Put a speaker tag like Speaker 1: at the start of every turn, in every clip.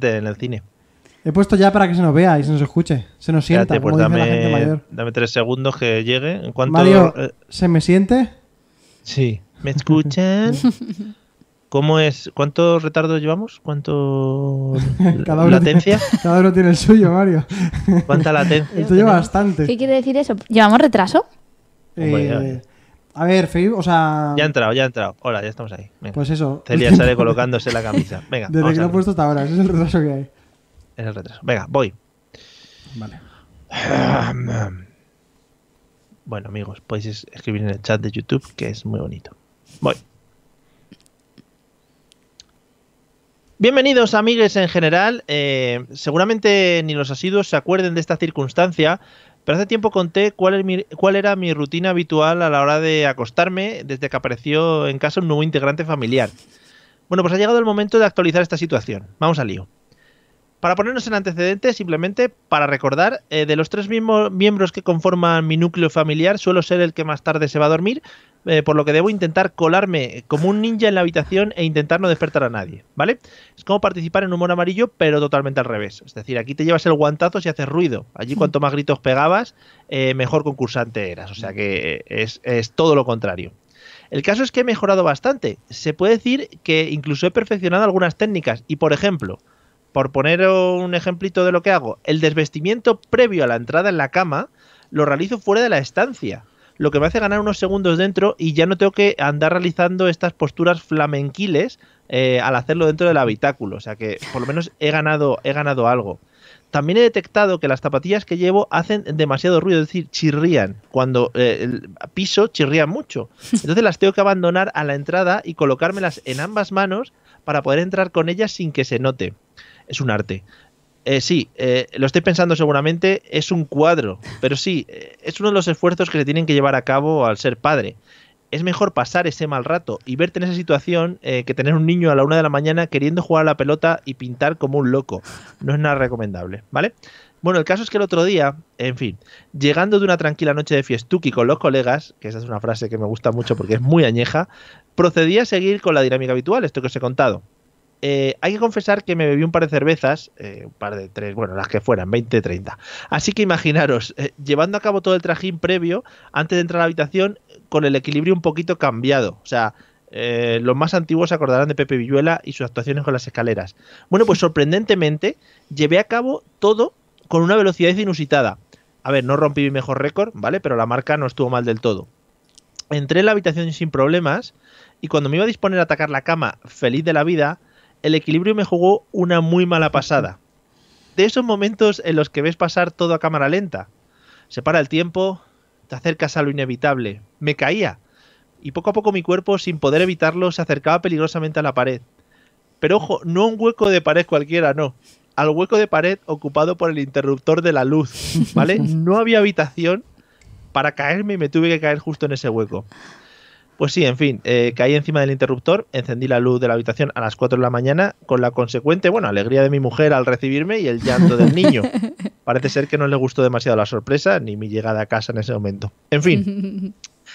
Speaker 1: en el cine.
Speaker 2: He puesto ya para que se nos vea y se nos escuche, se nos sienta,
Speaker 1: Espérate, pues
Speaker 2: como
Speaker 1: dame,
Speaker 2: dice la gente mayor.
Speaker 1: dame tres segundos que llegue. En cuanto.
Speaker 2: Mario,
Speaker 1: eh,
Speaker 2: ¿se me siente?
Speaker 1: sí. ¿Me escuchan? ¿Cómo es? ¿Cuánto retardo llevamos? ¿Cuánto
Speaker 2: Cada uno
Speaker 1: latencia?
Speaker 2: Cada uno tiene el suyo, Mario.
Speaker 1: ¿Cuánta latencia?
Speaker 2: El tuyo
Speaker 1: tenemos?
Speaker 2: bastante.
Speaker 3: ¿Qué quiere decir eso? ¿Llevamos retraso?
Speaker 1: Hombre,
Speaker 2: Eh, a ver, Felipe, o sea,
Speaker 1: Oh Ya ha entrado, ya ha entrado. Hola, ya estamos ahí. Venga.
Speaker 2: pues eso.
Speaker 1: Celia sale colocándose la camisa. Venga,
Speaker 2: Desde
Speaker 1: vamos
Speaker 2: que lo
Speaker 1: a
Speaker 2: he puesto hasta ahora, ese es el retraso que hay.
Speaker 1: Es el retraso. Venga, voy.
Speaker 2: Vale.
Speaker 1: Bueno, amigos, podéis es- escribir en el chat de YouTube, que es muy bonito. Voy. Bienvenidos, amigues en general. Eh, seguramente ni los asiduos se acuerden de esta circunstancia, pero hace tiempo conté cuál, es mi- cuál era mi rutina habitual a la hora de acostarme desde que apareció en casa un nuevo integrante familiar. Bueno, pues ha llegado el momento de actualizar esta situación. Vamos al lío. Para ponernos en antecedentes, simplemente para recordar, eh, de los tres mismo- miembros que conforman mi núcleo familiar, suelo ser el que más tarde se va a dormir, eh, por lo que debo intentar colarme como un ninja en la habitación e intentar no despertar a nadie, ¿vale? Es como participar en humor amarillo, pero totalmente al revés. Es decir, aquí te llevas el guantazo si haces ruido. Allí cuanto más gritos pegabas, eh, mejor concursante eras. O sea que eh, es- es todo lo contrario. El caso es que he mejorado bastante. Se puede decir que incluso he perfeccionado algunas técnicas. Y por ejemplo, por poner un ejemplito de lo que hago, el desvestimiento previo a la entrada en la cama lo realizo fuera de la estancia. Lo que me hace ganar unos segundos dentro y ya no tengo que andar realizando estas posturas flamenquiles eh, al hacerlo dentro del habitáculo. O sea que por lo menos he ganado, he ganado algo. También he detectado que las zapatillas que llevo hacen demasiado ruido, es decir, chirrían. Cuando eh, el piso, chirrían mucho. Entonces las tengo que abandonar a la entrada y colocármelas en ambas manos para poder entrar con ellas sin que se note. Es un arte. Eh, sí, eh, lo estoy pensando seguramente, es un cuadro, pero sí, eh, es uno de los esfuerzos que se tienen que llevar a cabo al ser padre. Es mejor pasar ese mal rato y verte en esa situación eh, que tener un niño a la una de la mañana queriendo jugar a la pelota y pintar como un loco. No es nada recomendable, ¿vale? Bueno, el caso es que el otro día, en fin, llegando de una tranquila noche de fiestuki con los colegas, que esa es una frase que me gusta mucho porque es muy añeja, procedí a seguir con la dinámica habitual, esto que os he contado. Eh, hay que confesar que me bebí un par de cervezas, eh, un par de tres, bueno, las que fueran, 20, 30. Así que imaginaros, eh, llevando a cabo todo el trajín previo, antes de entrar a la habitación, con el equilibrio un poquito cambiado. O sea, eh, los más antiguos se acordarán de Pepe Villuela y sus actuaciones con las escaleras. Bueno, pues sorprendentemente, llevé a cabo todo con una velocidad inusitada. A ver, no rompí mi mejor récord, ¿vale? Pero la marca no estuvo mal del todo. Entré en la habitación sin problemas y cuando me iba a disponer a atacar la cama, feliz de la vida, el equilibrio me jugó una muy mala pasada. De esos momentos en los que ves pasar todo a cámara lenta. Se para el tiempo, te acercas a lo inevitable. Me caía. Y poco a poco mi cuerpo, sin poder evitarlo, se acercaba peligrosamente a la pared. Pero ojo, no a un hueco de pared cualquiera, no. Al hueco de pared ocupado por el interruptor de la luz, ¿vale? No había habitación para caerme y me tuve que caer justo en ese hueco. Pues sí, en fin, eh, caí encima del interruptor, encendí la luz de la habitación a las 4 de la mañana, con la consecuente, bueno, alegría de mi mujer al recibirme y el llanto del niño. Parece ser que no le gustó demasiado la sorpresa ni mi llegada a casa en ese momento. En fin.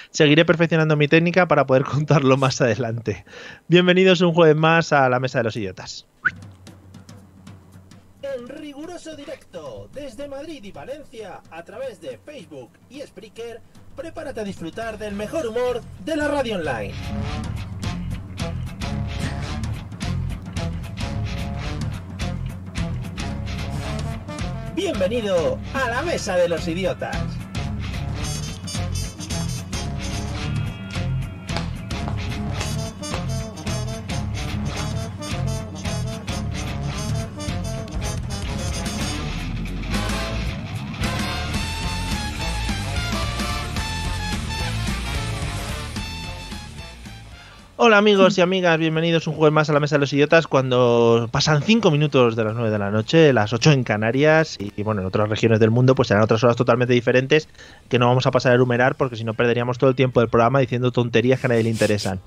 Speaker 1: Seguiré perfeccionando mi técnica para poder contarlo más adelante. Bienvenidos un jueves más a la Mesa de los Idiotas.
Speaker 4: En riguroso directo, desde Madrid y Valencia, a través de Facebook y Spreaker, prepárate a disfrutar del mejor humor de la radio online. Bienvenido a la Mesa de los Idiotas.
Speaker 1: Hola amigos y amigas, bienvenidos un jueves más a la Mesa de los Idiotas cuando pasan 5 minutos de las 9 de la noche, las 8 en Canarias y, y, bueno, en otras regiones del mundo pues serán otras horas totalmente diferentes que no vamos a pasar a enumerar porque si no perderíamos todo el tiempo del programa diciendo tonterías que a nadie le interesan.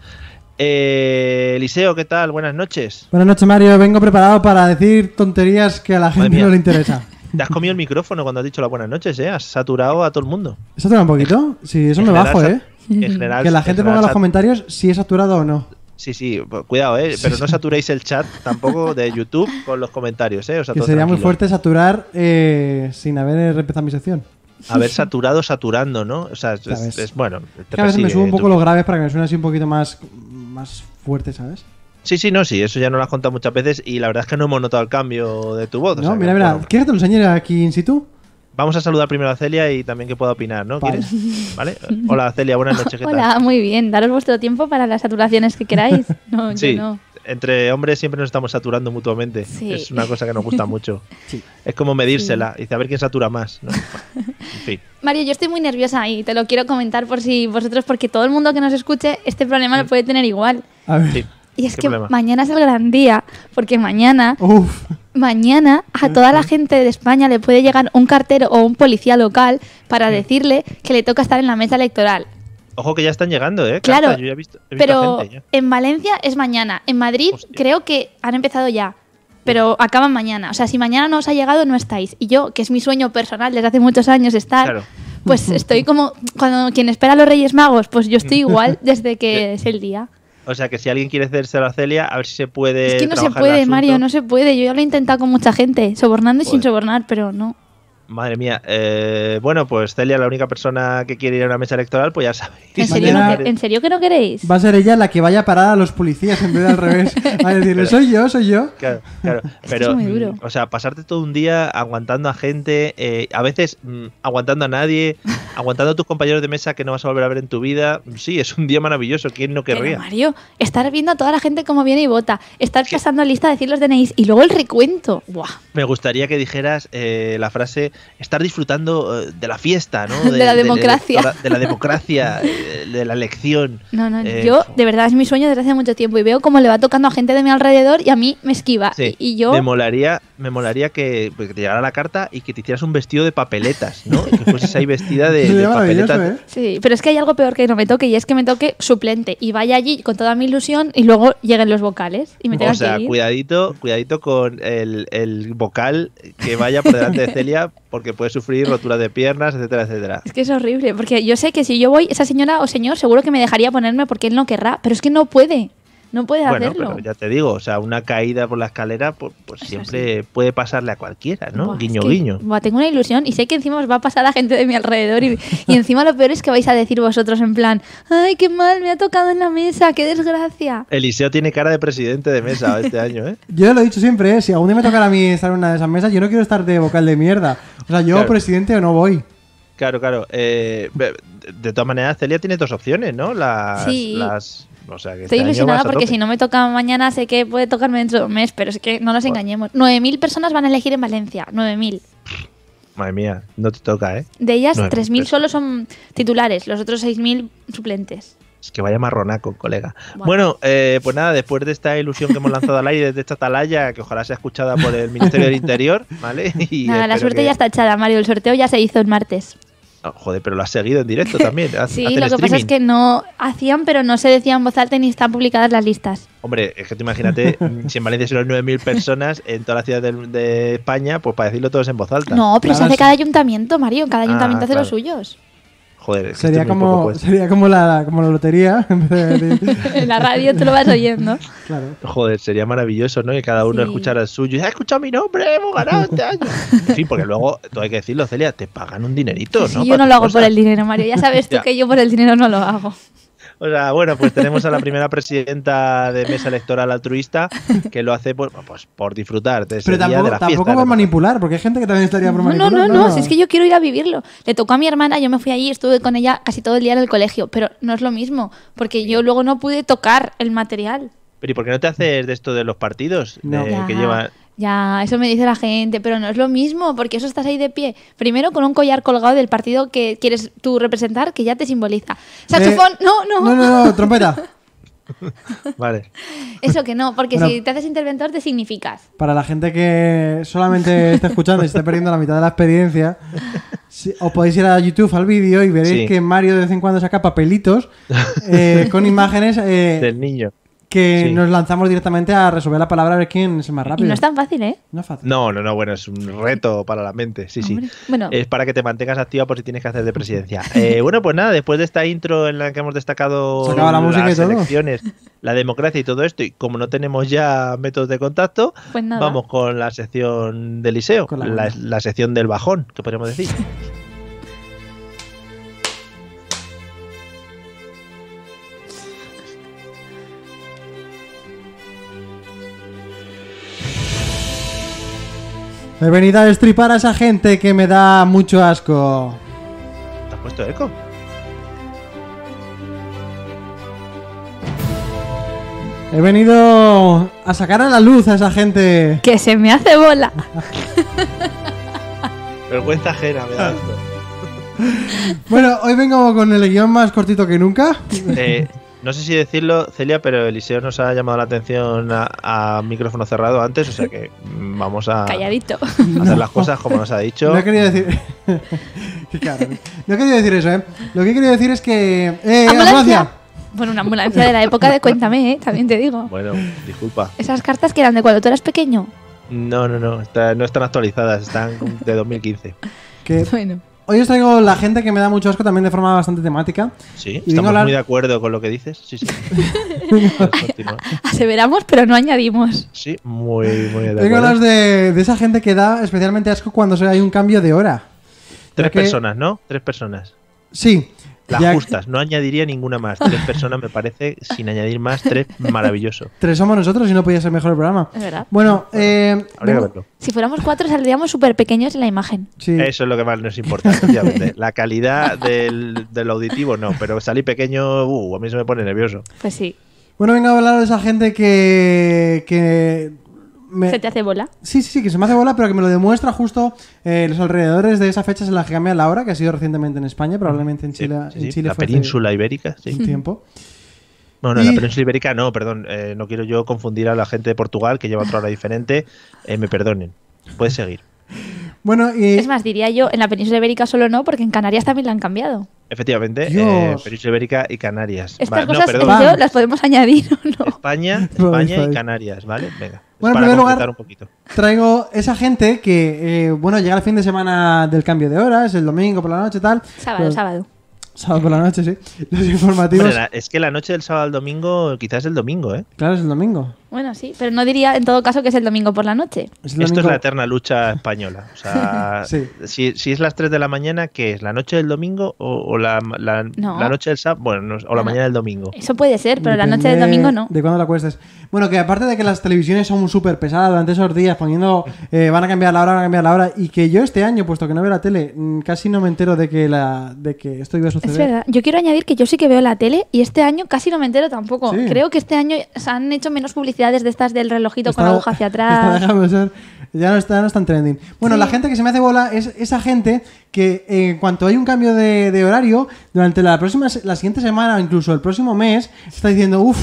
Speaker 1: Eh, Eliseo, ¿qué tal? Buenas noches.
Speaker 2: Buenas noches, Mario. Vengo preparado para decir tonterías que a la gente
Speaker 1: mía.
Speaker 2: no le interesa.
Speaker 1: Te has comido el micrófono cuando has dicho las buenas noches, ¿eh? Has saturado a todo el mundo.
Speaker 2: ¿Eso te da un poquito? Sí, eso
Speaker 1: En
Speaker 2: me
Speaker 1: general,
Speaker 2: bajo,
Speaker 1: sat-
Speaker 2: ¿eh?
Speaker 1: en general-
Speaker 2: Que la
Speaker 1: en
Speaker 2: gente
Speaker 1: general
Speaker 2: ponga en los
Speaker 1: sat-
Speaker 2: comentarios si es saturado o no.
Speaker 1: Sí, sí, pues, cuidado, ¿eh? Pero no saturéis el chat tampoco de YouTube con los comentarios, ¿eh? O sea,
Speaker 2: Que
Speaker 1: todo
Speaker 2: sería muy
Speaker 1: tranquilo.
Speaker 2: fuerte saturar eh, sin haber empezado mi sección.
Speaker 1: Haber saturado saturando, ¿no? O sea, es,
Speaker 2: Sabes.
Speaker 1: es- bueno. Te
Speaker 2: Que a veces me
Speaker 1: persigue
Speaker 2: subo un
Speaker 1: tu-
Speaker 2: poco los graves para que me suene así un poquito más, más fuerte, ¿sabes?
Speaker 1: Sí, sí, no, sí, eso ya no lo has contado muchas veces y la verdad es que no hemos notado el cambio de tu voz. o sea
Speaker 2: no,
Speaker 1: que,
Speaker 2: mira, mira.
Speaker 1: bueno,
Speaker 2: ¿Quieres que te lo enseñe aquí in situ?
Speaker 1: vamos a saludar primero a Celia y también que pueda opinar, ¿no?
Speaker 2: Vale.
Speaker 1: ¿Quieres? ¿Vale? Hola, Celia, buenas noches, ¿qué tal?
Speaker 3: Hola, muy bien. Daros vuestro tiempo para las saturaciones que queráis. No, yo
Speaker 1: Sí,
Speaker 3: no.
Speaker 1: entre hombres siempre nos estamos saturando mutuamente.
Speaker 3: Sí.
Speaker 1: Es una cosa que nos gusta mucho.
Speaker 2: Sí.
Speaker 1: Es como medírsela y saber quién satura más. ¿no? Bueno, en fin.
Speaker 3: Mario, yo estoy muy nerviosa y te lo quiero comentar por si vosotros, porque todo el mundo que nos escuche, este problema lo puede tener igual.
Speaker 2: A ver.
Speaker 1: Sí.
Speaker 3: Y es
Speaker 1: ¿Qué
Speaker 3: que
Speaker 1: problema? Oh.
Speaker 3: mañana es el gran día, porque mañana,
Speaker 2: Uf.
Speaker 3: mañana
Speaker 1: Mm,
Speaker 3: a toda la gente de España le puede llegar un cartero o un policía local para decirle que le toca estar en la mesa electoral.
Speaker 1: Ojo que ya están llegando, ¿eh?
Speaker 3: Claro,
Speaker 1: Carta, yo ya he visto, he visto
Speaker 3: Pero
Speaker 1: gente ya.
Speaker 3: en Valencia es mañana. En Madrid
Speaker 1: Hostia.
Speaker 3: creo que han empezado ya. Pero acaban mañana. O sea, si mañana no os ha llegado, no estáis. Y yo, que es mi sueño personal desde hace muchos años estar,
Speaker 1: Claro.
Speaker 3: pues estoy como cuando quien espera a los Reyes Magos, pues yo
Speaker 1: Mm.
Speaker 3: estoy igual desde que es el día.
Speaker 1: O sea que si alguien quiere hacerse a Celia, a ver si se puede.
Speaker 3: es que no se
Speaker 1: trabajar el
Speaker 3: puede,
Speaker 1: asunto.
Speaker 3: Mario, no se puede. Yo ya lo he intentado con mucha gente, sobornando y sin
Speaker 1: Joder.
Speaker 3: sobornar, pero no.
Speaker 1: Madre mía. eh, bueno, pues Celia, la única persona que quiere ir a una mesa electoral, pues ya sabéis.
Speaker 3: ¿En serio, no,
Speaker 2: Mañana-
Speaker 3: que- en serio que no queréis?
Speaker 2: Va a ser ella la que vaya a parar a los policías en vez de al revés. A decirle, soy yo, soy yo.
Speaker 1: Claro, claro.
Speaker 3: que
Speaker 1: Pero,
Speaker 3: es muy duro.
Speaker 1: mm, o sea, pasarte todo un día aguantando a gente, eh, a veces mm, aguantando a nadie, aguantando a tus compañeros de mesa que no vas a volver a ver en tu vida. Sí, es un día maravilloso. ¿Quién no
Speaker 3: Pero,
Speaker 1: querría?
Speaker 3: Mario, estar viendo a toda la gente cómo viene y vota, estar pasando lista, decir los DNIs y luego el recuento. Buah.
Speaker 1: Me gustaría que dijeras eh, la frase estar disfrutando eh, de la fiesta, ¿no?
Speaker 3: De la democracia.
Speaker 1: De, de la democracia, eh, de la elección.
Speaker 3: No, no,
Speaker 1: Eh,
Speaker 3: yo de verdad es mi sueño desde hace mucho tiempo y veo cómo le va tocando a gente de mi alrededor y a mí me esquiva.
Speaker 1: Sí,
Speaker 3: Y, y yo,
Speaker 1: Me molaría, me molaría que, pues, que te llegara la carta y que te hicieras un vestido de papeletas, ¿no? Que fueses ahí vestida de,
Speaker 2: Sería
Speaker 1: de
Speaker 2: maravilloso,
Speaker 1: papeletas.
Speaker 2: ¿eh?
Speaker 3: sí, pero es que hay algo peor que no me toque y es que me toque suplente y vaya allí con toda mi ilusión y luego lleguen los vocales y me
Speaker 1: O
Speaker 3: tengan
Speaker 1: sea,
Speaker 3: que ir.
Speaker 1: cuidadito, cuidadito con el, el vocal que vaya por delante de Celia porque puede sufrir rotura de piernas, etcétera, etcétera.
Speaker 3: Es que es horrible, porque yo sé que si yo voy, esa señora o señor seguro que me dejaría ponerme porque él no querrá, pero es que no puede, no puede
Speaker 1: Bueno,
Speaker 3: hacerlo.
Speaker 1: pero ya te digo, o sea, una caída por la escalera pues, pues
Speaker 3: Eso
Speaker 1: siempre puede pasarle a cualquiera, ¿no?
Speaker 3: Buah, es
Speaker 1: guiño,
Speaker 3: que-
Speaker 1: guiño.
Speaker 3: buah, tengo una ilusión y sé que encima os va a pasar a gente de mi alrededor y, y encima lo peor es que vais a decir vosotros en plan, ay, qué mal, me ha tocado en la mesa, qué desgracia.
Speaker 1: Eliseo tiene cara de presidente de mesa este año, ¿eh?
Speaker 2: Yo lo he dicho siempre, ¿eh? si algún día me tocara a mí estar en una de esas mesas, yo no quiero estar de vocal de mierda. O sea, yo
Speaker 1: Claro.
Speaker 2: presidente o no voy.
Speaker 1: Claro, claro. eh, de de todas maneras, Celia tiene dos opciones, ¿no? Las,
Speaker 3: Sí.
Speaker 1: las- o sea, que
Speaker 3: Estoy
Speaker 1: este año
Speaker 3: ilusionada
Speaker 1: vas a
Speaker 3: porque
Speaker 1: tope.
Speaker 3: si no me toca mañana sé que puede tocarme dentro de un mes, pero es que no nos
Speaker 1: Bueno.
Speaker 3: engañemos. 9.000 personas van a elegir en Valencia, 9.000.
Speaker 1: Madre mía, no te toca, ¿eh?
Speaker 3: De ellas,
Speaker 1: Bueno,
Speaker 3: 3.000
Speaker 1: pues-
Speaker 3: solo son titulares, los otros 6.000 suplentes.
Speaker 1: Es que vaya marronaco, colega.
Speaker 3: Bueno.
Speaker 1: Bueno, eh, pues nada, después de esta ilusión que hemos lanzado al aire desde esta atalaya, que ojalá sea escuchada por el Ministerio del Interior, ¿vale? Y
Speaker 3: Nada, la
Speaker 1: espero
Speaker 3: suerte
Speaker 1: que-
Speaker 3: ya está echada, Mario. El sorteo ya se hizo el martes.
Speaker 1: No, joder, pero lo has seguido en directo también. haz-
Speaker 3: Sí,
Speaker 1: hacen
Speaker 3: lo que pasa es
Speaker 1: streaming.
Speaker 3: que no hacían, pero no se decían en voz alta ni están publicadas las listas.
Speaker 1: Hombre, es que tú imagínate, mm, si en Valencia son 9.000 personas, en toda la ciudad del- de, España, pues para decirlo todos en voz alta.
Speaker 3: No, pero se
Speaker 2: Claro,
Speaker 3: hace
Speaker 2: sí.
Speaker 3: cada ayuntamiento, Mario. Cada ayuntamiento hace
Speaker 1: Ah, claro.
Speaker 3: los suyos.
Speaker 1: Joder, es que
Speaker 2: Sería
Speaker 1: esto es muy poco,
Speaker 2: como,
Speaker 1: pues.
Speaker 2: sería como la, como la lotería. en vez de decir-
Speaker 3: En la radio tú lo vas oyendo.
Speaker 2: claro.
Speaker 1: Joder, sería maravilloso, ¿no? Que cada uno
Speaker 3: Sí.
Speaker 1: escuchara el suyo. ¡Ha escuchado mi nombre! ¡Hemos ganado este año! En fin, porque luego, todo hay que decirlo, Celia, te pagan un dinerito, ¿no?
Speaker 3: Sí, yo
Speaker 1: Para
Speaker 3: no
Speaker 1: tus
Speaker 3: lo hago por
Speaker 1: cosas.
Speaker 3: el dinero, Mario. Ya sabes tú
Speaker 1: Ya.
Speaker 3: que yo por el dinero no lo hago.
Speaker 1: O sea, bueno, pues tenemos a la primera presidenta de mesa electoral altruista que lo hace pues, pues, por disfrutar de ese
Speaker 2: Pero
Speaker 1: día
Speaker 2: tampoco,
Speaker 1: de la
Speaker 2: tampoco
Speaker 1: fiesta.
Speaker 2: por
Speaker 1: ¿no?
Speaker 2: manipular, porque hay gente que también estaría por
Speaker 3: No, no,
Speaker 2: manipular.
Speaker 3: no, no, si es que yo quiero ir a vivirlo. Le tocó a mi hermana, yo me fui allí, estuve con ella casi todo el día en el colegio, pero no es lo mismo, porque yo luego no pude tocar el material.
Speaker 1: Pero ¿y por qué no te haces de esto de los partidos?
Speaker 2: No.
Speaker 1: De-
Speaker 3: ya,
Speaker 1: Eh, que llevan...
Speaker 3: ya, eso me dice la gente, pero no es lo mismo, porque eso estás ahí de pie. Primero con un collar colgado del partido que quieres tú representar, que ya te simboliza. Saxofón,
Speaker 2: Eh,
Speaker 3: no, no,
Speaker 2: No, no, no, trompeta.
Speaker 1: Vale.
Speaker 3: Eso que no, porque
Speaker 2: Bueno.
Speaker 3: si te haces interventor te significas.
Speaker 2: Para la gente que solamente está escuchando y se está perdiendo la mitad de la experiencia, si- os podéis ir a YouTube al vídeo y veréis
Speaker 1: Sí.
Speaker 2: que Mario de vez en cuando saca papelitos eh, con imágenes eh,
Speaker 1: Del niño.
Speaker 2: que
Speaker 1: sí.
Speaker 2: nos lanzamos directamente a resolver la palabra a ver quién es el más
Speaker 3: Y
Speaker 2: rápido.
Speaker 3: no es tan fácil, ¿eh?
Speaker 2: No es fácil.
Speaker 1: No, no, no, bueno, es un reto para la mente, sí,
Speaker 3: Hombre,
Speaker 1: sí.
Speaker 3: bueno.
Speaker 1: Es para que te mantengas activa por si tienes que hacer de presidencia. Eh, bueno, pues nada, después de esta intro en la que hemos destacado
Speaker 2: Se acaba la música y
Speaker 1: las
Speaker 2: todo.
Speaker 1: elecciones, la democracia y todo esto, y como no tenemos ya métodos de contacto,
Speaker 3: Pues nada.
Speaker 1: vamos con la sección del liceo,
Speaker 2: Con
Speaker 1: la,
Speaker 2: la
Speaker 1: la,
Speaker 2: buena.
Speaker 1: sección del bajón, que podríamos decir.
Speaker 2: He venido a destripar a esa gente que me da mucho asco.
Speaker 1: ¿Te has puesto eco?
Speaker 2: He venido a sacar a la luz a esa gente.
Speaker 3: Que se me hace bola.
Speaker 1: Vergüenza ajena, me
Speaker 2: Ah.
Speaker 1: da esto.
Speaker 2: Bueno, hoy vengo con el guión más cortito que nunca.
Speaker 1: Eh, no sé si decirlo, Celia, pero Eliseo nos ha llamado la atención a, a micrófono cerrado antes, o sea que mm, vamos a hacer
Speaker 3: Calladito.
Speaker 1: las cosas como nos ha dicho.
Speaker 2: No he querido decir. Qué cabrón. No he querido decir eso, ¿eh? Lo que he querido decir es que. ¡Eh, ambulancia!
Speaker 3: Bueno, una ambulancia de la época de Cuéntame, ¿eh? también te digo.
Speaker 1: Bueno, disculpa.
Speaker 3: Esas cartas que eran de cuando tú eras pequeño.
Speaker 1: No, no, no, está- no están actualizadas, están de 2015.
Speaker 2: Que
Speaker 3: Bueno.
Speaker 2: hoy os traigo la gente que me da mucho asco también de forma bastante temática.
Speaker 1: Sí,
Speaker 2: Y vengo a
Speaker 1: estamos
Speaker 2: hablar-
Speaker 1: muy de acuerdo con lo que dices. Sí, sí. Puedes continuar.
Speaker 3: Aseveramos, pero no añadimos.
Speaker 1: Sí, muy, muy de
Speaker 2: Vengo a hablaros
Speaker 1: acuerdo.
Speaker 2: de, de esa gente que da especialmente asco cuando se- hay un cambio de hora.
Speaker 1: Tres
Speaker 2: ya que-
Speaker 1: personas, ¿no? Tres personas.
Speaker 2: Sí.
Speaker 1: Las
Speaker 2: ya-
Speaker 1: justas, no añadiría ninguna más. Tres personas me parece, sin añadir más, tres maravilloso.
Speaker 2: Tres somos nosotros y no podía ser mejor el programa.
Speaker 3: Es verdad.
Speaker 2: Bueno, eh,
Speaker 1: Habría que
Speaker 2: vengo-
Speaker 1: verlo.
Speaker 3: Si fuéramos cuatro saldríamos súper pequeños en la imagen.
Speaker 2: sí.
Speaker 1: Eso es lo que más nos importa, efectivamente. La calidad del, del auditivo no, pero salir pequeño, uh, a mí se me pone nervioso.
Speaker 3: Pues sí.
Speaker 2: Bueno, vengo a hablar de esa gente que. que me-
Speaker 3: ¿Se te hace bola?
Speaker 2: Sí, sí, sí, que se me hace bola, pero que me lo demuestra justo eh, los alrededores de esas fechas en las que cambia la hora, que ha sido recientemente en España, probablemente en
Speaker 1: Sí,
Speaker 2: Chile,
Speaker 1: sí, sí.
Speaker 2: en Chile
Speaker 1: la
Speaker 2: fue hace
Speaker 1: península ibérica, sí.
Speaker 2: un tiempo.
Speaker 1: No, no, en la
Speaker 2: Y-
Speaker 1: península ibérica no, perdón. eh, no quiero yo confundir a la gente de Portugal, que lleva otra hora diferente. eh, me perdonen. Puedes seguir.
Speaker 2: Bueno, y
Speaker 3: Es más, diría yo, en la península ibérica solo no, porque en Canarias también la han cambiado.
Speaker 1: Efectivamente,
Speaker 2: Dios.
Speaker 1: eh, península ibérica y Canarias.
Speaker 3: Estas
Speaker 1: Va, no,
Speaker 3: cosas
Speaker 1: perdón.
Speaker 3: tú y yo
Speaker 2: Vale.
Speaker 3: las podemos añadir o no.
Speaker 1: España,
Speaker 2: Vais,
Speaker 1: España y
Speaker 2: vais.
Speaker 1: Canarias, ¿vale? Venga. es para
Speaker 2: Bueno, en primer lugar-
Speaker 1: completar un poquito.
Speaker 2: traigo esa gente que, eh, bueno, llega el fin de semana del cambio de hora, es el domingo por la noche, tal.
Speaker 3: Sábado,
Speaker 2: Los-
Speaker 3: sábado.
Speaker 2: Sábado por la noche, sí. Los informativos.
Speaker 1: Hombre, la- es que la noche del sábado al domingo, quizás el domingo, ¿eh?
Speaker 2: Claro, es el domingo.
Speaker 3: Bueno, sí, pero no diría en todo caso que es el domingo por la noche.
Speaker 2: Es el
Speaker 1: Esto es
Speaker 2: domingo.
Speaker 1: la eterna lucha española. O sea,
Speaker 2: Sí.
Speaker 1: si, si es las 3 de la mañana, ¿qué es? ¿La noche del domingo o, o la, la-
Speaker 3: No.
Speaker 1: la noche del sábado? Bueno, no, o la
Speaker 3: No.
Speaker 1: mañana del domingo.
Speaker 3: Eso puede ser, pero la noche del
Speaker 2: Depende
Speaker 3: domingo no.
Speaker 2: De cuándo la acuestes. Bueno, que aparte de que las televisiones son súper pesadas durante esos días, poniendo eh, van a cambiar la hora, van a cambiar la hora, y que yo este año, puesto que no veo la tele, mm, casi no me entero de que, la, de que esto iba a suceder.
Speaker 3: Es verdad. Yo quiero añadir que yo sí que veo la tele y este año casi no me entero tampoco.
Speaker 2: Sí.
Speaker 3: Creo que este año se han hecho menos publicidades de estas del relojito con
Speaker 2: Está-
Speaker 3: aguja hacia
Speaker 2: está,
Speaker 3: atrás.
Speaker 2: déjame pensar. Ya no está, no está en trending. Bueno, la gente que se me hace bola es esa gente que eh, en cuanto hay un cambio de, de horario, durante la próxima se- la siguiente semana o incluso el próximo mes, está diciendo, uff,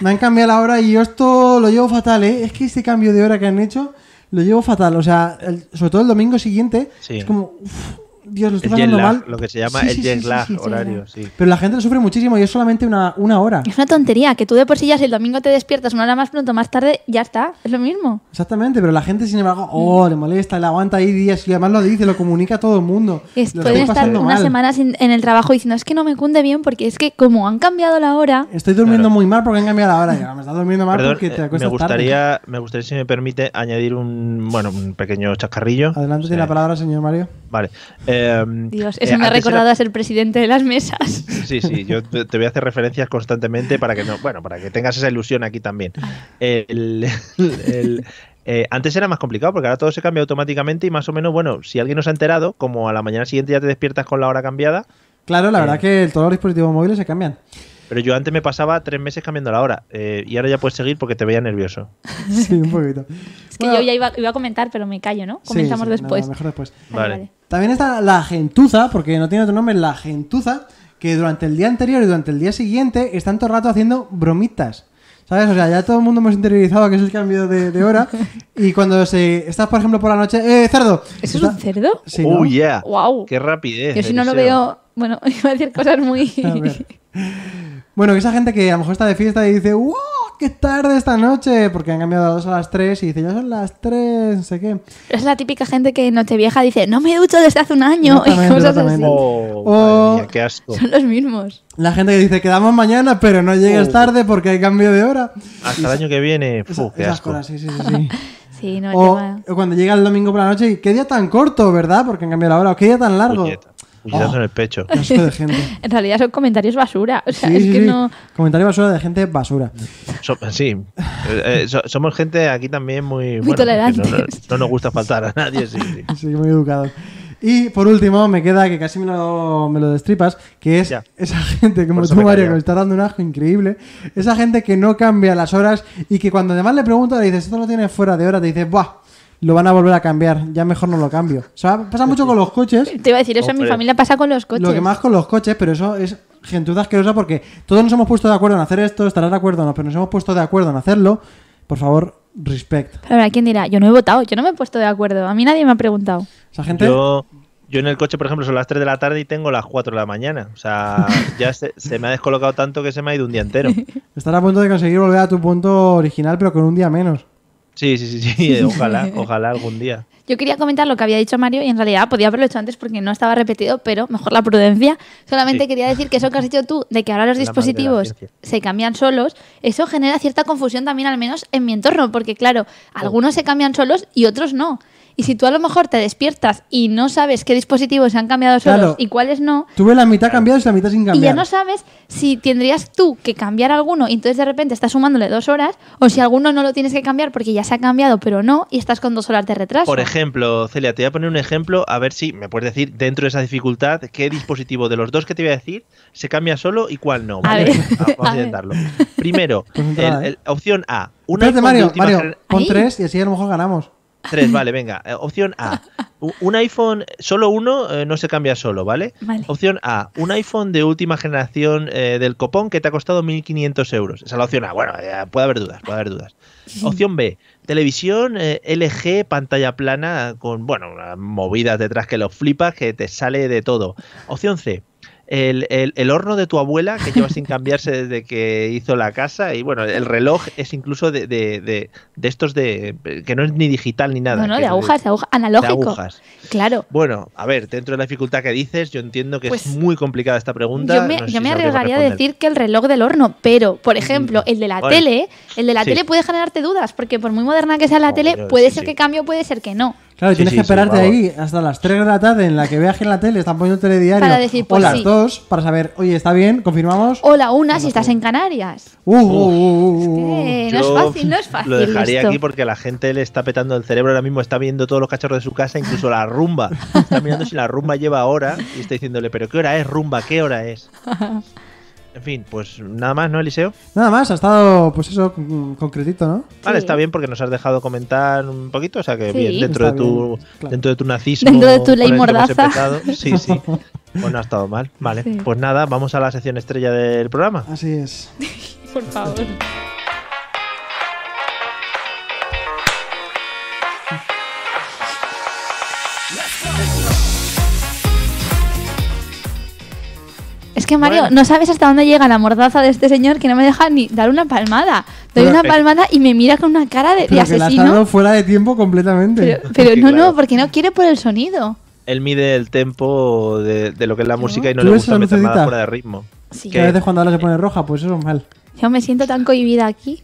Speaker 2: me han cambiado la hora y yo esto lo llevo fatal, ¿eh? Es que este cambio de hora que han hecho lo llevo fatal. O sea, el- sobre todo el domingo siguiente,
Speaker 1: Sí.
Speaker 2: es como, uff, Dios, lo estoy
Speaker 1: El jet
Speaker 2: pasando
Speaker 1: lag,
Speaker 2: mal.
Speaker 1: lo que se llama
Speaker 2: Sí,
Speaker 1: el
Speaker 2: sí, sí,
Speaker 1: jet
Speaker 2: sí,
Speaker 1: lag
Speaker 2: sí, sí,
Speaker 1: horario,
Speaker 2: lag.
Speaker 1: sí.
Speaker 2: Pero la gente lo sufre muchísimo y es solamente una, una hora.
Speaker 3: Es una tontería, que tú de por sí ya si el domingo te despiertas una hora más pronto, más tarde, ya está, es lo mismo.
Speaker 2: Exactamente, pero la gente, sin
Speaker 3: Mm.
Speaker 2: embargo, oh, le molesta, le aguanta ahí días y además lo dice, lo comunica a todo el mundo.
Speaker 3: Es-
Speaker 2: Lo
Speaker 3: pueden
Speaker 2: estoy
Speaker 3: estar
Speaker 2: pasando
Speaker 3: unas
Speaker 2: mal.
Speaker 3: semanas en, en el trabajo diciendo, es que no me cunde bien porque es que como han cambiado la hora,
Speaker 2: Estoy durmiendo muy mal porque han cambiado la hora. Ya, me está durmiendo mal
Speaker 1: Perdón,
Speaker 2: porque te
Speaker 1: eh,
Speaker 2: acuestas
Speaker 1: me gustaría,
Speaker 2: tarde.
Speaker 1: me gustaría si me permite añadir un, bueno, un pequeño chascarrillo.
Speaker 2: Adelante, tiene
Speaker 1: Sí,
Speaker 2: la palabra, señor Mario.
Speaker 1: Vale. Eh,
Speaker 3: Dios,
Speaker 1: eh,
Speaker 3: eso me ha
Speaker 1: antes
Speaker 3: recordado
Speaker 1: era-
Speaker 3: a ser presidente de las mesas.
Speaker 1: Sí, sí, yo te te voy a hacer referencias constantemente para que no, bueno, para que tengas esa ilusión aquí también. El- el- eh, antes era más complicado porque ahora todo se cambia automáticamente y más o menos, bueno, si alguien nos ha enterado, como a la mañana siguiente ya te despiertas con la hora cambiada,
Speaker 2: Claro, la
Speaker 1: Eh.
Speaker 2: verdad que todos los dispositivos móviles se cambian.
Speaker 1: pero yo antes me pasaba tres meses cambiando la hora eh, y ahora ya puedes seguir porque te veía nervioso.
Speaker 2: Sí, un poquito.
Speaker 3: Es que
Speaker 2: Bueno,
Speaker 3: yo ya iba, iba a comentar, pero me callo, ¿no?
Speaker 2: sí,
Speaker 3: Comenzamos
Speaker 2: sí,
Speaker 3: después.
Speaker 2: nada, mejor después.
Speaker 3: Vale,
Speaker 1: Vale.
Speaker 2: También está la gentuza, porque no tiene otro nombre, la gentuza, que durante el día anterior y durante el día siguiente están todo el rato haciendo bromitas. ¿Sabes? O sea, ya todo el mundo hemos interiorizado que es el cambio de, de hora. Y cuando se estás, por ejemplo, por la noche, ¡eh, cerdo!
Speaker 3: ¿Eso es un
Speaker 2: Está-
Speaker 3: cerdo?
Speaker 2: Sí,
Speaker 1: ¡Oh,
Speaker 2: ¿no?
Speaker 1: yeah!
Speaker 3: Guau.
Speaker 1: ¡Qué rapidez!
Speaker 3: Yo si no lo
Speaker 1: Eliseo.
Speaker 3: veo, bueno, iba a decir cosas muy...
Speaker 2: A ver. Bueno, que esa gente que a lo mejor está de fiesta y dice, ¡wow! ¡Qué tarde esta noche! Porque han cambiado las dos a las tres y dice, ya son las tres, no sé qué.
Speaker 3: es la típica gente que en Nochevieja dice, no me ducho desde hace un año. Y
Speaker 2: Exactamente,
Speaker 3: cosas así.
Speaker 2: exactamente.
Speaker 1: ¡Oh!
Speaker 2: Oh.
Speaker 1: madre mía, ¡Qué asco!
Speaker 3: Son los mismos.
Speaker 2: La gente que dice, quedamos mañana, pero no llegues
Speaker 1: Oh.
Speaker 2: tarde porque hay cambio de hora.
Speaker 1: Hasta el año que viene,
Speaker 2: Esa-
Speaker 1: ¡fu, qué
Speaker 2: esas
Speaker 1: asco!
Speaker 2: cosas, sí, sí, sí. sí.
Speaker 3: Sí, no, el
Speaker 2: O,
Speaker 3: tema-
Speaker 2: o cuando llega el domingo por la noche y qué día tan corto, ¿verdad? Porque han cambiado la hora. O qué día tan largo.
Speaker 1: Puñeta- puñetazo
Speaker 2: Oh.
Speaker 1: en el pecho.
Speaker 2: Qué asco de gente.
Speaker 3: En realidad son comentarios basura. O sea,
Speaker 2: Sí,
Speaker 3: es
Speaker 2: sí,
Speaker 3: que
Speaker 2: sí.
Speaker 3: no...
Speaker 2: Comentario basura de gente basura.
Speaker 1: So- sí, Eh, eh, so- somos gente aquí también muy,
Speaker 3: Muy
Speaker 1: bueno, que No,
Speaker 3: tolerantes.
Speaker 1: no nos gusta faltar a nadie, sí, sí.
Speaker 2: Sí, muy educado. Y por último, me queda que casi me lo, me lo destripas, que es
Speaker 1: Ya.
Speaker 2: esa gente, como
Speaker 1: Por eso
Speaker 2: tú,
Speaker 1: me
Speaker 2: Mario,
Speaker 1: callaba.
Speaker 2: que me está dando un asco increíble. Esa gente que no cambia las horas y que cuando además le pregunta, le dices, esto lo tienes fuera de hora, te dices, ¡buah! Lo van a volver a cambiar, ya mejor no lo cambio. O sea, pasa mucho con los coches.
Speaker 3: Te iba a decir, eso en mi
Speaker 1: Hombre.
Speaker 3: familia pasa con los coches.
Speaker 2: Lo que más con los coches, pero eso es gentuza asquerosa porque todos nos hemos puesto de acuerdo en hacer esto, estarás de acuerdo o no, pero nos hemos puesto de acuerdo en hacerlo. Por favor, respect.
Speaker 3: Pero habrá quien dirá, yo no he votado, yo no me he puesto de acuerdo. A mí nadie me ha preguntado.
Speaker 2: Esa gente.
Speaker 1: Yo, yo en el coche, por ejemplo, son las 3 de la tarde y tengo las 4 de la mañana. O sea, ya se, se me ha descolocado tanto que se me ha ido un día entero.
Speaker 2: Estar a punto de conseguir volver a tu punto original, pero con un día menos.
Speaker 1: Sí, sí, sí, sí. eh, Ojalá, ojalá algún día.
Speaker 3: Yo quería comentar lo que había dicho Mario y en realidad podía haberlo hecho antes porque no estaba repetido, pero mejor la prudencia. Solamente
Speaker 1: Sí.
Speaker 3: quería decir que eso que has dicho tú, de que ahora los
Speaker 1: La madre de la
Speaker 3: dispositivos
Speaker 1: ciencia.
Speaker 3: se cambian solos, eso genera cierta confusión también al menos en mi entorno, porque claro, algunos se cambian solos y otros no. Y si tú a lo mejor te despiertas y no sabes qué dispositivos se han cambiado solos
Speaker 2: Claro.
Speaker 3: y cuáles no,
Speaker 2: Tuve la mitad cambiados y la mitad sin
Speaker 3: y ya
Speaker 2: cambiar.
Speaker 3: no sabes si tendrías tú que cambiar alguno y entonces de repente estás sumándole dos horas o si alguno no lo tienes que cambiar porque ya se ha cambiado pero no y estás con dos horas de retraso.
Speaker 1: Por ejemplo, Celia, te voy a poner un ejemplo a ver si me puedes decir dentro de esa dificultad qué dispositivo de los dos que te voy a decir se cambia solo y cuál no.
Speaker 3: A
Speaker 1: ¿vale?
Speaker 3: ver.
Speaker 1: Vamos
Speaker 3: A
Speaker 1: a
Speaker 3: ver.
Speaker 1: intentarlo. Primero,
Speaker 2: Pues
Speaker 1: el-
Speaker 2: entrada, ¿eh?
Speaker 1: el- opción A. Un
Speaker 2: Espérate,
Speaker 1: iPhone de
Speaker 2: Mario,
Speaker 1: última
Speaker 2: Mario,
Speaker 1: gener-
Speaker 2: pon
Speaker 3: Ahí.
Speaker 2: tres y así a lo mejor ganamos.
Speaker 1: Tres, vale, venga. Eh, opción A. u- Un iPhone, solo uno eh, no se cambia solo, ¿vale?
Speaker 3: Vale.
Speaker 1: Opción A. Un iPhone de última generación eh, del copón que te ha costado 1.500 euros. Esa es la opción A. Bueno, eh, puede haber dudas, puede haber dudas. Opción B. Televisión eh, LG, pantalla plana, con, bueno, unas movidas detrás que los flipas, que te sale de todo. Opción C. El, el- el horno de tu abuela que lleva sin cambiarse desde que hizo la casa y bueno, el reloj es incluso de, de- de- de estos de que no es ni digital ni nada.
Speaker 3: no, no,
Speaker 1: que
Speaker 3: de
Speaker 1: es
Speaker 3: agujas, de agujas,
Speaker 1: de
Speaker 3: analógico.
Speaker 1: agujas.
Speaker 3: Claro.
Speaker 1: Bueno, a ver, dentro de la dificultad que dices, yo entiendo que
Speaker 3: Pues,
Speaker 1: es muy complicada esta pregunta.
Speaker 3: Yo me,
Speaker 1: no sé
Speaker 3: yo
Speaker 1: si
Speaker 3: me
Speaker 1: sabremos
Speaker 3: arriesgaría a
Speaker 1: responder.
Speaker 3: decir que el reloj del horno, pero, por ejemplo, el de la
Speaker 1: Bueno.
Speaker 3: tele, el de la
Speaker 1: Sí.
Speaker 3: tele puede generarte dudas, porque por muy moderna que sea la
Speaker 1: Oh,
Speaker 3: tele,
Speaker 1: Dios,
Speaker 3: puede
Speaker 1: sí,
Speaker 3: ser
Speaker 1: sí.
Speaker 3: que cambie o puede ser que no.
Speaker 2: Claro,
Speaker 1: Sí,
Speaker 2: tienes
Speaker 1: sí,
Speaker 2: que
Speaker 1: sí,
Speaker 2: esperarte
Speaker 1: vamos.
Speaker 2: ahí hasta las 3 de la tarde en la que veas que en la tele están poniendo telediario
Speaker 3: Para decir,
Speaker 2: o
Speaker 3: pues
Speaker 2: las
Speaker 3: sí.
Speaker 2: dos para saber, oye, está bien, confirmamos.
Speaker 3: O la una si estás en Canarias.
Speaker 2: Uh, uh, uh, uh, uh.
Speaker 3: Eh, no es
Speaker 1: Mm, Yo
Speaker 3: fácil, no es fácil.
Speaker 1: Lo dejaría
Speaker 3: esto.
Speaker 1: aquí porque a la gente le está petando el cerebro ahora mismo, está viendo todos los cachorros de su casa, incluso la rumba. Está mirando si la rumba lleva hora y está diciéndole, pero ¿qué hora es rumba? ¿Qué hora es? En fin, pues nada más, ¿no, Eliseo?
Speaker 2: Nada más, ha estado, pues eso, con- concretito, ¿no?
Speaker 1: Vale,
Speaker 3: Sí.
Speaker 1: está bien porque nos has dejado comentar un poquito, o sea que
Speaker 3: Sí.
Speaker 1: bien, dentro de,
Speaker 2: Está
Speaker 1: tu,
Speaker 2: bien, claro.
Speaker 1: dentro de tu nazismo.
Speaker 3: Dentro de tu
Speaker 1: con
Speaker 3: ley
Speaker 1: el que hemos
Speaker 3: mordaza.
Speaker 1: empezado, Sí, sí. Pues no ha estado mal. Vale,
Speaker 3: Sí.
Speaker 1: pues nada, vamos a la sección estrella del programa.
Speaker 2: Así es.
Speaker 3: Por favor. Es que Mario, no sabes hasta dónde llega la mordaza de este señor que no me deja ni dar una palmada. Doy
Speaker 1: Bueno,
Speaker 3: una
Speaker 1: eh,
Speaker 3: palmada y me mira con una cara de, de
Speaker 2: Pero que la has
Speaker 3: asesino.
Speaker 2: dado fuera de tiempo completamente.
Speaker 3: Pero, pero
Speaker 1: Sí,
Speaker 3: no,
Speaker 1: claro.
Speaker 3: no, porque no quiere por el sonido.
Speaker 1: Él mide el tempo de, de lo que es la música y no
Speaker 2: ¿Tú
Speaker 1: le
Speaker 2: ves
Speaker 1: gusta
Speaker 2: la
Speaker 1: meter nada
Speaker 2: lucecita?
Speaker 1: fuera de ritmo.
Speaker 3: Sí.
Speaker 2: Que a veces cuando habla se pone roja, pues eso es mal.
Speaker 3: Yo me siento tan cohibida aquí.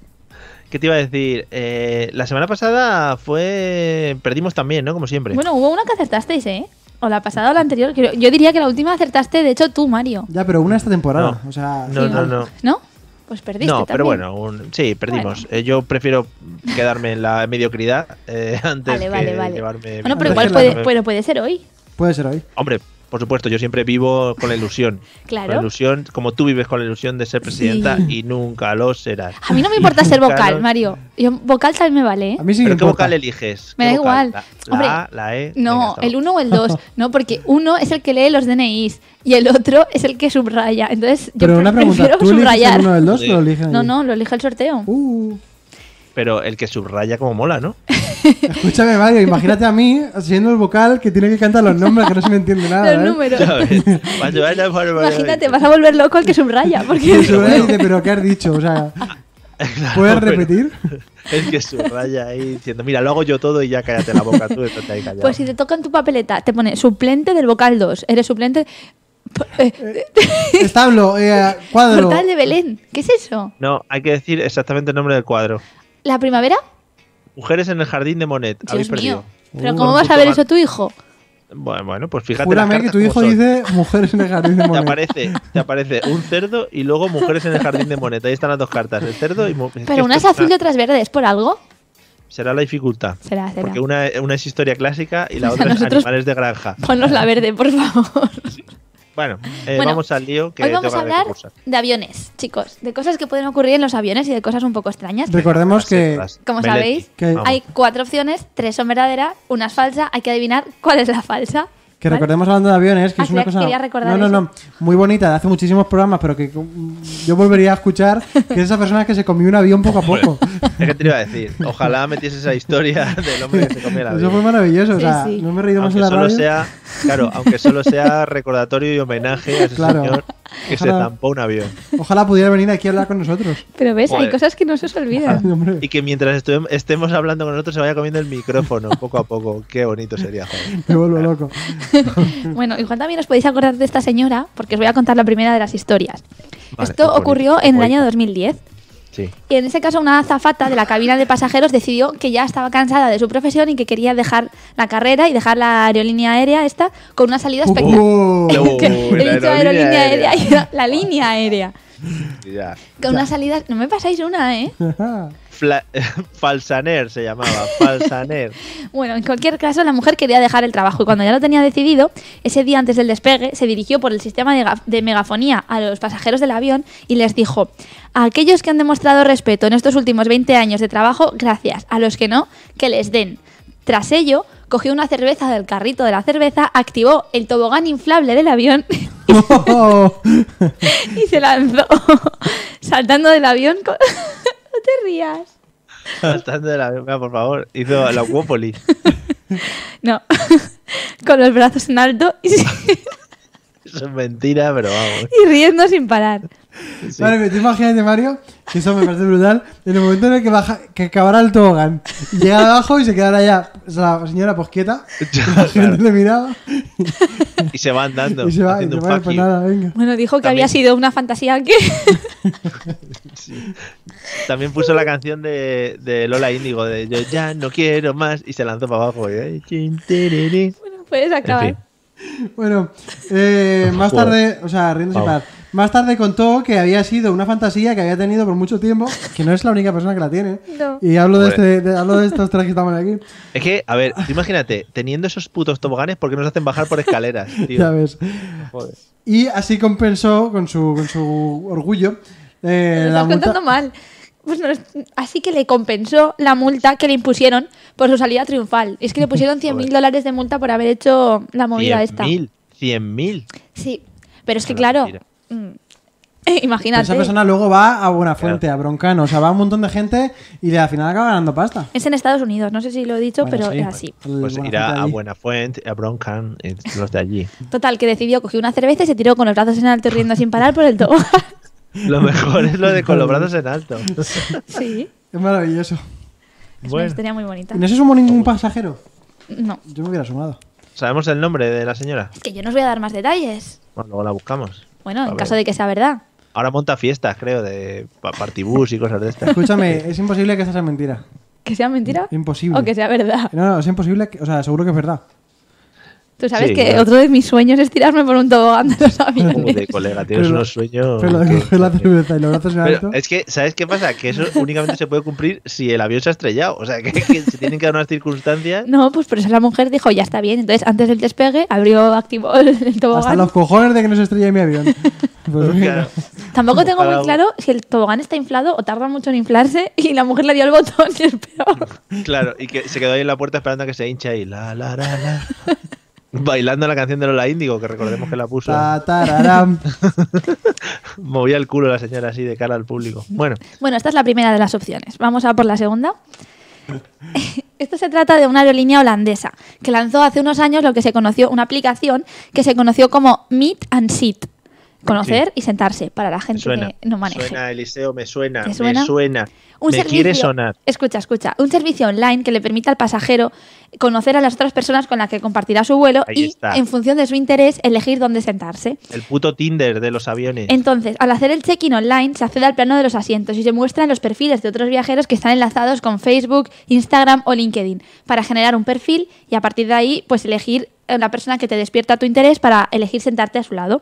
Speaker 1: ¿Qué te iba a decir? Eh, la semana pasada fue. Perdimos también, ¿no? Como siempre.
Speaker 3: Bueno, hubo una que acertasteis, ¿eh? O la pasada o la anterior. creo- Yo diría que la última acertaste, de hecho, tú, Mario.
Speaker 2: Ya, pero una esta temporada.
Speaker 1: No.
Speaker 2: O sea,
Speaker 1: No, no, no.
Speaker 3: ¿No? Pues perdiste.
Speaker 1: no, pero
Speaker 3: también.
Speaker 1: bueno, un- sí, perdimos. Eh, yo prefiero quedarme en la mediocridad eh, antes
Speaker 3: Vale, vale,
Speaker 1: que
Speaker 3: vale.
Speaker 1: llevarme.
Speaker 3: Bueno,
Speaker 2: Antes
Speaker 3: pero igual
Speaker 2: que
Speaker 3: puede, pero puede ser hoy.
Speaker 2: puede ser hoy.
Speaker 1: Hombre, por supuesto, yo siempre vivo con la ilusión.
Speaker 3: Claro.
Speaker 1: Con la ilusión, como tú vives con la ilusión de ser presidenta
Speaker 3: Sí.
Speaker 1: y nunca lo serás.
Speaker 3: A mí no me importa ser vocal,
Speaker 1: Claro.
Speaker 3: Mario. Yo, vocal también me vale, ¿eh?
Speaker 2: A mí sí que
Speaker 1: ¿Pero qué
Speaker 2: importa.
Speaker 1: vocal eliges?
Speaker 3: Me
Speaker 1: ¿Qué
Speaker 3: da
Speaker 1: vocal?
Speaker 3: igual.
Speaker 1: La, la A,
Speaker 3: Hombre,
Speaker 1: la E. venga,
Speaker 3: No,
Speaker 1: hasta
Speaker 3: el
Speaker 1: luego.
Speaker 3: 1 o el 2. No, porque uno es el que lee los DNIs y el otro es el que subraya. Entonces, yo
Speaker 2: Pero
Speaker 3: pre-
Speaker 2: una pregunta,
Speaker 3: prefiero
Speaker 2: ¿tú eliges
Speaker 3: subrayar.
Speaker 2: el uno del dos o
Speaker 1: Sí.
Speaker 2: lo eligen
Speaker 3: No,
Speaker 2: ellos?
Speaker 3: no, lo elige el sorteo.
Speaker 2: Uh,
Speaker 1: Pero el que subraya como mola, ¿no?
Speaker 2: escúchame, Mario, imagínate a mí siendo el vocal que tiene que cantar los nombres que no se me entiende nada.
Speaker 3: los
Speaker 2: ¿eh?
Speaker 3: números.
Speaker 1: ¿Sabes? Cuando vas a-
Speaker 3: Imagínate, vas a volver loco al que subraya.
Speaker 2: Y
Speaker 3: Porque
Speaker 2: se va y dice, pero ¿qué has dicho? O sea,
Speaker 1: Claro,
Speaker 2: ¿puedes
Speaker 1: pero
Speaker 2: repetir?
Speaker 1: El que subraya ahí diciendo, mira, lo hago yo todo y ya cállate la boca tú, estate ahí callado.
Speaker 3: pues si te tocan tu papeleta, te pone suplente del vocal 2. Eres suplente. eh,
Speaker 2: Establo, eh, cuadro.
Speaker 3: Portal de Belén. ¿Qué es eso?
Speaker 1: No, hay que decir exactamente el nombre del cuadro.
Speaker 3: ¿La primavera?
Speaker 1: Mujeres en el jardín de Monet. Habéis
Speaker 3: Dios mío.
Speaker 1: perdido.
Speaker 3: ¿Pero
Speaker 2: Uh.
Speaker 3: cómo vas a ver eso tu hijo?
Speaker 1: Bueno, bueno, pues fíjate.
Speaker 2: Júrame
Speaker 1: las
Speaker 2: que
Speaker 1: cartas
Speaker 2: tu
Speaker 1: como
Speaker 2: hijo
Speaker 1: son.
Speaker 2: dice mujeres en el jardín de
Speaker 1: Te
Speaker 2: Monet.
Speaker 1: aparece, te aparece un cerdo y luego mujeres en el jardín de Monet. Ahí están las dos cartas, el cerdo y mu- es que
Speaker 3: ¿Pero una es
Speaker 1: esto
Speaker 3: azul y
Speaker 1: será-
Speaker 3: otra es verde? ¿Es por algo?
Speaker 1: Será la dificultad.
Speaker 3: Será, será.
Speaker 1: Porque una, una es historia clásica y la
Speaker 3: O sea,
Speaker 1: otra
Speaker 3: nosotros-
Speaker 1: es animales de granja.
Speaker 3: Ponnos la verde, por favor.
Speaker 1: Bueno, eh,
Speaker 3: Bueno,
Speaker 1: vamos al lío que
Speaker 3: Hoy vamos
Speaker 1: tengo
Speaker 3: a
Speaker 1: que
Speaker 3: hablar
Speaker 1: concursar.
Speaker 3: de aviones, chicos, de cosas que pueden ocurrir en los aviones y de cosas un poco extrañas.
Speaker 2: Recordemos
Speaker 1: Las
Speaker 2: que
Speaker 1: letras.
Speaker 3: Como
Speaker 1: Melendi.
Speaker 3: sabéis,
Speaker 2: Que-
Speaker 1: Vamos.
Speaker 3: Hay cuatro opciones, tres son verdaderas, una es falsa, hay que adivinar cuál es la falsa.
Speaker 2: Que
Speaker 3: ¿vale?
Speaker 2: recordemos hablando de aviones, que
Speaker 3: Ah,
Speaker 2: es una
Speaker 3: quería-
Speaker 2: cosa.
Speaker 3: quería recordar
Speaker 2: no, no,
Speaker 3: eso.
Speaker 2: no. Muy bonita, de hace muchísimos programas, pero que mm, yo volvería a escuchar que es esa persona que se comió un avión poco a poco.
Speaker 1: Es que te lo iba a decir. Ojalá metieses esa historia del hombre que se come la
Speaker 2: Eso fue maravilloso. o sea,
Speaker 3: Sí, sí.
Speaker 2: no me he reído más
Speaker 1: aunque
Speaker 2: en la
Speaker 1: solo
Speaker 2: radio.
Speaker 1: sea, claro, aunque solo sea recordatorio y homenaje a ese
Speaker 2: Claro.
Speaker 1: señor que se
Speaker 2: Ojalá.
Speaker 1: zampó un avión.
Speaker 2: Ojalá pudiera venir aquí a hablar con nosotros.
Speaker 3: Pero ves, hay
Speaker 1: Joder.
Speaker 3: cosas que no se os
Speaker 2: Ay,
Speaker 3: olvidan.
Speaker 2: hombre.
Speaker 1: Y que mientras estu- estemos hablando con nosotros se vaya comiendo el micrófono poco a poco. Qué bonito sería, joder.
Speaker 2: Me vuelvo loco.
Speaker 3: bueno, igual también os podéis acordar de esta señora, porque os voy a contar la primera de las historias.
Speaker 1: Vale, qué
Speaker 3: Esto
Speaker 1: bonito,
Speaker 3: ocurrió
Speaker 1: qué
Speaker 3: en el año
Speaker 1: bonito.
Speaker 3: 2010.
Speaker 1: Sí.
Speaker 3: Y en ese caso una azafata de la cabina de pasajeros decidió que ya estaba cansada de su profesión y que quería dejar la carrera y dejar la aerolínea aérea esta con una salida espectacular.
Speaker 2: Uh,
Speaker 1: Luego,
Speaker 3: Que
Speaker 1: la
Speaker 3: he dicho aerolínea aérea, y era la línea aérea.
Speaker 1: Ya.
Speaker 3: Con unas salidas, no me pasáis una, ¿eh?
Speaker 2: uh.
Speaker 1: Fla- Falsaner se llamaba, Falsaner.
Speaker 3: Bueno, en cualquier caso, la mujer quería dejar el trabajo y cuando ya lo tenía decidido, ese día antes del despegue, se dirigió por el sistema de, gaf- de megafonía a los pasajeros del avión y les dijo, a aquellos que han demostrado respeto en estos últimos 20 años de trabajo, gracias, a los que no, que les den. Tras ello, cogió una cerveza del carrito de la cerveza, activó el tobogán inflable del avión y se lanzó, saltando del avión. con- no te rías.
Speaker 1: Saltando de la venga, por favor. Hizo la Acuópolis.
Speaker 3: No. Con los brazos en alto y,
Speaker 1: Eso es mentira, pero vamos.
Speaker 3: y riendo sin parar.
Speaker 1: sí.
Speaker 2: Vale, pero tú imagínate, Mario, que eso me parece brutal. En el momento en el que, baja, que acabará el tobogán, y llega abajo y se quedará ya la señora posquieta. La gente le miraba
Speaker 1: Y se van dando.
Speaker 2: y se va. Y
Speaker 1: haciendo
Speaker 2: se
Speaker 1: un
Speaker 2: va
Speaker 1: fuck
Speaker 2: pues
Speaker 1: you.
Speaker 2: nada, venga.
Speaker 3: Bueno, dijo que
Speaker 1: También.
Speaker 3: había sido una fantasía que...
Speaker 1: También puso la canción de, de Lola Índigo, de Yo ya no quiero más, y se lanzó para abajo. y, "Ay, chin, tiriri".
Speaker 3: Bueno, puedes acabar.
Speaker 1: En fin.
Speaker 2: Bueno, eh, más
Speaker 1: Joder.
Speaker 2: tarde, o sea, riéndose
Speaker 1: Vamos.
Speaker 2: parar. Más tarde contó que había sido una fantasía que había tenido por mucho tiempo, que no es la única persona que la tiene.
Speaker 3: No.
Speaker 2: Y hablo de,
Speaker 1: Joder.
Speaker 2: este, de- hablo de estos tres que estamos aquí.
Speaker 1: Es que, a ver, tú imagínate, teniendo esos putos toboganes, ¿por qué nos hacen bajar por escaleras,
Speaker 2: Ya
Speaker 1: tío?
Speaker 2: ves.
Speaker 1: Joder.
Speaker 2: Y así compensó con su, con su orgullo eh,
Speaker 3: Lo
Speaker 2: la
Speaker 3: estás
Speaker 2: multa.
Speaker 3: contando mal. Pues no, es- así que le compensó la multa que le impusieron por su salida triunfal. Es que le pusieron 100 mil
Speaker 1: Joder.
Speaker 3: dólares de multa por haber hecho la movida esta.
Speaker 1: 100.000, 100.000.
Speaker 3: Sí, pero es que
Speaker 1: Una
Speaker 3: claro,
Speaker 1: mentira.
Speaker 3: mm, Imagínate.
Speaker 2: Esa persona luego va a Buenafuente, a Broncano, o sea, va a un montón de gente y al final acaba ganando pasta.
Speaker 3: Es en Estados Unidos, no sé si lo he dicho,
Speaker 2: Bueno,
Speaker 3: pero
Speaker 2: sí.
Speaker 3: es así.
Speaker 2: El
Speaker 1: Pues
Speaker 2: Buenafuente
Speaker 1: irá a
Speaker 2: allí.
Speaker 1: Buenafuente, a Broncan, eh, los de allí.
Speaker 3: Total, que decidió, cogió una cerveza y se tiró con los brazos en alto y riendo sin parar por el tobogán.
Speaker 1: Lo mejor es lo de con los brazos en alto.
Speaker 3: Sí,
Speaker 2: Es maravilloso.
Speaker 3: es una
Speaker 1: Bueno,
Speaker 3: historia muy bonita.
Speaker 2: ¿Y no se sumó ningún pasajero?
Speaker 3: No,
Speaker 2: Yo me hubiera sumado.
Speaker 1: ¿sabemos el nombre de la señora?
Speaker 3: es que yo no os voy a dar más detalles.
Speaker 1: Bueno, luego la buscamos.
Speaker 3: Bueno,
Speaker 1: A
Speaker 3: en
Speaker 1: ver.
Speaker 3: caso de que sea verdad.
Speaker 1: Ahora monta fiestas, creo, de pa- partibús y cosas de estas.
Speaker 2: Escúchame, es imposible que esta sea mentira.
Speaker 3: ¿Que sea mentira?
Speaker 2: Imposible.
Speaker 3: O que sea verdad.
Speaker 2: No, no, es imposible, que- o sea, seguro que es verdad.
Speaker 3: Tú sabes
Speaker 1: Sí,
Speaker 3: que
Speaker 1: claro.
Speaker 3: otro de mis sueños es tirarme por un tobogán de los aviones.
Speaker 1: Joder, colega, tienes
Speaker 2: Pero-
Speaker 1: unos sueños.
Speaker 2: Pero lo de
Speaker 1: que-
Speaker 2: coger la cerveza y los brazos en
Speaker 1: Pero
Speaker 2: alto.
Speaker 1: es que, ¿sabes qué pasa? Que eso únicamente se puede cumplir si el avión se ha estrellado. O sea, que, que se tienen que dar unas circunstancias.
Speaker 3: No, pues por eso la mujer dijo, ya está bien. Entonces, antes del despegue, abrió, activó el, el
Speaker 2: Hasta
Speaker 3: tobogán.
Speaker 2: los cojones de que no se estrelle mi avión. Pues mira,
Speaker 1: Claro.
Speaker 3: Tampoco tengo
Speaker 1: Ojalá.
Speaker 3: muy claro si el tobogán está inflado o tarda mucho en inflarse y la mujer le dio el botón y esperó.
Speaker 1: Claro, y que se quedó ahí en la puerta esperando a que se hinche ahí. La, la, la, la. Bailando la canción de Lola Índigo, que recordemos que la puso.
Speaker 2: ta, tararam.
Speaker 1: Movía el culo la señora así de cara al público. Bueno,
Speaker 3: Bueno, esta es la primera de las opciones. Vamos a por la segunda. Esto se trata de una aerolínea holandesa que lanzó hace unos años lo que se conoció, una aplicación que se conoció como Meet and Sit. Conocer y sentarse para la
Speaker 1: me
Speaker 3: gente
Speaker 1: suena.
Speaker 3: que no
Speaker 1: Me
Speaker 3: maneje.
Speaker 1: suena, Eliseo, me suena.
Speaker 3: ¿Te
Speaker 1: Me
Speaker 3: suena?
Speaker 1: suena.
Speaker 3: Un
Speaker 1: me
Speaker 3: servicio-
Speaker 1: quiere sonar.
Speaker 3: Escucha, escucha. Un servicio online que le permita al pasajero conocer a las otras personas con las que compartirá su vuelo
Speaker 1: Ahí
Speaker 3: y,
Speaker 1: está.
Speaker 3: en función de su interés, elegir dónde sentarse.
Speaker 1: El puto Tinder de los aviones.
Speaker 3: Entonces, al hacer el check-in online, se accede al plano de los asientos y se muestran los perfiles de otros viajeros que están enlazados con Facebook, Instagram o LinkedIn para generar un perfil y a partir de ahí, pues elegir eh, la persona que te despierta tu interés para elegir sentarte a su lado.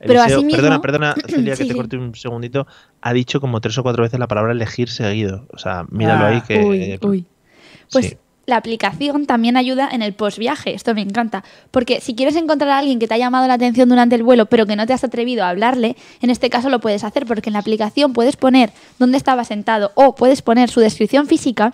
Speaker 3: pero
Speaker 1: Eliseo,
Speaker 3: asimismo-
Speaker 1: Perdona, perdona, Celia, que
Speaker 3: Sí,
Speaker 1: te
Speaker 3: sí.
Speaker 1: corte un segundito. Ha dicho como tres o cuatro veces la palabra elegir seguido. O sea, míralo
Speaker 2: Ah.
Speaker 1: ahí que. eh,
Speaker 3: Uy, uy. Pues
Speaker 1: sí.
Speaker 3: la aplicación también ayuda en el postviaje. Esto me encanta. Porque si quieres encontrar a alguien que te ha llamado la atención durante el vuelo, pero que no te has atrevido a hablarle, en este caso lo puedes hacer porque en la aplicación puedes poner dónde estaba sentado o puedes poner su descripción física.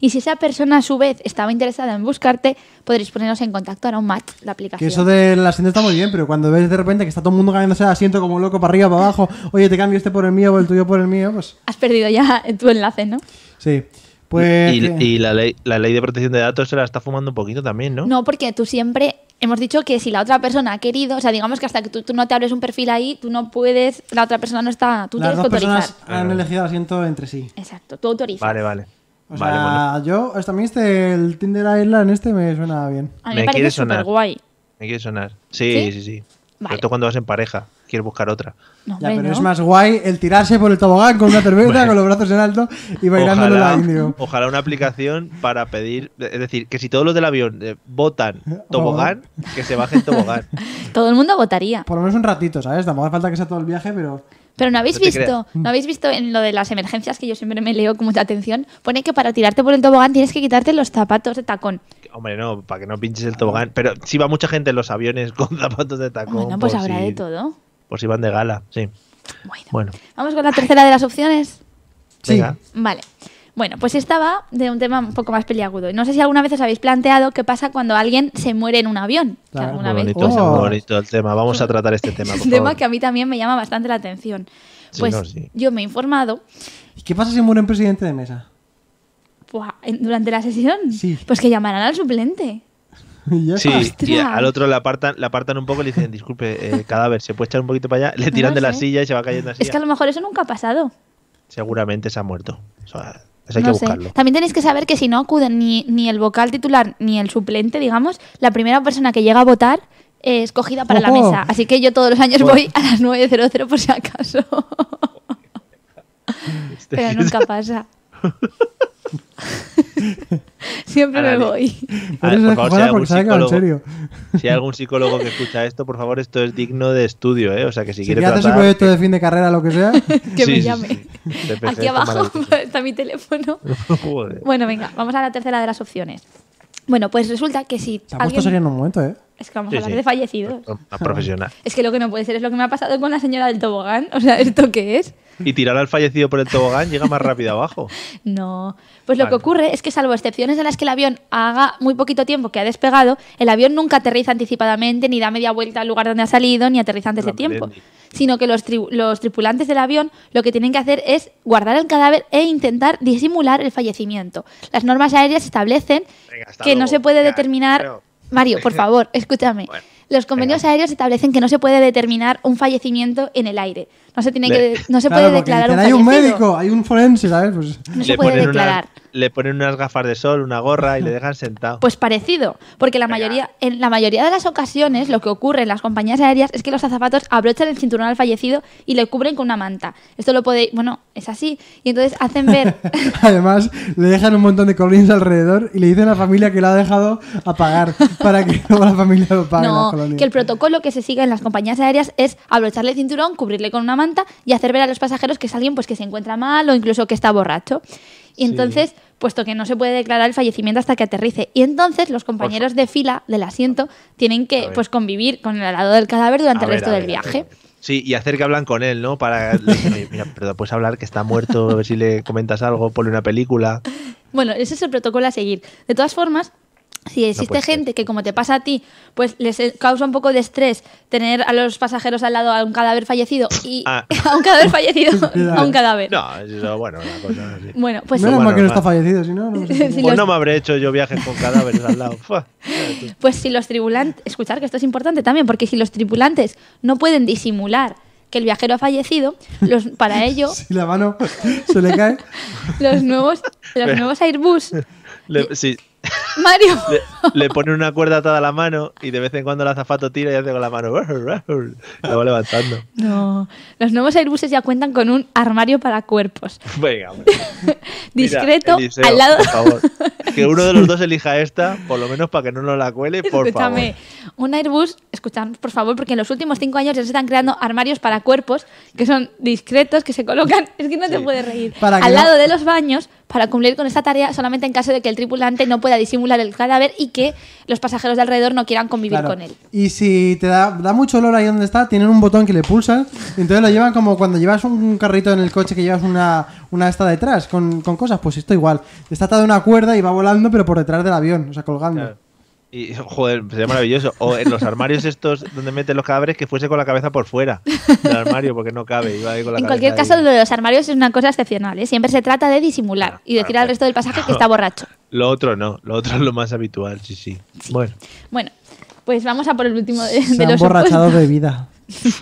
Speaker 3: Y si esa persona a su vez estaba interesada en buscarte, podréis poneros en contacto. Era un match la
Speaker 2: Que
Speaker 3: aplicación.
Speaker 2: eso del asiento está muy bien, pero cuando ves de repente que está todo el mundo cambiándose de asiento como loco para arriba, para abajo, oye, te cambio este por el mío o el tuyo por el mío, pues
Speaker 3: Has perdido ya tu enlace, ¿no?
Speaker 2: sí. Pues.
Speaker 1: Y,
Speaker 2: eh,
Speaker 1: y la, ley, la ley de protección de datos se la está fumando un poquito también, ¿no?
Speaker 3: No, porque tú siempre hemos dicho que si la otra persona ha querido, o sea, digamos que hasta que tú, tú no te abres un perfil ahí, tú no puedes, la otra persona no está, tú
Speaker 2: las
Speaker 3: tienes
Speaker 2: dos
Speaker 3: que autorizar.
Speaker 2: personas han elegido el asiento entre sí.
Speaker 3: Exacto, tú autorizas.
Speaker 1: Vale, vale.
Speaker 2: O
Speaker 1: vale, bueno.
Speaker 2: sea, yo, hasta a mí este, el Tinder Island este me suena bien.
Speaker 3: A mí
Speaker 1: Me
Speaker 3: me,
Speaker 1: quiere
Speaker 3: parece
Speaker 1: sonar.
Speaker 3: súper guay.
Speaker 1: Me quiere sonar. Sí, sí,
Speaker 3: ¿Sí?
Speaker 1: sí.
Speaker 3: Vale.
Speaker 1: Sobre todo cuando vas en pareja. Quieres buscar otra.
Speaker 3: No,
Speaker 2: Ya,
Speaker 3: hombre,
Speaker 2: pero
Speaker 3: no.
Speaker 2: es más guay el tirarse por el tobogán con una cerveza,
Speaker 1: Bueno.
Speaker 2: con los brazos en alto y bailándolo la índigo.
Speaker 1: ojalá una aplicación para pedir. Es decir, que si todos los del avión eh, votan tobogán,
Speaker 2: Oh.
Speaker 1: que se baje el tobogán.
Speaker 3: Todo el mundo votaría.
Speaker 2: Por lo menos un ratito, ¿sabes? Tampoco hace falta que sea todo el viaje, pero.
Speaker 3: Pero no habéis
Speaker 1: No te
Speaker 3: visto, no habéis visto en lo de las emergencias que yo siempre me leo con mucha atención, pone que para tirarte por el tobogán tienes que quitarte los zapatos de tacón.
Speaker 1: Hombre, no, para que no pinches
Speaker 2: Ah.
Speaker 1: el tobogán. Pero si va mucha gente en los aviones con zapatos de tacón.
Speaker 3: Bueno, pues
Speaker 1: por
Speaker 3: habrá
Speaker 1: si-
Speaker 3: de todo.
Speaker 1: Por si van de gala, sí.
Speaker 3: Bueno.
Speaker 1: Bueno,
Speaker 3: Vamos con la tercera de las opciones.
Speaker 2: Sí.
Speaker 1: Venga.
Speaker 3: Vale. Bueno, pues esta va de un tema un poco más peliagudo. No sé si alguna vez os habéis planteado qué pasa cuando alguien se muere en un avión. Que
Speaker 2: Claro,
Speaker 3: alguna
Speaker 1: muy
Speaker 3: vez-
Speaker 1: bonito,
Speaker 2: Oh.
Speaker 1: muy bonito el tema. Vamos a tratar este tema.
Speaker 3: Es
Speaker 1: Por
Speaker 3: un tema
Speaker 1: favor.
Speaker 3: que a mí también me llama bastante la atención.
Speaker 1: Sí,
Speaker 3: Pues
Speaker 1: no, sí.
Speaker 3: yo me he informado
Speaker 2: ¿Y qué pasa si muere un presidente de mesa?
Speaker 3: buah, en- durante la sesión,
Speaker 2: Sí.
Speaker 3: pues que llamarán al suplente.
Speaker 2: Y ya está.
Speaker 1: Sí, y
Speaker 3: Ostras.
Speaker 1: al otro le apartan, le apartan un poco y le dicen, disculpe, eh, cadáver, se puede echar un poquito para allá, le tiran
Speaker 3: No
Speaker 1: de la
Speaker 3: sé.
Speaker 1: silla y se va cayendo así.
Speaker 3: Es que a lo mejor eso nunca ha pasado.
Speaker 1: Seguramente se ha muerto. O sea, eso hay
Speaker 3: no
Speaker 1: que
Speaker 3: sé.
Speaker 1: buscarlo.
Speaker 3: También tenéis que saber que si no acuden ni, ni el vocal titular ni el suplente, digamos, la primera persona que llega a votar eh, es cogida para la
Speaker 2: Ojo.
Speaker 3: mesa. Así que yo todos los años
Speaker 1: Bueno.
Speaker 3: voy a las 9.00 por si acaso.
Speaker 1: Este-
Speaker 3: Pero nunca pasa. Siempre me
Speaker 1: Ahora,
Speaker 3: voy.
Speaker 1: A
Speaker 2: Pero
Speaker 1: ver,
Speaker 2: eso
Speaker 1: por favor,
Speaker 2: es
Speaker 1: si
Speaker 2: cojonar
Speaker 1: hay algún
Speaker 2: porque sabe que va en
Speaker 1: psicólogo,
Speaker 2: serio.
Speaker 1: si hay algún psicólogo que escucha esto, por favor, esto es digno de estudio, ¿eh? O sea, que si,
Speaker 2: Si
Speaker 1: quiere
Speaker 2: quieres hacer un
Speaker 1: tratar...
Speaker 2: proyecto de fin de carrera, lo que sea.
Speaker 3: Que
Speaker 1: Sí,
Speaker 3: me
Speaker 1: sí,
Speaker 3: llame.
Speaker 1: sí, sí. TPC,
Speaker 3: Aquí
Speaker 1: esto es
Speaker 3: abajo
Speaker 1: maravilloso.
Speaker 3: está mi teléfono.
Speaker 1: Joder.
Speaker 3: Bueno, venga, vamos a la tercera de las opciones. Bueno, pues resulta que si
Speaker 2: Te apuesto
Speaker 3: alguien...
Speaker 2: sería en un momento, ¿eh?
Speaker 3: Es que vamos
Speaker 1: Sí,
Speaker 3: a hablar
Speaker 1: sí.
Speaker 3: de fallecidos.
Speaker 1: Una profesional.
Speaker 3: Es que lo que no puede ser es lo que me ha pasado con la señora del tobogán. O sea, ¿esto qué es?
Speaker 1: Y tirar al fallecido por el tobogán llega más rápido abajo.
Speaker 3: No. Pues lo que
Speaker 1: Vale.
Speaker 3: ocurre es que, salvo excepciones en las que el avión haga muy poquito tiempo que ha despegado, el avión nunca aterriza anticipadamente, ni da media vuelta al lugar donde ha salido, ni aterriza antes de
Speaker 1: La
Speaker 3: tiempo.
Speaker 1: Melendi.
Speaker 3: Sino que los, tri- los tripulantes del avión lo que tienen que hacer es guardar el cadáver e intentar disimular el fallecimiento. Las normas aéreas establecen
Speaker 1: Venga, hasta
Speaker 3: que no
Speaker 1: luego.
Speaker 3: se puede
Speaker 1: Ya,
Speaker 3: determinar.
Speaker 1: pero-
Speaker 3: Mario, por favor, escúchame.
Speaker 1: Bueno,
Speaker 3: Los convenios
Speaker 1: venga.
Speaker 3: aéreos establecen que no se puede determinar un fallecimiento en el aire. No se tiene
Speaker 1: Le-
Speaker 3: que no se
Speaker 2: Claro,
Speaker 3: puede
Speaker 2: porque
Speaker 3: declarar un
Speaker 2: dicen, hay un
Speaker 3: fallecido".
Speaker 2: médico, hay un forense, ¿sabes? Pues,
Speaker 3: No se puede
Speaker 1: ponen unas-
Speaker 3: declarar.
Speaker 1: le ponen unas gafas de sol, una gorra y le dejan sentado.
Speaker 3: Pues parecido, porque la mayoría, en la mayoría de las ocasiones lo que ocurre en las compañías aéreas es que los azafatos abrochan el cinturón al fallecido y le cubren con una manta. Esto lo podéis, bueno, es así. Y entonces hacen ver,
Speaker 2: además, le dejan un montón de colonias alrededor y le dicen a la familia que la ha dejado a pagar para que luego la familia lo pague. las
Speaker 3: no,
Speaker 2: colonias.
Speaker 3: que el protocolo que se sigue en las compañías aéreas es abrocharle el cinturón, cubrirle con una manta y hacer ver a los pasajeros que es alguien pues que se encuentra mal o incluso que está borracho. Y entonces, puesto que no se puede declarar el fallecimiento hasta que aterrice, y entonces los compañeros de fila del asiento tienen que pues convivir con el alado del cadáver durante
Speaker 1: A
Speaker 3: el
Speaker 1: ver,
Speaker 3: resto
Speaker 1: a
Speaker 3: del
Speaker 1: ver, a ver.
Speaker 3: viaje.
Speaker 1: Sí, y hacer que hablan con él, ¿no? Para. le dicen, "Oye, mira, pero puedes hablar que está muerto, a ver si le comentas algo, ponle una película.
Speaker 3: Bueno, ese es el protocolo a seguir. De todas formas, si existe
Speaker 1: puede ser.
Speaker 3: gente que, como te pasa a ti, pues les eh, causa un poco de estrés tener a los pasajeros al lado a un cadáver fallecido y
Speaker 1: Ah.
Speaker 3: a un cadáver fallecido, a un cadáver.
Speaker 1: No, eso, bueno, una cosa así.
Speaker 3: Bueno, pues
Speaker 2: Menos
Speaker 1: Bueno,
Speaker 3: sí.
Speaker 2: mal que
Speaker 1: normal.
Speaker 2: no está fallecido, si no, no sé.
Speaker 3: Si
Speaker 1: Pues
Speaker 3: los-
Speaker 1: no me habré hecho yo viajes con cadáveres al lado. Fua.
Speaker 3: Pues si los tripulantes, escuchar que esto es importante también, porque si los tripulantes no pueden disimular que el viajero ha fallecido, los, para ello
Speaker 2: Si la mano se le cae.
Speaker 3: los nuevos, los nuevos Airbus,
Speaker 1: Le, sí,
Speaker 3: Mario,
Speaker 1: le, le ponen una cuerda atada a la mano y de vez en cuando el azafato tira y hace con la mano. La va levantando.
Speaker 3: no, los nuevos Airbuses ya cuentan con un armario para cuerpos.
Speaker 1: Venga, hombre. Mira,
Speaker 3: discreto
Speaker 1: Eliseo,
Speaker 3: al lado.
Speaker 1: Por favor. Que uno de los dos elija esta, por lo menos para que no nos la cuele, por
Speaker 3: Escúchame,
Speaker 1: favor.
Speaker 3: un Airbus, escuchadnos por favor, porque en los últimos cinco años ya se están creando armarios para cuerpos que son discretos, que se colocan, es que no te
Speaker 1: Sí.
Speaker 3: puedes reír,
Speaker 2: Para que
Speaker 3: al
Speaker 2: no-
Speaker 3: lado de los baños para cumplir con esta tarea solamente en caso de que el tripulante no pueda disimular el cadáver y que los pasajeros de alrededor no quieran convivir
Speaker 2: Claro.
Speaker 3: con él.
Speaker 2: Y si te da, da mucho olor ahí donde está, tienen un botón que le pulsan. y entonces lo llevan como cuando llevas un carrito en el coche que llevas una, una esta detrás con, con cosas. Pues esto igual. Está atado a una cuerda y va volando, pero por detrás del avión, o sea, colgando.
Speaker 1: Y, joder, sería maravilloso. O en los armarios estos donde meten los cadáveres, que fuese con la cabeza por fuera del armario, porque no cabe. Iba ahí con la
Speaker 3: En
Speaker 1: cabeza
Speaker 3: cualquier
Speaker 1: ahí.
Speaker 3: caso, lo de los armarios es una cosa excepcional, ¿eh? siempre se trata de disimular y decir al resto del pasaje que está borracho.
Speaker 1: Lo otro no, lo otro es lo más habitual, sí, sí. Bueno,
Speaker 3: Bueno, pues vamos a por el último de,
Speaker 2: Se
Speaker 3: de
Speaker 2: han
Speaker 3: los
Speaker 2: borrachado
Speaker 3: supuestos.
Speaker 2: de vida.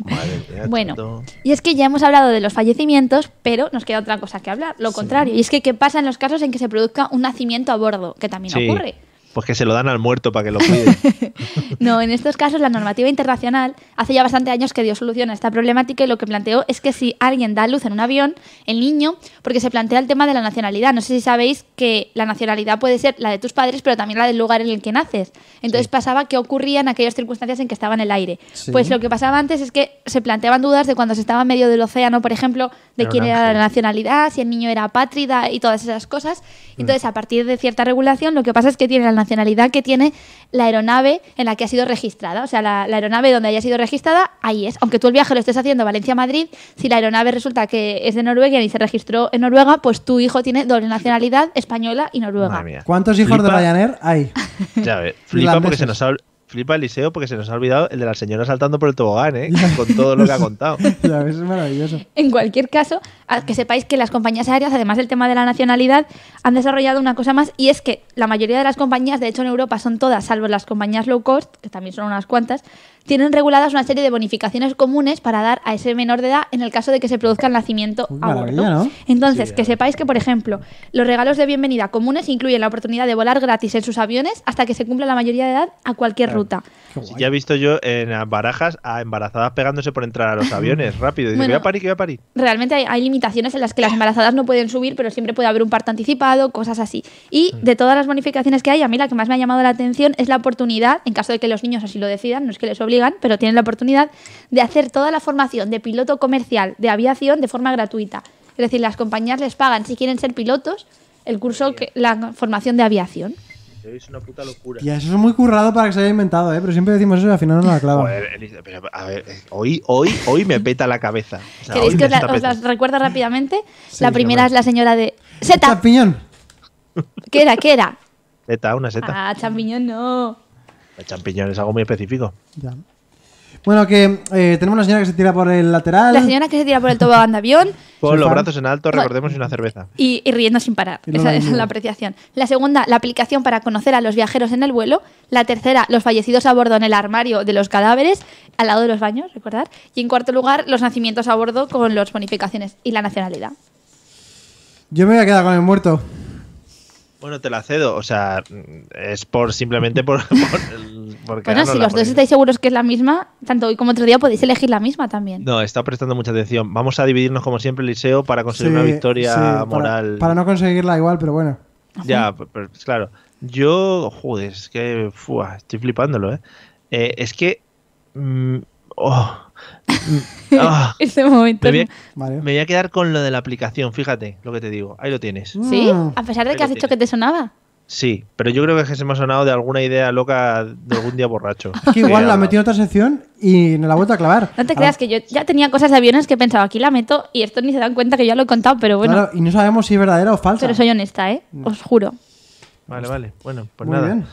Speaker 1: madre mía,
Speaker 3: Bueno,
Speaker 1: tanto.
Speaker 3: y es que ya hemos hablado de los fallecimientos, pero nos queda otra cosa que hablar, lo contrario. Y es que qué pasa en los casos en que se produzca un nacimiento a bordo, que también
Speaker 1: Sí,
Speaker 3: ocurre.
Speaker 1: Pues que se lo dan al muerto para que lo cuide.
Speaker 3: No, en estos casos la normativa internacional hace ya bastante años que dio solución a esta problemática y lo que planteó es que si alguien da a luz en un avión, el niño, porque se plantea el tema de la nacionalidad. No sé si sabéis que la nacionalidad puede ser la de tus padres, pero también la del lugar en el que naces. Entonces pasaba que ocurría en aquellas circunstancias en que estaba en el aire.
Speaker 2: Sí.
Speaker 3: Pues lo que pasaba antes es que se planteaban dudas de cuando se estaba en medio del océano, por ejemplo,
Speaker 1: Era
Speaker 3: de
Speaker 1: un
Speaker 3: quién era
Speaker 1: ángel.
Speaker 3: la nacionalidad, si el niño era apátrida y todas esas cosas.
Speaker 1: Mm.
Speaker 3: Entonces, a partir de cierta regulación, lo que pasa es que tiene la nacionalidad que tiene la aeronave en la que ha sido registrada. O sea, la, la aeronave donde haya sido registrada, ahí es. Aunque tú el viaje lo estés haciendo Valencia-Madrid, si la aeronave resulta que es de Noruega y se registró en Noruega, pues tu hijo tiene doble nacionalidad española y noruega.
Speaker 1: Madre mía.
Speaker 2: ¿Cuántos hijos
Speaker 1: Flipa.
Speaker 2: de Ryanair hay?
Speaker 1: Ya ves, flipa porque
Speaker 2: Irlandeses.
Speaker 1: se nos ha, flipa Eliseo porque se nos ha olvidado el de la señora saltando por el tobogán, ¿eh? Con todo lo que ha contado.
Speaker 2: Ya ves, es maravilloso.
Speaker 3: En cualquier caso, a- que sepáis que las compañías aéreas, además del tema de la nacionalidad, han desarrollado una cosa más y es que la mayoría de las compañías, de hecho en Europa son todas, salvo las compañías low cost, que también son unas cuantas, tienen reguladas una serie de bonificaciones comunes para dar a ese menor de edad en el caso de que se produzca el nacimiento
Speaker 2: Uy,
Speaker 3: a
Speaker 2: maravilla,
Speaker 3: bordo.
Speaker 2: ¿no?
Speaker 3: Entonces, que sepáis que, por ejemplo, los regalos de bienvenida comunes incluyen la oportunidad de volar gratis en sus aviones hasta que se cumpla la mayoría de edad a cualquier ruta.
Speaker 1: Sí, ya he visto yo en las barajas a embarazadas pegándose por entrar a los aviones rápido. Dice,
Speaker 3: Bueno.
Speaker 1: voy a parir, que voy a parir.
Speaker 3: realmente hay, hay limitaciones en las que las embarazadas no pueden subir, pero siempre puede haber un parto anticipado, cosas así. Y de todas las bonificaciones que hay, a mí la que más me ha llamado la atención es la oportunidad, en caso de que los niños así lo decidan, no es que les obligan, pero tienen la oportunidad de hacer toda la formación de piloto comercial de aviación de forma gratuita. Es decir, las compañías les pagan si quieren ser pilotos el curso, que, la formación de aviación.
Speaker 1: Es una puta locura.
Speaker 2: Tía, eso es muy currado para que se haya inventado, ¿eh? Pero siempre decimos eso y al final no la clava.
Speaker 1: Joder, Elisa, pero, a ver, eh, hoy, hoy, hoy me peta la cabeza. O sea,
Speaker 3: ¿Queréis
Speaker 1: hoy
Speaker 3: que
Speaker 1: me
Speaker 3: os, la-
Speaker 1: está
Speaker 3: os las
Speaker 1: petando.
Speaker 3: recuerdo rápidamente?
Speaker 2: Sí,
Speaker 3: la primera
Speaker 2: hombre.
Speaker 3: es la señora de. ¡Seta!
Speaker 2: Champiñón.
Speaker 3: ¿Qué era? ¿Qué era?
Speaker 1: Seta, una seta.
Speaker 3: Ah, champiñón no.
Speaker 1: El champiñón es algo muy específico.
Speaker 2: Ya. Bueno, que eh, tenemos una señora que se tira por el lateral.
Speaker 3: La señora que se tira por el tobogán de avión
Speaker 1: Con
Speaker 2: Soy
Speaker 1: los
Speaker 2: fan.
Speaker 1: brazos en alto,
Speaker 3: Bueno.
Speaker 1: recordemos, y una cerveza.
Speaker 3: y, y riendo sin parar.
Speaker 2: Y no
Speaker 3: esa
Speaker 2: la
Speaker 3: esa es
Speaker 2: ayuda.
Speaker 3: la apreciación. La segunda, la aplicación para conocer a los viajeros en el vuelo. La tercera, los fallecidos a bordo en el armario de los cadáveres, al lado de los baños, recordad. Y en cuarto lugar, los nacimientos a bordo con las bonificaciones y la nacionalidad.
Speaker 2: Yo me voy a quedar con el muerto.
Speaker 1: Bueno, te la cedo. O sea, mm, es por simplemente por. por el- por
Speaker 3: Bueno,
Speaker 1: quedárnosla,
Speaker 3: si los
Speaker 1: porque-
Speaker 3: dos estáis seguros que es la misma, tanto hoy como otro día podéis elegir la misma también.
Speaker 1: No, está prestando mucha atención. Vamos a dividirnos, como siempre, Eliseo, para conseguir
Speaker 2: Sí,
Speaker 1: una victoria
Speaker 2: sí, para-
Speaker 1: moral.
Speaker 2: Para, no conseguirla igual, pero bueno.
Speaker 1: Ya, pe- pero, es claro. Yo, joder, es que fua, estoy flipándolo, ¿eh? Eh, es que... mm, oh, mm, ah,
Speaker 3: Este momento.
Speaker 1: me, voy a,
Speaker 2: Vale.
Speaker 1: me voy a quedar con lo de la aplicación, fíjate lo que te digo. Ahí lo tienes.
Speaker 3: Sí,
Speaker 2: Mm.
Speaker 3: a pesar de
Speaker 1: Ahí
Speaker 3: que has
Speaker 1: lo
Speaker 3: dicho que
Speaker 1: tienes.
Speaker 3: te sonaba.
Speaker 1: Sí, pero yo creo que es que se me ha sonado de alguna idea loca de algún día borracho. ah,
Speaker 2: Que igual la metí en otra sección y nos la ha vuelto a clavar.
Speaker 3: No te creas que yo ya tenía cosas de aviones que pensaba aquí la meto y estos ni se dan cuenta que yo ya lo he contado, pero bueno.
Speaker 2: Claro, y no sabemos si es verdadera o falsa.
Speaker 3: Pero soy honesta, ¿eh?
Speaker 1: Mm.
Speaker 3: Os juro.
Speaker 1: Vale, vale. Bueno, pues
Speaker 2: Muy
Speaker 1: nada.
Speaker 2: bien.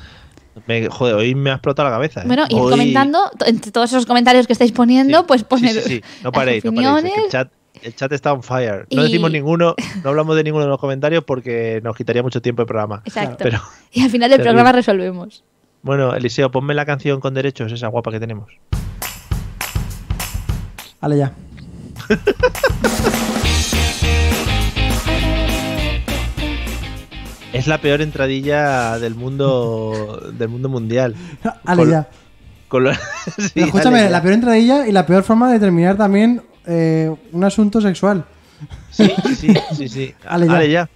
Speaker 1: Me- joder, hoy me ha explotado la cabeza. ¿eh?
Speaker 3: Bueno, ir
Speaker 1: Hoy-
Speaker 3: comentando, t- entre todos esos comentarios que estáis poniendo,
Speaker 1: Sí,
Speaker 3: pues
Speaker 1: sí,
Speaker 3: poner
Speaker 1: sí, sí. No paréis, no
Speaker 3: las
Speaker 1: paréis. es que el,
Speaker 3: opiniones.
Speaker 1: chat, el chat está on fire. No
Speaker 3: Y-
Speaker 1: decimos ninguno, no hablamos de ninguno de los comentarios porque nos quitaría mucho tiempo el programa.
Speaker 3: Exacto.
Speaker 1: Pero
Speaker 3: Y al final del
Speaker 1: Terrible.
Speaker 3: programa resolvemos.
Speaker 1: bueno, Eliseo, ponme la canción con derechos, esa guapa que tenemos.
Speaker 2: Vale, ya.
Speaker 1: Es la peor entradilla del mundo del mundo mundial.
Speaker 2: Ale,
Speaker 1: Col-
Speaker 2: ya.
Speaker 1: Con lo- Sí,
Speaker 2: Pero escúchame,
Speaker 1: dale, ya.
Speaker 2: la peor entradilla y la peor forma de terminar también eh, un asunto sexual.
Speaker 1: Sí, sí, sí, sí.
Speaker 2: Ale, ya.
Speaker 1: Ale, ya.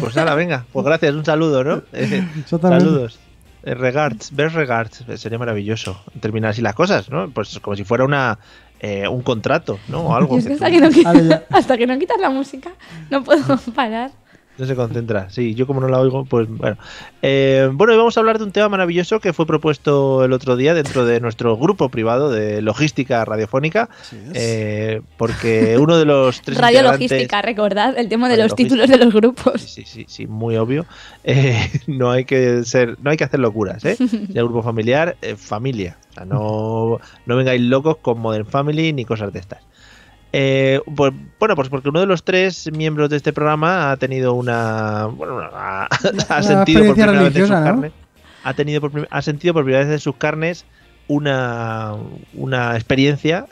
Speaker 1: Pues nada, venga. Pues gracias, un saludo, ¿no? Eh,
Speaker 2: Exactamente.
Speaker 1: Saludos. Eh, Regards, ver regards, Eh, sería maravilloso terminar así las cosas, ¿no? Pues como si fuera una eh, un contrato, ¿no? O algo.
Speaker 3: Y es que
Speaker 1: que tú-
Speaker 3: hasta, que no qui-
Speaker 2: Vale, ya.
Speaker 3: hasta que no quitas la música, no puedo parar.
Speaker 1: No se concentra, sí, yo como no la oigo, pues bueno. Eh, bueno, y vamos a hablar de un tema maravilloso que fue propuesto el otro día dentro de nuestro grupo privado de logística radiofónica, eh, porque uno de los tres...
Speaker 3: Radio
Speaker 1: integrantes-
Speaker 3: Logística, recordad el tema de
Speaker 1: Radio
Speaker 3: los títulos de los grupos.
Speaker 1: Sí, sí, sí, sí, muy obvio. Eh, no hay que ser, no hay que hacer locuras, ¿eh? Si hay grupo familiar, eh, familia. O sea, no, no vengáis locos con Modern Family ni cosas de estas. Eh, pues, bueno, pues porque uno de los tres miembros de este programa ha tenido una. Bueno, una- ha,
Speaker 2: Una
Speaker 1: sentido por primera
Speaker 2: experiencia
Speaker 1: vez en sus
Speaker 2: religiosa, ¿no?
Speaker 1: carnes. Ha, tenido por prim- ha sentido por primera vez en sus carnes una, una experiencia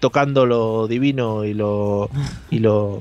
Speaker 1: tocando lo divino y lo. y lo.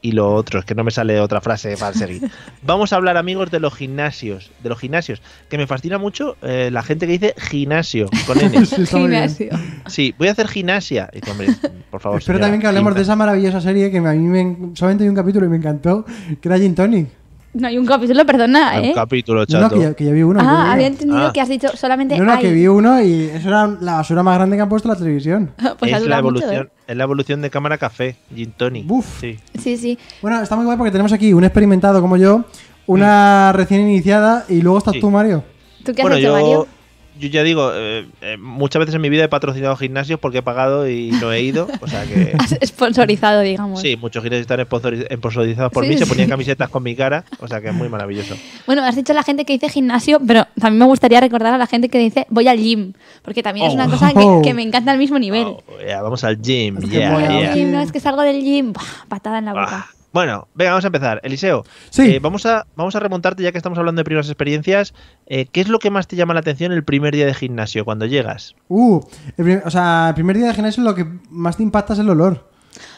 Speaker 1: y lo otro. Es que no me sale otra frase para seguir. Vamos a hablar, amigos, de los gimnasios. De los gimnasios. Que me fascina mucho eh, la gente que dice gimnasio con N.
Speaker 2: Sí, está muy bien.
Speaker 3: Gimnasio.
Speaker 1: Sí, voy a hacer gimnasia. Y tú, hombre, por favor.
Speaker 2: Espero
Speaker 1: señora,
Speaker 2: también que hablemos de
Speaker 1: gimna-
Speaker 2: esa maravillosa serie que a mí me, en- solamente hay un capítulo y me encantó, que era Gin Tonic.
Speaker 3: No hay un capítulo, perdona,
Speaker 1: Un
Speaker 3: ¿eh?
Speaker 1: capítulo,
Speaker 2: Ah, No, no,
Speaker 1: chato.
Speaker 2: que yo, que yo vi uno. yo vi uno.
Speaker 3: Ah, había entendido
Speaker 1: Ah.
Speaker 3: que has dicho solamente
Speaker 2: No, no,
Speaker 3: hay.
Speaker 2: que vi uno y eso era la basura más grande que han puesto en la televisión.
Speaker 3: Pues ha
Speaker 1: es, la
Speaker 3: durado mucho, ¿eh?
Speaker 1: evolución, es la evolución de cámara café, Gin Tonic.
Speaker 2: Buf.
Speaker 1: Sí.
Speaker 3: Sí, sí.
Speaker 2: Bueno, está muy guay porque tenemos aquí un experimentado como yo, una recién iniciada y luego estás
Speaker 1: Mm. Sí.
Speaker 2: tú, Mario.
Speaker 3: ¿Tú qué has
Speaker 1: bueno,
Speaker 3: hecho, Mario?
Speaker 1: yo, yo ya digo, eh, eh, muchas veces en mi vida he patrocinado gimnasios porque he pagado y no he ido. O sea que.
Speaker 3: Has sponsorizado, digamos.
Speaker 1: Sí, muchos gimnasios están esponsoriz- sponsorizados por
Speaker 3: Sí,
Speaker 1: mí, se
Speaker 3: sí.
Speaker 1: ponían camisetas con mi cara, o sea que es muy maravilloso.
Speaker 3: Bueno, has dicho la gente que dice gimnasio, pero también me gustaría recordar a la gente que dice voy al gym, porque también es una
Speaker 2: Oh.
Speaker 3: cosa que, que me encanta al mismo nivel.
Speaker 1: Oh, yeah, vamos al gym,
Speaker 2: Es que
Speaker 1: yeah,
Speaker 2: voy al
Speaker 1: yeah.
Speaker 2: gym.
Speaker 3: Gym, no, es que salgo del gym, buah, patada en la boca.
Speaker 1: Ah, Bueno, venga, vamos a empezar. Eliseo,
Speaker 2: Sí.
Speaker 1: eh, vamos, a, vamos a remontarte ya que estamos hablando de primeras experiencias. eh, ¿Qué es lo que más te llama la atención el primer día de gimnasio cuando llegas?
Speaker 2: Uh, el prim- o sea, el primer día de gimnasio lo que más te impacta es el olor.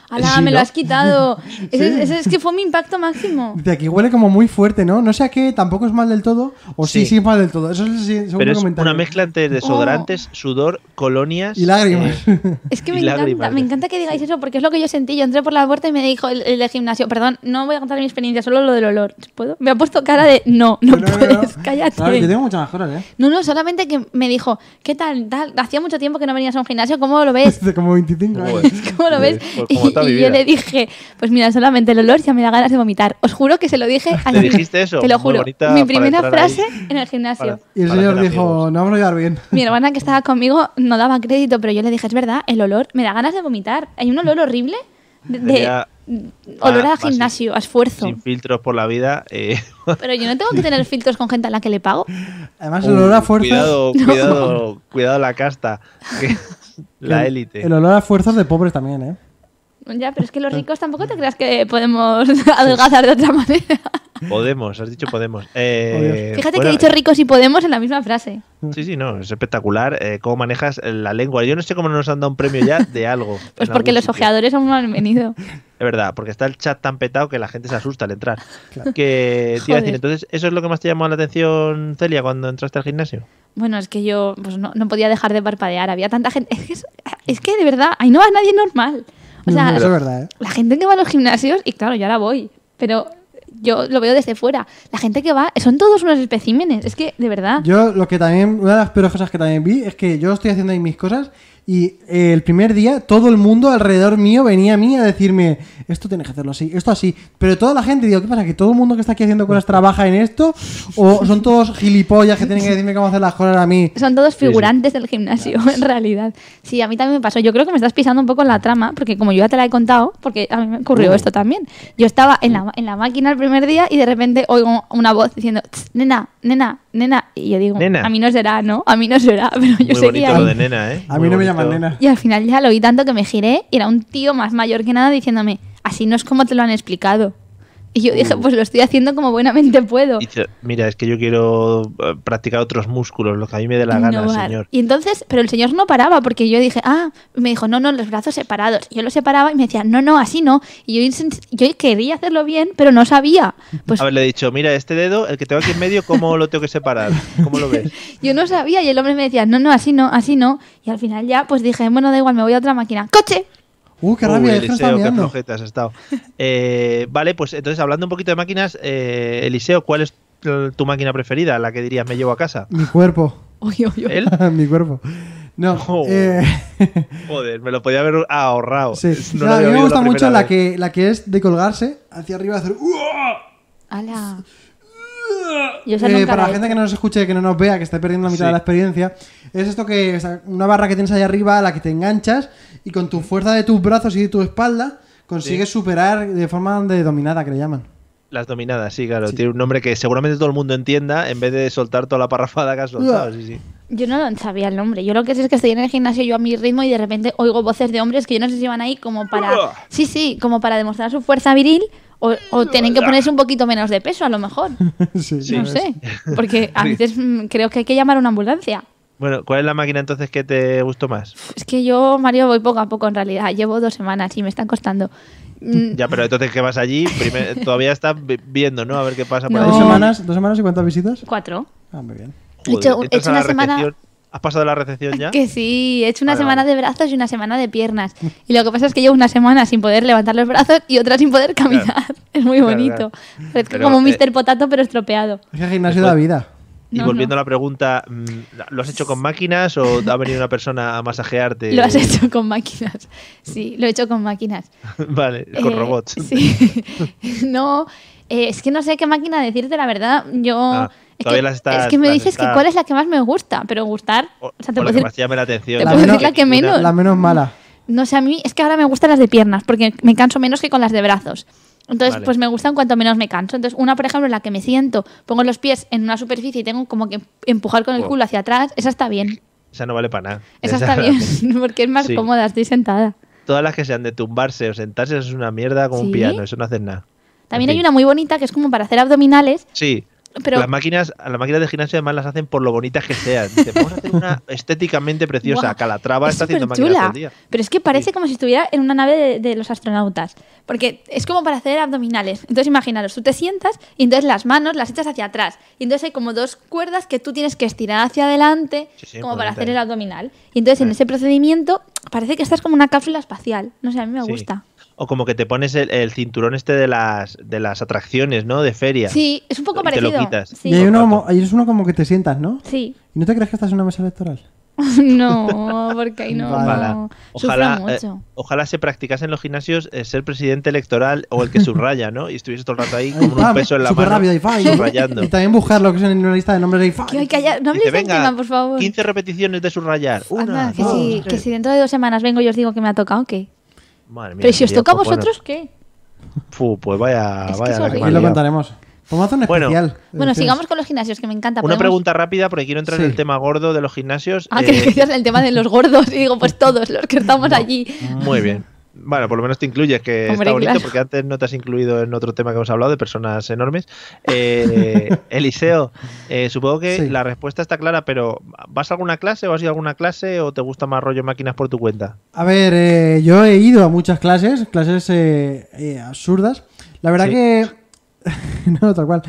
Speaker 3: ¡Hala,
Speaker 2: sí,
Speaker 3: me lo
Speaker 2: ¿no?
Speaker 3: has quitado! Ese,
Speaker 2: Sí.
Speaker 3: ese es que fue mi impacto máximo.
Speaker 2: De aquí huele como muy fuerte, ¿no? No sé a qué, tampoco es mal del todo, o sí,
Speaker 1: Sí.
Speaker 2: sí, es mal del todo. Eso es el si- segundo
Speaker 1: Pero es
Speaker 2: comentario.
Speaker 1: una mezcla entre desodorantes, sudor, colonias
Speaker 2: Y lágrimas.
Speaker 1: eh,
Speaker 3: Es que
Speaker 1: y
Speaker 3: me encanta,
Speaker 1: lágrimas.
Speaker 3: me encanta que digáis eso, porque es lo que yo sentí. Yo entré por la puerta y me dijo el, el de gimnasio, perdón, no voy a contar mi experiencia, solo lo del olor. ¿Puedo? Me ha puesto cara de no, no, puedes, cállate.
Speaker 2: Claro, yo Ah, tengo muchas más cosas, ¿eh?
Speaker 3: No, no, solamente que me dijo, ¿qué tal, tal? Hacía mucho tiempo que no venías a un gimnasio, ¿cómo lo ves?
Speaker 2: Hace como 25 años.
Speaker 1: Joder.
Speaker 3: ¿Cómo lo ves?
Speaker 1: Pues como
Speaker 3: Y-
Speaker 5: toda mi
Speaker 3: y
Speaker 5: vida.
Speaker 3: yo le dije, pues mira, solamente el olor ya me da ganas de vomitar. Os juro que se lo dije a
Speaker 1: ¿Le dijiste eso?
Speaker 3: Te lo
Speaker 1: Muy
Speaker 3: juro.
Speaker 1: bonita
Speaker 3: Mi
Speaker 1: para
Speaker 3: primera
Speaker 1: entrar ahí.
Speaker 3: frase en el gimnasio.
Speaker 1: Para-
Speaker 2: Y el
Speaker 1: para
Speaker 2: señor
Speaker 1: hacer
Speaker 2: dijo,
Speaker 1: amigos.
Speaker 2: no vamos a llevar bien.
Speaker 3: Mi hermana que estaba conmigo no daba crédito, pero yo le dije, es verdad, el olor, me da ganas de vomitar. Hay un olor horrible de, de-
Speaker 1: Sería
Speaker 3: olor
Speaker 1: más-
Speaker 3: a
Speaker 1: más sin-
Speaker 3: gimnasio, a esfuerzo.
Speaker 1: sin filtros por la vida. eh,
Speaker 3: Pero yo no tengo que tener filtros con gente a la que le pago.
Speaker 2: Además, el olor a
Speaker 1: Uh,
Speaker 2: fuerzas.
Speaker 1: Cuidado, cuidado, cuidado la casta. que- la
Speaker 2: el-
Speaker 1: élite.
Speaker 2: El olor a fuerzas de pobres también, ¿eh?
Speaker 3: Ya, pero es que los ricos tampoco te creas que podemos adelgazar de otra manera.
Speaker 1: Podemos, has dicho Podemos. Eh,
Speaker 3: Fíjate que
Speaker 1: bueno,
Speaker 3: he dicho ricos y podemos en la misma frase.
Speaker 1: Sí, sí, no, es espectacular eh, cómo manejas la lengua. Yo no sé cómo no nos han dado un premio ya de algo.
Speaker 3: Pues
Speaker 1: en
Speaker 3: porque
Speaker 1: algún
Speaker 3: los
Speaker 1: sitio.
Speaker 3: ojeadores son mal venido.
Speaker 1: Es verdad, porque está el chat tan petado que la gente se asusta al entrar. Que te iba a
Speaker 3: Joder.
Speaker 1: decir, entonces, ¿eso es lo que más te llamó la atención, Celia, cuando entraste al gimnasio?
Speaker 3: Bueno, es que yo pues no, no podía dejar de parpadear. Había tanta gente. Es que, es- es que, de verdad, ahí no va nadie normal. O
Speaker 2: No,
Speaker 3: sea,
Speaker 2: no, eso es verdad, ¿eh?
Speaker 3: la gente que va a los gimnasios, y claro, yo ahora voy, pero yo lo veo desde fuera. La gente que va, son todos unos especímenes. Es que, de verdad.
Speaker 2: Yo lo que también, una de las peores cosas que también vi es que yo estoy haciendo ahí mis cosas y eh, el primer día todo el mundo alrededor mío venía a mí a decirme, esto tienes que hacerlo así, esto así. Pero toda la gente, digo, ¿qué pasa? ¿Que todo el mundo que está aquí haciendo cosas trabaja en esto? ¿O son todos gilipollas que tienen que decirme cómo hacer las cosas a mí?
Speaker 3: Son todos figurantes del gimnasio, en realidad. Sí, a mí también me pasó. Yo creo que me estás pisando un poco en la trama, porque como yo ya te la he contado, porque a mí me ocurrió esto también. Yo estaba en la, en la máquina el primer día y de repente oigo una voz diciendo, "Tss, nena, nena, nena. Y yo digo,
Speaker 1: Nena.
Speaker 3: a mí no será, ¿no? A mí no será, pero yo
Speaker 1: Muy
Speaker 3: seguía
Speaker 1: bonito
Speaker 3: ahí.
Speaker 1: lo de nena, ¿eh?
Speaker 2: A
Speaker 1: Muy
Speaker 2: mí no
Speaker 1: bonito.
Speaker 2: me llaman nena.
Speaker 3: Y al final ya lo vi tanto que me giré y era un tío más mayor que nada diciéndome, así no es como te lo han explicado. Y yo dije, pues lo estoy haciendo como buenamente puedo.
Speaker 1: Dice, mira, es que yo quiero eh, practicar otros músculos, lo que a mí me dé la gana,
Speaker 3: Innovar.
Speaker 1: señor.
Speaker 3: Y entonces, pero el señor no paraba porque yo dije, ah, y me dijo, no, no, los brazos separados. Y Yo los separaba y me decía, no, no, así no. Y yo, insen- yo quería hacerlo bien, pero no sabía. Pues
Speaker 1: Haberle dicho, mira, este dedo, el que tengo aquí en medio, ¿cómo lo tengo que separar? ¿Cómo lo ves?
Speaker 3: yo no sabía y el hombre me decía, no, no, así no, así no. Y al final ya, pues dije, bueno, da igual, me voy a otra máquina. ¡Coche!
Speaker 2: Uh, qué
Speaker 1: Uy,
Speaker 2: rabia, es que lo estaba
Speaker 1: Eliseo, qué
Speaker 2: mirando.
Speaker 1: flojeta has estado. Eh, vale, pues entonces hablando un poquito de máquinas, eh, Eliseo, ¿cuál es tu tu máquina preferida? La que dirías, me llevo a casa.
Speaker 2: Mi cuerpo.
Speaker 3: Uy, uy, uy.
Speaker 1: ¿Él?
Speaker 2: Mi cuerpo. No.
Speaker 1: Oh.
Speaker 2: eh,
Speaker 1: Joder, me lo podía haber ahorrado.
Speaker 2: sí.
Speaker 1: No lo
Speaker 2: No, a
Speaker 1: había
Speaker 2: mí me
Speaker 1: oído
Speaker 2: gusta mucho
Speaker 1: primera
Speaker 2: la
Speaker 1: vez.
Speaker 2: que, la que es de colgarse hacia arriba, hacer... "Uah".
Speaker 3: Ala. Yo esa
Speaker 2: Eh,
Speaker 3: nunca
Speaker 2: para
Speaker 3: la
Speaker 2: la
Speaker 3: he
Speaker 2: gente que no nos escuche, que no nos vea, que esté perdiendo la mitad
Speaker 1: Sí.
Speaker 2: de la experiencia, es esto que o sea, una barra que tienes ahí arriba a la que te enganchas y con tu fuerza de tus brazos y de tu espalda consigues superar de forma de dominada que le llaman.
Speaker 1: Las dominadas, sí, claro. Tiene un nombre que seguramente todo el mundo entienda en vez de soltar toda la parrafada que has soltado. Sí, sí.
Speaker 3: Yo no lo sabía el nombre. Yo lo que sé es que estoy en el gimnasio yo a mi ritmo y de repente oigo voces de hombres que yo no sé si van ahí como para. Sí, sí, como para demostrar su fuerza viril o, o tienen que ponerse un poquito menos de peso, a lo mejor.
Speaker 2: sí,
Speaker 3: no sé. Porque a veces mm, creo que hay que llamar a una ambulancia.
Speaker 1: Bueno, ¿cuál es la máquina entonces que te gustó más?
Speaker 3: Es que yo, Mario, voy poco a poco en realidad. Llevo dos semanas y me están costando. Mm,
Speaker 1: Ya, pero entonces que vas allí, Primer- todavía estás vi- viendo, ¿no? A ver qué pasa por
Speaker 3: No.
Speaker 2: ¿Dos
Speaker 1: ahí.
Speaker 2: semanas? ¿Dos semanas y cuántas visitas?
Speaker 3: Cuatro.
Speaker 2: Ah, muy bien.
Speaker 3: He hecho- he
Speaker 1: entras
Speaker 3: hecho
Speaker 1: a la
Speaker 3: una semana-
Speaker 1: recepción. ¿Has pasado la recepción ya?
Speaker 3: Que sí, he hecho una
Speaker 1: Vale,
Speaker 3: semana
Speaker 1: vale.
Speaker 3: de brazos y una semana de piernas. Y lo que pasa es que llevo una semana sin poder levantar los brazos y otra sin poder caminar. Es muy
Speaker 1: Claro,
Speaker 3: bonito.
Speaker 1: claro.
Speaker 3: Parezco
Speaker 1: Pero,
Speaker 3: como
Speaker 1: eh,
Speaker 3: Mr. Potato, pero estropeado.
Speaker 2: Es que el gimnasio da vida.
Speaker 1: Y
Speaker 3: No,
Speaker 1: volviendo
Speaker 3: no.
Speaker 1: a la pregunta, mm, ¿lo has hecho con máquinas o ha venido una persona a masajearte?
Speaker 3: Lo has hecho con máquinas. Sí, lo he hecho con máquinas.
Speaker 1: vale, con
Speaker 3: Eh,
Speaker 1: robots.
Speaker 3: Sí. no, eh, es que no sé qué máquina decirte, la verdad. Yo.
Speaker 1: Ah,
Speaker 3: es,
Speaker 1: todavía
Speaker 3: que,
Speaker 1: las estás-
Speaker 3: es que me
Speaker 1: las
Speaker 3: dices que
Speaker 1: estás-
Speaker 3: cuál es la que más me gusta, pero gustar.
Speaker 1: O,
Speaker 3: O
Speaker 1: o
Speaker 3: sea, te
Speaker 1: la
Speaker 3: puedo
Speaker 1: que
Speaker 3: decir-
Speaker 1: más te llame la atención.
Speaker 3: te
Speaker 2: puedo decir
Speaker 3: la que
Speaker 1: Ninguna.
Speaker 3: menos.
Speaker 2: La menos mala.
Speaker 3: No sé, a mí es que ahora me gustan las de piernas, porque me canso menos que con las de brazos. Entonces,
Speaker 1: Vale.
Speaker 3: pues me gustan cuanto menos me canso. Entonces, una, por ejemplo, en la que me siento, pongo los pies en una superficie y tengo como que empujar con el culo hacia atrás, esa está bien.
Speaker 1: Esa no vale para nada.
Speaker 3: Esa está bien, porque es más
Speaker 1: Sí.
Speaker 3: cómoda, estoy sentada.
Speaker 1: Todas las que sean de tumbarse o sentarse eso es una mierda como
Speaker 3: ¿Sí?
Speaker 1: un piano, eso no hacen nada.
Speaker 3: También
Speaker 1: En
Speaker 3: hay
Speaker 1: fin.
Speaker 3: una muy bonita que es como para hacer abdominales.
Speaker 1: Sí.
Speaker 3: Pero-
Speaker 1: las máquinas, a las máquinas de gimnasio además las hacen por lo bonitas que sean. Dicen, vamos a hacer una estéticamente preciosa.
Speaker 3: Guau,
Speaker 1: Calatrava
Speaker 3: es
Speaker 1: está haciendo máquinas
Speaker 3: superchula.
Speaker 1: todo el día.
Speaker 3: Pero es que parece como si estuviera en una nave de, de los astronautas. Porque es como para hacer abdominales. Entonces, imaginaros, tú te sientas y entonces las manos las echas hacia atrás. Y entonces hay como dos cuerdas que tú tienes que estirar hacia adelante,
Speaker 1: Sí, sí,
Speaker 3: como
Speaker 1: muy
Speaker 3: para
Speaker 1: bonita
Speaker 3: hacer el
Speaker 1: idea.
Speaker 3: abdominal. Y entonces, en ese procedimiento, parece que estás como una cápsula espacial. No sé, a mí me
Speaker 1: Sí.
Speaker 3: gusta.
Speaker 1: O como que te pones el, el cinturón este de las, de las atracciones, ¿no? De feria.
Speaker 3: Sí, es un poco
Speaker 1: Y te lo
Speaker 3: parecido.
Speaker 1: quitas.
Speaker 3: Sí.
Speaker 2: Y hay uno,
Speaker 1: Correcto.
Speaker 2: como, hay uno como que te sientas, ¿no?
Speaker 3: Sí.
Speaker 2: ¿Y no te crees que estás en una mesa electoral?
Speaker 3: no, porque ahí no.
Speaker 1: Ojalá,
Speaker 3: Sufro
Speaker 1: ojalá, eh,
Speaker 3: mucho.
Speaker 1: ojalá se practicase en los gimnasios eh, ser presidente electoral o el que subraya, ¿no? Y estuviese todo el rato ahí con un
Speaker 2: Pam,
Speaker 1: peso en la
Speaker 2: súper
Speaker 1: mano.
Speaker 2: rápido, hi-fi.
Speaker 1: subrayando.
Speaker 2: Y también buscar lo que es en una lista de nombres de hi-fi.
Speaker 3: Que hay que hallar- No
Speaker 1: Dice,
Speaker 3: habléis del
Speaker 1: "Venga,
Speaker 3: tema, por favor.
Speaker 1: 15 repeticiones de subrayar. Una,
Speaker 3: Anda, que,
Speaker 1: dos,
Speaker 3: si, que
Speaker 1: tres.
Speaker 3: si dentro de dos semanas vengo y os digo que me ha tocado, ¿qué?
Speaker 1: Madre mía,
Speaker 3: Pero si os
Speaker 1: tío,
Speaker 3: toca a
Speaker 1: pues bueno,
Speaker 3: vosotros, ¿qué?
Speaker 1: fu, pues vaya,
Speaker 3: Es que
Speaker 1: vaya. ¿eh?
Speaker 3: es
Speaker 1: la
Speaker 3: horrible.
Speaker 2: Aquí lo
Speaker 1: liado.
Speaker 2: contaremos. Podemos hacer un
Speaker 1: Bueno.
Speaker 2: especial. de
Speaker 3: Bueno,
Speaker 2: elecciones.
Speaker 3: sigamos con los gimnasios, que me encanta.
Speaker 1: Una
Speaker 3: podemos-
Speaker 1: pregunta rápida porque quiero entrar en
Speaker 2: Sí.
Speaker 1: el tema gordo de los gimnasios.
Speaker 3: Ah,
Speaker 1: Eh,
Speaker 3: que decías el tema de los gordos. Y digo, pues todos los que estamos allí.
Speaker 1: Muy bien. Bueno, por lo menos te incluyes, que
Speaker 3: Hombre,
Speaker 1: está bonito,
Speaker 3: claro.
Speaker 1: porque antes no te has incluido en otro tema que hemos hablado de personas enormes. Eh, Eliseo, eh, supongo que
Speaker 2: Sí.
Speaker 1: la respuesta está clara, pero ¿vas a alguna clase o has ido a alguna clase o te gusta más rollo máquinas por tu cuenta?
Speaker 2: A ver, eh, yo he ido a muchas clases, clases eh, eh, absurdas. La verdad
Speaker 1: Sí.
Speaker 2: que. no, tal cual.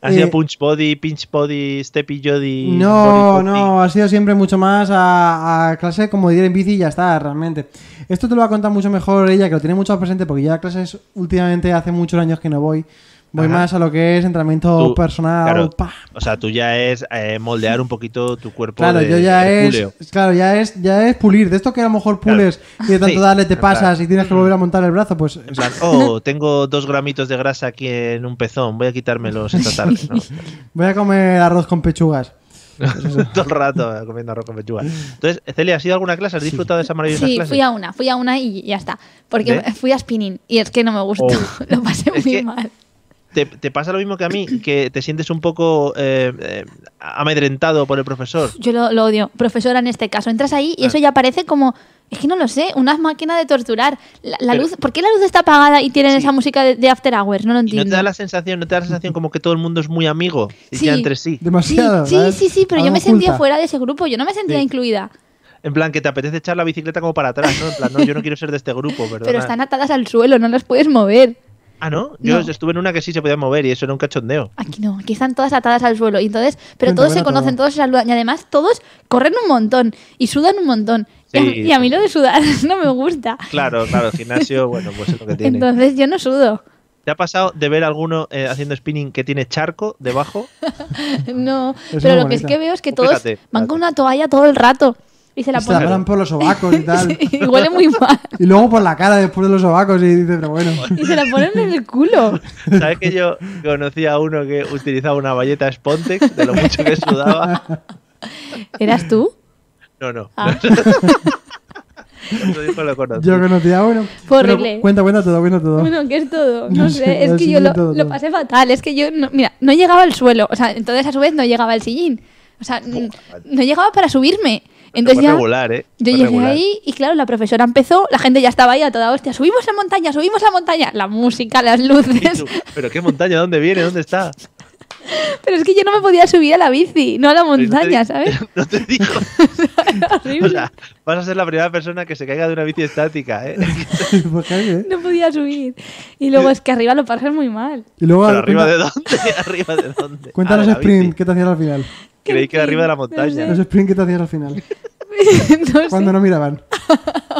Speaker 1: ¿Has ido
Speaker 2: Eh,
Speaker 1: punch body, pinch body, steppy jody?
Speaker 2: No,
Speaker 1: body
Speaker 2: no, ha sido siempre mucho más a, a clase como de ir en bici y ya está, realmente. Esto te lo va a contar mucho mejor ella, que lo tiene mucho más presente, porque yo a clases últimamente hace muchos años que no voy. Voy
Speaker 1: Ajá.
Speaker 2: más a lo que es entrenamiento
Speaker 1: Tú,
Speaker 2: personal.
Speaker 1: claro,
Speaker 2: pa.
Speaker 1: O sea, tú ya es eh, moldear un poquito tu cuerpo.
Speaker 2: Claro,
Speaker 1: de
Speaker 2: yo ya
Speaker 1: hercúleo.
Speaker 2: es, claro, ya es, ya es pulir. De esto que a lo mejor pules y de tanto
Speaker 1: Sí,
Speaker 2: darle te
Speaker 1: en plan. Mm.
Speaker 2: pasas y tienes que volver a montar el brazo, pues
Speaker 1: En plan, oh, tengo dos gramitos de grasa aquí en un pezón, voy a quitármelos esta tarde. ¿no?
Speaker 2: voy a comer arroz con pechugas.
Speaker 1: todo el rato eh, comiendo arroz con pechuga. Entonces, Celia, ¿has ido a alguna clase? ¿Has disfrutado de esa maravillosa
Speaker 3: Sí,
Speaker 1: clase?
Speaker 3: fui a una, fui a una y ya está. Porque
Speaker 1: ¿De?
Speaker 3: fui a spinning y es que no me gustó.
Speaker 1: Oh.
Speaker 3: Lo pasé
Speaker 1: Es
Speaker 3: muy
Speaker 1: que-
Speaker 3: mal.
Speaker 1: ¿Te, te pasa lo mismo que a mí? Que te sientes un poco eh, eh, amedrentado por el profesor.
Speaker 3: Yo lo, lo odio. Profesora, en este caso, entras ahí
Speaker 1: Ah.
Speaker 3: y eso ya parece como. Es que no lo sé, una máquina de torturar. La, la
Speaker 1: Pero-
Speaker 3: luz, ¿Por qué la luz está apagada y tienen esa música de, de After Hours? No lo
Speaker 1: Y no
Speaker 3: entiendo.
Speaker 1: te da la sensación, no te da la sensación como que todo el mundo es muy amigo y
Speaker 3: Sí.
Speaker 1: ya entre sí.
Speaker 3: Sí,
Speaker 2: Demasiado.
Speaker 3: sí,
Speaker 2: ¿sabes?
Speaker 3: sí, sí, pero yo
Speaker 2: Algo
Speaker 3: me sentía
Speaker 2: oculta.
Speaker 3: fuera de ese grupo, yo no me sentía
Speaker 1: Sí.
Speaker 3: incluida.
Speaker 1: En plan, que te apetece echar la bicicleta como para atrás, ¿no? En plan, no, yo no quiero ser de este grupo, ¿verdad?
Speaker 3: Pero están atadas al suelo, no las puedes mover.
Speaker 1: Ah, ¿no? Yo
Speaker 3: No.
Speaker 1: estuve en una que sí se podía mover y eso era un cachondeo.
Speaker 3: Aquí no, aquí están todas atadas al suelo. Y entonces, pero
Speaker 2: Cuéntamelo
Speaker 3: todos se
Speaker 2: todo.
Speaker 3: conocen, todos se saludan. Y además, todos corren un montón y sudan un montón. Y a-
Speaker 1: Sí,
Speaker 3: y, a, mí lo de sudar no me gusta.
Speaker 1: Claro, claro, el gimnasio, bueno, pues es lo que tiene.
Speaker 3: Entonces, yo no sudo.
Speaker 1: ¿Te ha pasado de ver alguno eh, haciendo spinning que tiene charco debajo?
Speaker 3: No,
Speaker 2: Es
Speaker 3: pero
Speaker 2: muy
Speaker 3: lo que es
Speaker 2: bonita.
Speaker 3: que veo es que
Speaker 1: Tú
Speaker 3: todos
Speaker 1: fíjate,
Speaker 3: van con
Speaker 1: fíjate.
Speaker 3: una toalla todo el rato y se la
Speaker 2: Y se la
Speaker 3: ponen.
Speaker 2: paran por los sobacos y tal.
Speaker 3: y huele muy mal.
Speaker 2: Y luego por la cara después de los sobacos y dices, pero bueno.
Speaker 3: Y se la ponen en el culo.
Speaker 1: ¿Sabes que yo conocí a uno que utilizaba una valleta Spontex de lo mucho que sudaba?
Speaker 3: ¿Eras tú?
Speaker 1: No, no.
Speaker 3: Ah.
Speaker 1: Eso dijo lo conocí.
Speaker 2: Yo conocía a uno.
Speaker 3: Fue
Speaker 2: Pero
Speaker 3: horrible.
Speaker 2: cu- cuenta, cuenta todo, cuenta todo.
Speaker 3: Bueno, que es todo. No,
Speaker 2: No
Speaker 3: sé,
Speaker 2: sé,
Speaker 3: es
Speaker 2: lo
Speaker 3: que
Speaker 2: del
Speaker 3: yo lo,
Speaker 2: sillín, todo,
Speaker 3: lo
Speaker 2: todo.
Speaker 3: pasé fatal. Es que yo, no- mira, no llegaba al suelo. O sea, entonces a su vez no llegaba al sillín. O sea, n- no llegaba para subirme. Entonces
Speaker 1: Fue
Speaker 3: ya.
Speaker 1: regular, ¿eh?
Speaker 3: Yo
Speaker 1: Fue
Speaker 3: llegué
Speaker 1: regular.
Speaker 3: ahí y claro, la profesora empezó, la gente ya estaba ahí a toda hostia. Subimos la montaña, subimos la montaña. La música, las
Speaker 1: Y
Speaker 3: luces.
Speaker 1: tú, Pero qué montaña, ¿dónde viene? ¿Dónde está?
Speaker 3: Pero es que yo no me podía subir a la bici, no a la montaña,
Speaker 1: Pero
Speaker 3: ¿sabes?
Speaker 1: No te di- no te dijo. O
Speaker 3: Horrible.
Speaker 1: sea, vas a ser la primera persona que se caiga de una bici estática, ¿eh?
Speaker 2: Pues cae, ¿eh?
Speaker 3: No podía subir. Y luego es que arriba lo pasas muy mal.
Speaker 2: Y luego
Speaker 1: ¿Pero arriba
Speaker 2: cuenta-
Speaker 1: de dónde? ¿Arriba de dónde?
Speaker 2: cuenta
Speaker 1: Ah, de
Speaker 2: los
Speaker 1: la
Speaker 2: sprint
Speaker 1: bici.
Speaker 2: que te hacías al final.
Speaker 1: Creí que arriba de la montaña.
Speaker 3: No
Speaker 2: Los
Speaker 3: sé.
Speaker 2: sprint que te hacías al final.
Speaker 3: No sé.
Speaker 2: Cuando no miraban.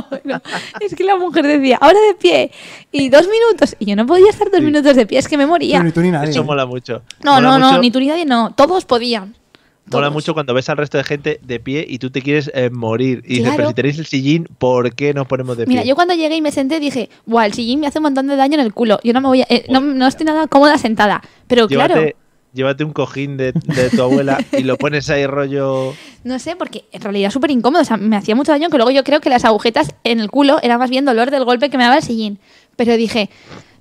Speaker 3: Bueno, es que la mujer decía, ahora de pie. Y dos minutos. Y yo no podía estar dos
Speaker 1: Sí.
Speaker 3: minutos de pie, es que me moría.
Speaker 2: Pero ni tú ni nadie.
Speaker 1: Eso mola mucho.
Speaker 3: No,
Speaker 1: Mola
Speaker 3: no, no,
Speaker 1: mucho-
Speaker 3: ni tú ni nadie, no. Todos podían.
Speaker 1: Mola
Speaker 3: Todos.
Speaker 1: mucho cuando ves al resto de gente de pie y tú te quieres eh, morir. Y dices,
Speaker 3: Claro.
Speaker 1: pero si tenéis el sillín, ¿por qué nos ponemos de pie?
Speaker 3: Mira, yo cuando llegué y me senté dije, wow, el sillín me hace un montón de daño en el culo. Yo no me voy a, eh, no, no estoy nada cómoda sentada. Pero
Speaker 1: llévate,
Speaker 3: claro,
Speaker 1: llévate un cojín de, de tu abuela y lo pones ahí rollo...
Speaker 3: no sé, porque en realidad es súper incómodo. O sea, me hacía mucho daño que luego yo creo que las agujetas en el culo era más bien dolor del golpe que me daba el sillín. Pero dije,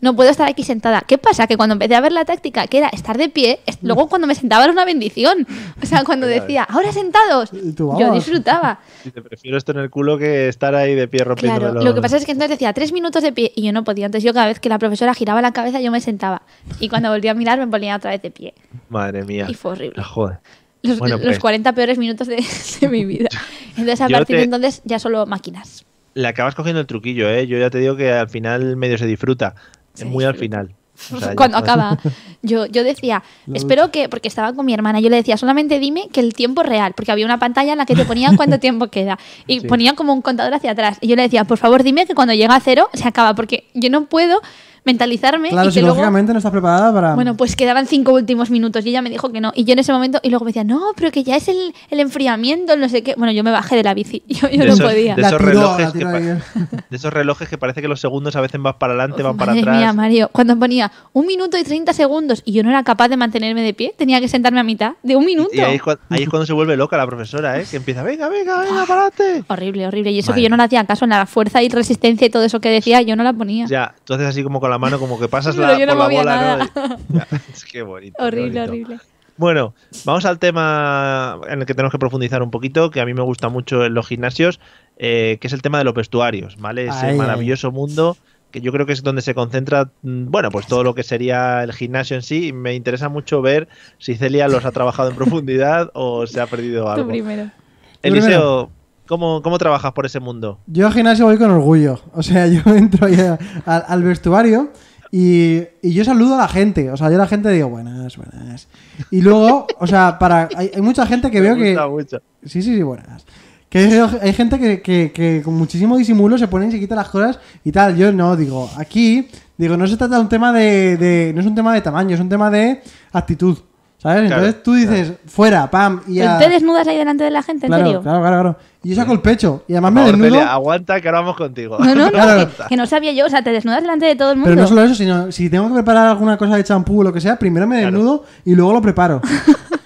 Speaker 3: no puedo estar aquí sentada. ¿Qué pasa? Que cuando empecé a ver la táctica, que era estar de pie, es- luego cuando me sentaba era una bendición. O sea, cuando decía, ahora sentados,
Speaker 2: Y tú,
Speaker 3: yo
Speaker 2: vamos.
Speaker 3: disfrutaba.
Speaker 1: Y te prefiero esto en el culo que estar ahí de pie rompiendo
Speaker 3: Claro, lo que pasa es que entonces decía tres minutos de pie y yo no podía. Entonces yo cada vez que la profesora giraba la cabeza yo me sentaba. Y cuando volví a mirar me ponía otra vez de pie.
Speaker 1: Madre mía.
Speaker 3: Y fue horrible.
Speaker 1: Ah, Joder.
Speaker 3: Los,
Speaker 1: Bueno,
Speaker 3: los
Speaker 1: pues.
Speaker 3: 40 peores minutos de, de mi vida. Entonces a
Speaker 1: Yo
Speaker 3: partir
Speaker 1: te-
Speaker 3: de entonces ya solo máquinas.
Speaker 1: Le acabas cogiendo el truquillo, ¿eh? Yo ya te digo que al final medio se disfruta.
Speaker 3: Se
Speaker 1: muy al
Speaker 3: disfruta.
Speaker 1: final. O sea, ya cuando-
Speaker 3: cuando acaba. Yo, yo decía, espero que, porque estaba con mi hermana, yo le decía, solamente dime que el tiempo es real, porque había una pantalla en la que te ponían cuánto tiempo queda. Y
Speaker 1: Sí.
Speaker 3: ponían como un contador hacia atrás. Y yo le decía, por favor, dime que cuando llega a cero se acaba, porque yo no puedo mentalizarme
Speaker 2: Claro,
Speaker 3: y que luego
Speaker 2: psicológicamente no estás preparada
Speaker 1: ah.
Speaker 2: para.
Speaker 3: bueno, pues quedaban cinco últimos minutos y ella me dijo que no. Y yo en ese momento, y luego me decía, no, pero que ya es el, el enfriamiento, no sé qué. Bueno, yo me bajé de la bici, yo, yo
Speaker 1: De
Speaker 3: no
Speaker 1: esos-
Speaker 3: podía.
Speaker 1: De
Speaker 2: La
Speaker 1: esos,
Speaker 2: tiró,
Speaker 1: relojes
Speaker 2: la
Speaker 1: que
Speaker 2: tiró
Speaker 1: pa-
Speaker 2: ahí.
Speaker 1: de esos relojes que parece que los segundos a veces van para adelante, van para
Speaker 3: Madre
Speaker 1: atrás.
Speaker 3: mía, Mario, cuando ponía un minuto y 30 segundos y yo no era capaz de mantenerme de pie, tenía que sentarme a mitad de un minuto.
Speaker 1: y ahí es, cuan- ahí es cuando se vuelve loca la profesora, ¿eh? Que empieza, venga, venga, venga, parate.
Speaker 3: Horrible, horrible. Y eso
Speaker 1: Madre
Speaker 3: que yo no
Speaker 1: mía.
Speaker 3: le hacía caso, en la fuerza y resistencia y todo eso que decía, yo no la ponía.
Speaker 1: Ya, tú haces así como con la mano, como que pasas
Speaker 3: Pero
Speaker 1: la,
Speaker 3: yo no
Speaker 1: por la
Speaker 3: movía
Speaker 1: bola,
Speaker 3: nada.
Speaker 1: ¿no? Ya, es que bonito. qué
Speaker 3: horrible,
Speaker 1: bonito.
Speaker 3: horrible.
Speaker 1: Bueno, vamos al tema en el que tenemos que profundizar un poquito, que a mí me gusta mucho en los gimnasios, eh, que es el tema de los vestuarios, ¿vale? Ese
Speaker 2: Ay, ay.
Speaker 1: maravilloso mundo que yo creo que es donde se concentra, mm, bueno, pues todo lo que sería el gimnasio en sí. Y me interesa mucho ver si Celia los ha trabajado en profundidad o se ha perdido
Speaker 3: Tú
Speaker 1: algo.
Speaker 3: primero.
Speaker 1: Eliseo, ¿cómo, ¿cómo trabajas por ese mundo?
Speaker 2: Yo al gimnasio voy con orgullo. O sea, yo entro ahí a- al, al vestuario y, y yo saludo a la gente. O sea, yo a la gente digo, buenas, buenas. Y luego, o sea, para hay, hay mucha gente que veo
Speaker 1: me
Speaker 2: que...
Speaker 1: gusta mucho.
Speaker 2: Sí, sí, sí, buenas. Que hay, hay gente que, que- que con muchísimo disimulo se ponen y se quitan las cosas y tal. Yo no, digo, aquí, digo, no se trata de un tema de, de- No es un tema de tamaño, es un tema de actitud. ¿Sabes?
Speaker 1: Claro,
Speaker 2: Entonces tú dices, fuera, pam, y
Speaker 3: ¿Pero
Speaker 2: a...
Speaker 3: ¿Te desnudas ahí delante de la gente, en
Speaker 2: Claro,
Speaker 3: serio?
Speaker 2: claro, claro, claro. Y yo saco el pecho y además
Speaker 1: Por
Speaker 2: me
Speaker 1: favor,
Speaker 2: desnudo.
Speaker 1: Celia, aguanta que ahora vamos contigo.
Speaker 3: No, no, no,
Speaker 2: Claro.
Speaker 3: que, que no sabía yo, o sea, te desnudas delante de todo el mundo.
Speaker 2: Pero no solo eso, sino si tengo que preparar alguna cosa de champú o lo que sea, primero me
Speaker 1: Claro.
Speaker 2: desnudo y luego lo preparo.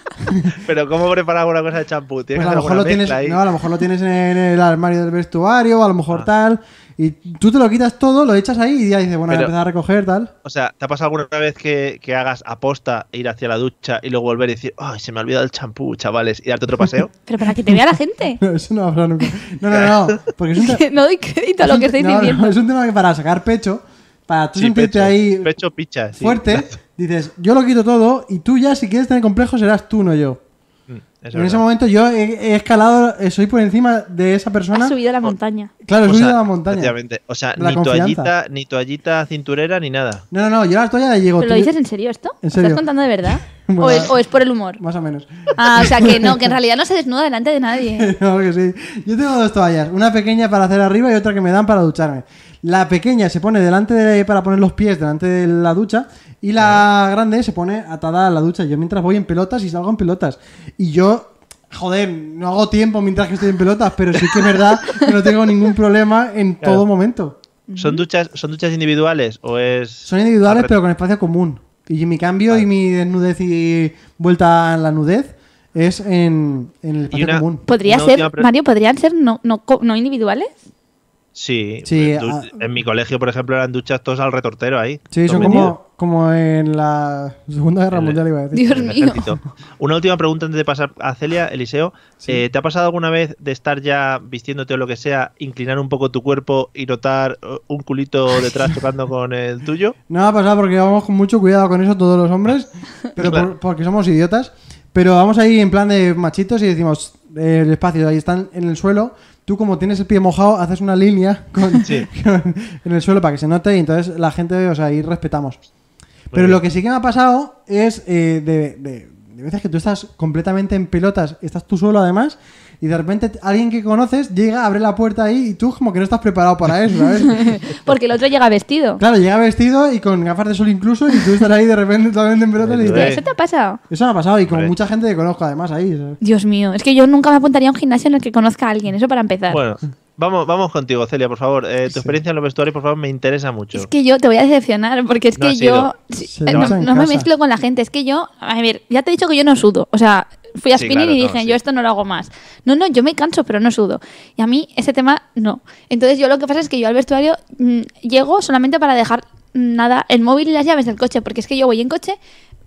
Speaker 1: Pero ¿cómo preparar alguna cosa de champú?
Speaker 2: Pues
Speaker 1: Tienes
Speaker 2: a
Speaker 1: que
Speaker 2: lo
Speaker 1: hacer
Speaker 2: mejor lo
Speaker 1: alguna
Speaker 2: tienes,
Speaker 1: mezcla ahí. Ah.
Speaker 2: no, a lo mejor lo tienes en el armario del vestuario, a lo mejor tal, y tú te lo quitas todo, lo echas ahí y ya dices, bueno, voy a
Speaker 1: Pero-
Speaker 2: empezar a recoger tal.
Speaker 1: O sea, ¿te ha pasado alguna vez que, que hagas aposta ir hacia la ducha y luego volver y decir, ay, se me ha olvidado el champú, chavales, y darte otro paseo?
Speaker 3: Pero para que te vea la gente.
Speaker 2: No, eso no habrá nunca. No, no, no, porque es un, te-
Speaker 3: Que no doy crédito a lo que estáis
Speaker 2: no, no,
Speaker 3: diciendo.
Speaker 2: es un tema que para sacar pecho, para tú
Speaker 1: Sí,
Speaker 2: sentirte
Speaker 1: pecho,
Speaker 2: ahí
Speaker 1: Pecho picha, sí.
Speaker 2: fuerte, dices, yo lo quito todo y tú ya si quieres tener complejos serás tú, no yo.
Speaker 1: Mm, es
Speaker 2: en
Speaker 1: verdad.
Speaker 2: ese momento yo he, he escalado, eh, soy por encima de esa persona.
Speaker 3: Has subido a la montaña.
Speaker 2: Claro, he
Speaker 1: O
Speaker 2: subido
Speaker 1: sea,
Speaker 2: a la montaña.
Speaker 1: efectivamente. O sea,
Speaker 2: La
Speaker 1: ni
Speaker 2: confianza.
Speaker 1: toallita, ni toallita cinturera, ni nada.
Speaker 2: No, no, no, yo la toalla la llego.
Speaker 3: ¿Pero lo
Speaker 2: tú-
Speaker 3: dices en serio esto? ¿Lo
Speaker 2: serio.
Speaker 3: ¿Estás contando de verdad?
Speaker 2: Bueno,
Speaker 3: ¿O, es, o es por el humor?
Speaker 2: Más o menos.
Speaker 3: Ah, o sea que no, que en realidad no se desnuda delante de nadie.
Speaker 2: No, que sí. Yo tengo dos toallas, una pequeña para hacer arriba y otra que me dan para ducharme. La pequeña se pone delante de, para poner los pies delante de la ducha y la grande se pone atada a la ducha. Yo mientras voy en pelotas y salgo en pelotas. Y yo, joder, no hago tiempo mientras que estoy en pelotas, pero sí que es verdad que no tengo ningún problema en
Speaker 1: Claro.
Speaker 2: todo momento.
Speaker 1: ¿Son duchas, ¿Son duchas individuales o es...?
Speaker 2: Son individuales pero con espacio común. Y mi cambio y mi desnudez y vuelta a la nudez es en, en el espacio
Speaker 1: una-
Speaker 2: común.
Speaker 3: ¿Podría
Speaker 1: Una última
Speaker 3: ser,
Speaker 1: pre-
Speaker 3: Mario, podrían ser no, no, co- no individuales?
Speaker 1: Sí.
Speaker 2: Sí,
Speaker 1: du-
Speaker 2: ah.
Speaker 1: En mi colegio, por ejemplo, eran duchas todos al retortero ahí.
Speaker 2: Sí,
Speaker 1: todos
Speaker 2: son
Speaker 1: metidos.
Speaker 2: como, como en la Segunda Guerra
Speaker 1: El-
Speaker 2: Mundial, iba a decir.
Speaker 3: Dios
Speaker 1: en el
Speaker 3: mío.
Speaker 1: ejército. Una última pregunta antes de pasar a Celia, Eliseo. Eh, ¿Te ha pasado alguna vez de estar ya vistiéndote o lo que sea, inclinar un poco tu cuerpo y notar eh, un culito detrás tocando con el tuyo?
Speaker 2: No ha pasado porque vamos con mucho cuidado con eso todos los hombres, pero
Speaker 1: Claro.
Speaker 2: por- porque somos idiotas. Pero vamos ahí en plan de machitos y decimos, eh, el espacio, ahí están en el suelo. Tú como tienes el pie mojado, haces una línea con,
Speaker 1: Sí.
Speaker 2: con- en el suelo para que se note y entonces la gente, o sea, ahí respetamos. Pero
Speaker 1: bien.
Speaker 2: lo que sí que me ha pasado es eh, de, de- de veces que tú estás completamente en pelotas, estás tú solo además, y de repente alguien que conoces llega, abre la puerta ahí y tú como que no estás preparado para eso, ¿sabes?
Speaker 3: Porque el otro llega vestido.
Speaker 2: Claro, llega vestido y con gafas de sol incluso y tú estás ahí de repente totalmente en pelotas y
Speaker 3: Hostia,
Speaker 2: dices,
Speaker 3: ¿Eso te ha pasado?
Speaker 2: eso me ha pasado y con
Speaker 1: Hombre.
Speaker 2: mucha gente que conozco además ahí. ¿sabes?
Speaker 3: Dios mío, es que yo nunca me apuntaría a un gimnasio en el que conozca a alguien, eso para empezar.
Speaker 1: Bueno, vamos, vamos contigo, Celia, por favor. Eh, tu experiencia en los vestuarios, por favor, me interesa mucho.
Speaker 3: Es que yo te voy a decepcionar porque es
Speaker 1: No
Speaker 3: que
Speaker 1: has
Speaker 3: yo
Speaker 1: ido.
Speaker 3: sí,
Speaker 2: Se
Speaker 3: eh, no,
Speaker 2: basa en
Speaker 3: no me
Speaker 2: casa.
Speaker 3: mezclo con la gente. Es que yo, a ver, ya te he dicho que yo no sudo. O sea, fui a
Speaker 1: Sí,
Speaker 3: spinning
Speaker 1: claro,
Speaker 3: y
Speaker 1: no,
Speaker 3: dije,
Speaker 1: sí.
Speaker 3: yo esto no lo hago más. No, no, yo me canso, pero no sudo. Y a mí ese tema no. Entonces yo lo que pasa es que yo al vestuario mm, llego solamente para dejar mm, nada, el móvil y las llaves del coche, porque es que yo voy en coche,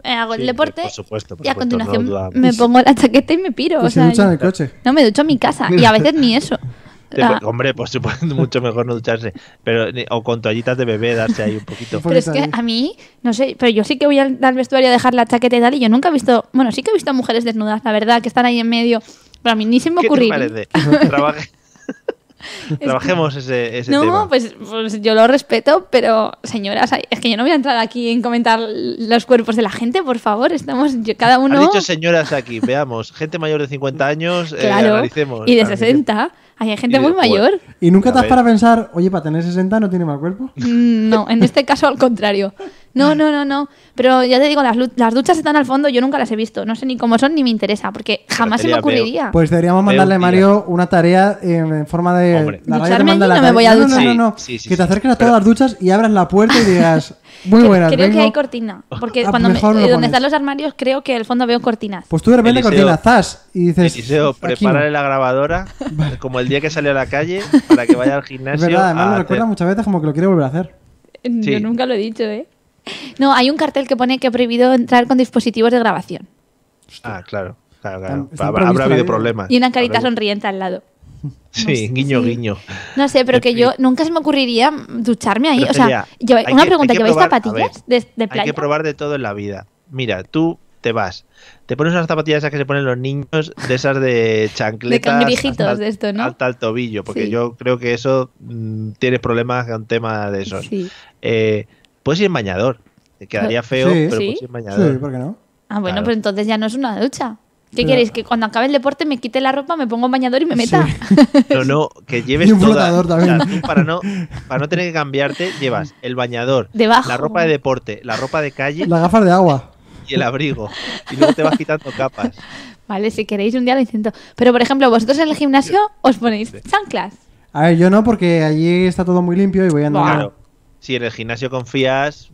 Speaker 3: eh, hago el
Speaker 1: Sí,
Speaker 3: deporte
Speaker 1: por supuesto, por
Speaker 3: y a
Speaker 1: supuesto, no
Speaker 3: continuación
Speaker 1: dudamos.
Speaker 3: me pongo la chaqueta y me piro.
Speaker 2: Que
Speaker 3: o
Speaker 2: se
Speaker 3: sea,
Speaker 2: Pues ducha en
Speaker 3: yo-
Speaker 2: el coche.
Speaker 3: no me ducho en mi casa y a veces ni eso.
Speaker 1: Te-
Speaker 3: Ah,
Speaker 1: Hombre, por supuesto, mucho mejor no ducharse. Pero, ni- o con toallitas de bebé, darse ahí un poquito.
Speaker 2: Por
Speaker 3: Pero es
Speaker 2: eso
Speaker 3: que
Speaker 2: ahí.
Speaker 3: a mí, no sé, pero yo sí que voy al, al vestuario a dejar la chaqueta y tal, y yo nunca he visto, bueno, sí que he visto mujeres desnudas, la verdad, que están ahí en medio, pero a mí ni se me
Speaker 1: ¿Qué te
Speaker 3: ocurriría.
Speaker 1: parece? Trabaje- Trabajemos ese, ese
Speaker 3: no,
Speaker 1: tema.
Speaker 3: Pues, pues yo lo respeto, pero señoras, ay, es que yo no voy a entrar aquí en comentar los cuerpos de la gente, por favor. Estamos yo- cada
Speaker 1: Han
Speaker 3: uno.
Speaker 1: dicho eh, señoras aquí, veamos. Gente mayor de 50 años, eh,
Speaker 3: claro,
Speaker 1: analicemos.
Speaker 3: y de
Speaker 1: analicemos.
Speaker 3: 60. Ay, Hay gente
Speaker 1: Y de-
Speaker 3: muy
Speaker 1: joder.
Speaker 3: mayor.
Speaker 2: ¿Y nunca te
Speaker 1: A
Speaker 2: das
Speaker 1: ver.
Speaker 2: para pensar, oye, para tener 60 no tiene mal cuerpo?
Speaker 3: Mm, No, en este caso al contrario. No, no, no, no. Pero ya te digo, las, lu- las duchas están al fondo, yo nunca las he visto. No sé ni cómo son ni me interesa, porque jamás se me
Speaker 1: Sería
Speaker 3: ocurriría.
Speaker 2: Pues deberíamos
Speaker 1: Veo
Speaker 2: mandarle a
Speaker 1: un
Speaker 2: Mario una tarea en, en forma de.
Speaker 1: Hombre.
Speaker 3: Ducharme allí no me
Speaker 2: tarea-
Speaker 3: voy a
Speaker 2: no, no,
Speaker 3: duchar.
Speaker 2: no, no.
Speaker 1: Sí, sí, sí,
Speaker 2: que te
Speaker 1: sí.
Speaker 2: acerques a
Speaker 1: Pero-
Speaker 2: todas las duchas y abras la puerta y digas, muy
Speaker 3: Que-
Speaker 2: buenas,
Speaker 3: creo
Speaker 2: vengo".
Speaker 3: que hay cortina. Porque
Speaker 2: Ah,
Speaker 3: cuando me-
Speaker 2: mejor lo
Speaker 3: eh, donde
Speaker 2: pones.
Speaker 3: están los armarios, creo que al fondo veo cortinas.
Speaker 2: Pues tú de repente
Speaker 1: Eliseo-
Speaker 2: coordinas, zas, y dices.
Speaker 1: Eliseo,
Speaker 2: "Aquí no".
Speaker 1: prepárale la grabadora, como el día que salió a la calle, para que vaya al
Speaker 2: Es
Speaker 1: gimnasio. ah,
Speaker 2: verdad, además
Speaker 1: a
Speaker 2: lo
Speaker 1: hacer-
Speaker 2: recuerda muchas veces como que lo quiere volver a hacer.
Speaker 3: Yo
Speaker 1: Sí.
Speaker 3: nunca lo he dicho, ¿eh? No, hay un cartel que pone que he prohibido entrar con dispositivos de grabación.
Speaker 1: Ah, claro. claro, claro.
Speaker 2: Está- ¿eh?
Speaker 1: Habrá-
Speaker 2: está previsto
Speaker 1: Habrá
Speaker 2: la
Speaker 1: habido
Speaker 2: vida.
Speaker 1: problemas.
Speaker 3: Y una carita
Speaker 1: Habrá-
Speaker 3: sonriente al lado.
Speaker 1: Sí, guiño,
Speaker 3: sí.
Speaker 1: guiño.
Speaker 3: No sé, pero
Speaker 1: En
Speaker 3: que
Speaker 1: fin.
Speaker 3: yo nunca se me ocurriría ducharme ahí.
Speaker 1: Pero
Speaker 3: o sea,
Speaker 1: Celia,
Speaker 3: yo-
Speaker 1: hay
Speaker 3: una
Speaker 1: que-
Speaker 3: pregunta,
Speaker 1: hay que
Speaker 3: ¿lleváis
Speaker 1: probar- a
Speaker 3: zapatillas
Speaker 1: ver,
Speaker 3: de, de
Speaker 1: Hay
Speaker 3: playa?
Speaker 1: que probar de todo en la vida. Mira, tú te vas, te pones unas zapatillas esas que se ponen los niños, de esas de chancletas.
Speaker 3: cangrejitos,
Speaker 1: hasta el-
Speaker 3: de esto, ¿no?
Speaker 1: Hasta el tobillo, porque
Speaker 3: Sí.
Speaker 1: yo creo que eso mm, tienes problemas con temas de esos.
Speaker 3: Sí.
Speaker 1: Eh, puedes ir en bañador. Te quedaría feo,
Speaker 2: Sí.
Speaker 1: pero
Speaker 3: Sí.
Speaker 1: puedes ir en bañador.
Speaker 2: Sí, ¿por qué no?
Speaker 3: Ah, bueno,
Speaker 1: Claro.
Speaker 3: pero entonces ya no es una ducha. ¿Qué
Speaker 2: Pero-
Speaker 3: queréis? ¿Que cuando acabe el deporte me quite la ropa, me pongo un bañador y me meta?
Speaker 1: No, no, que lleves
Speaker 2: Y un
Speaker 1: toda.
Speaker 2: flotador
Speaker 1: O sea,
Speaker 2: también.
Speaker 1: tú para no, para no tener que cambiarte, llevas el bañador,
Speaker 3: Debajo.
Speaker 1: la ropa de deporte, la ropa de calle
Speaker 2: Las gafas de agua.
Speaker 1: y el abrigo. Y luego te vas quitando capas.
Speaker 3: Vale, si queréis un día lo intento. Pero, por ejemplo, vosotros en el gimnasio os ponéis chanclas.
Speaker 2: A ver, yo no, porque allí está todo muy limpio y voy andando.
Speaker 1: Claro. Si en el gimnasio confías,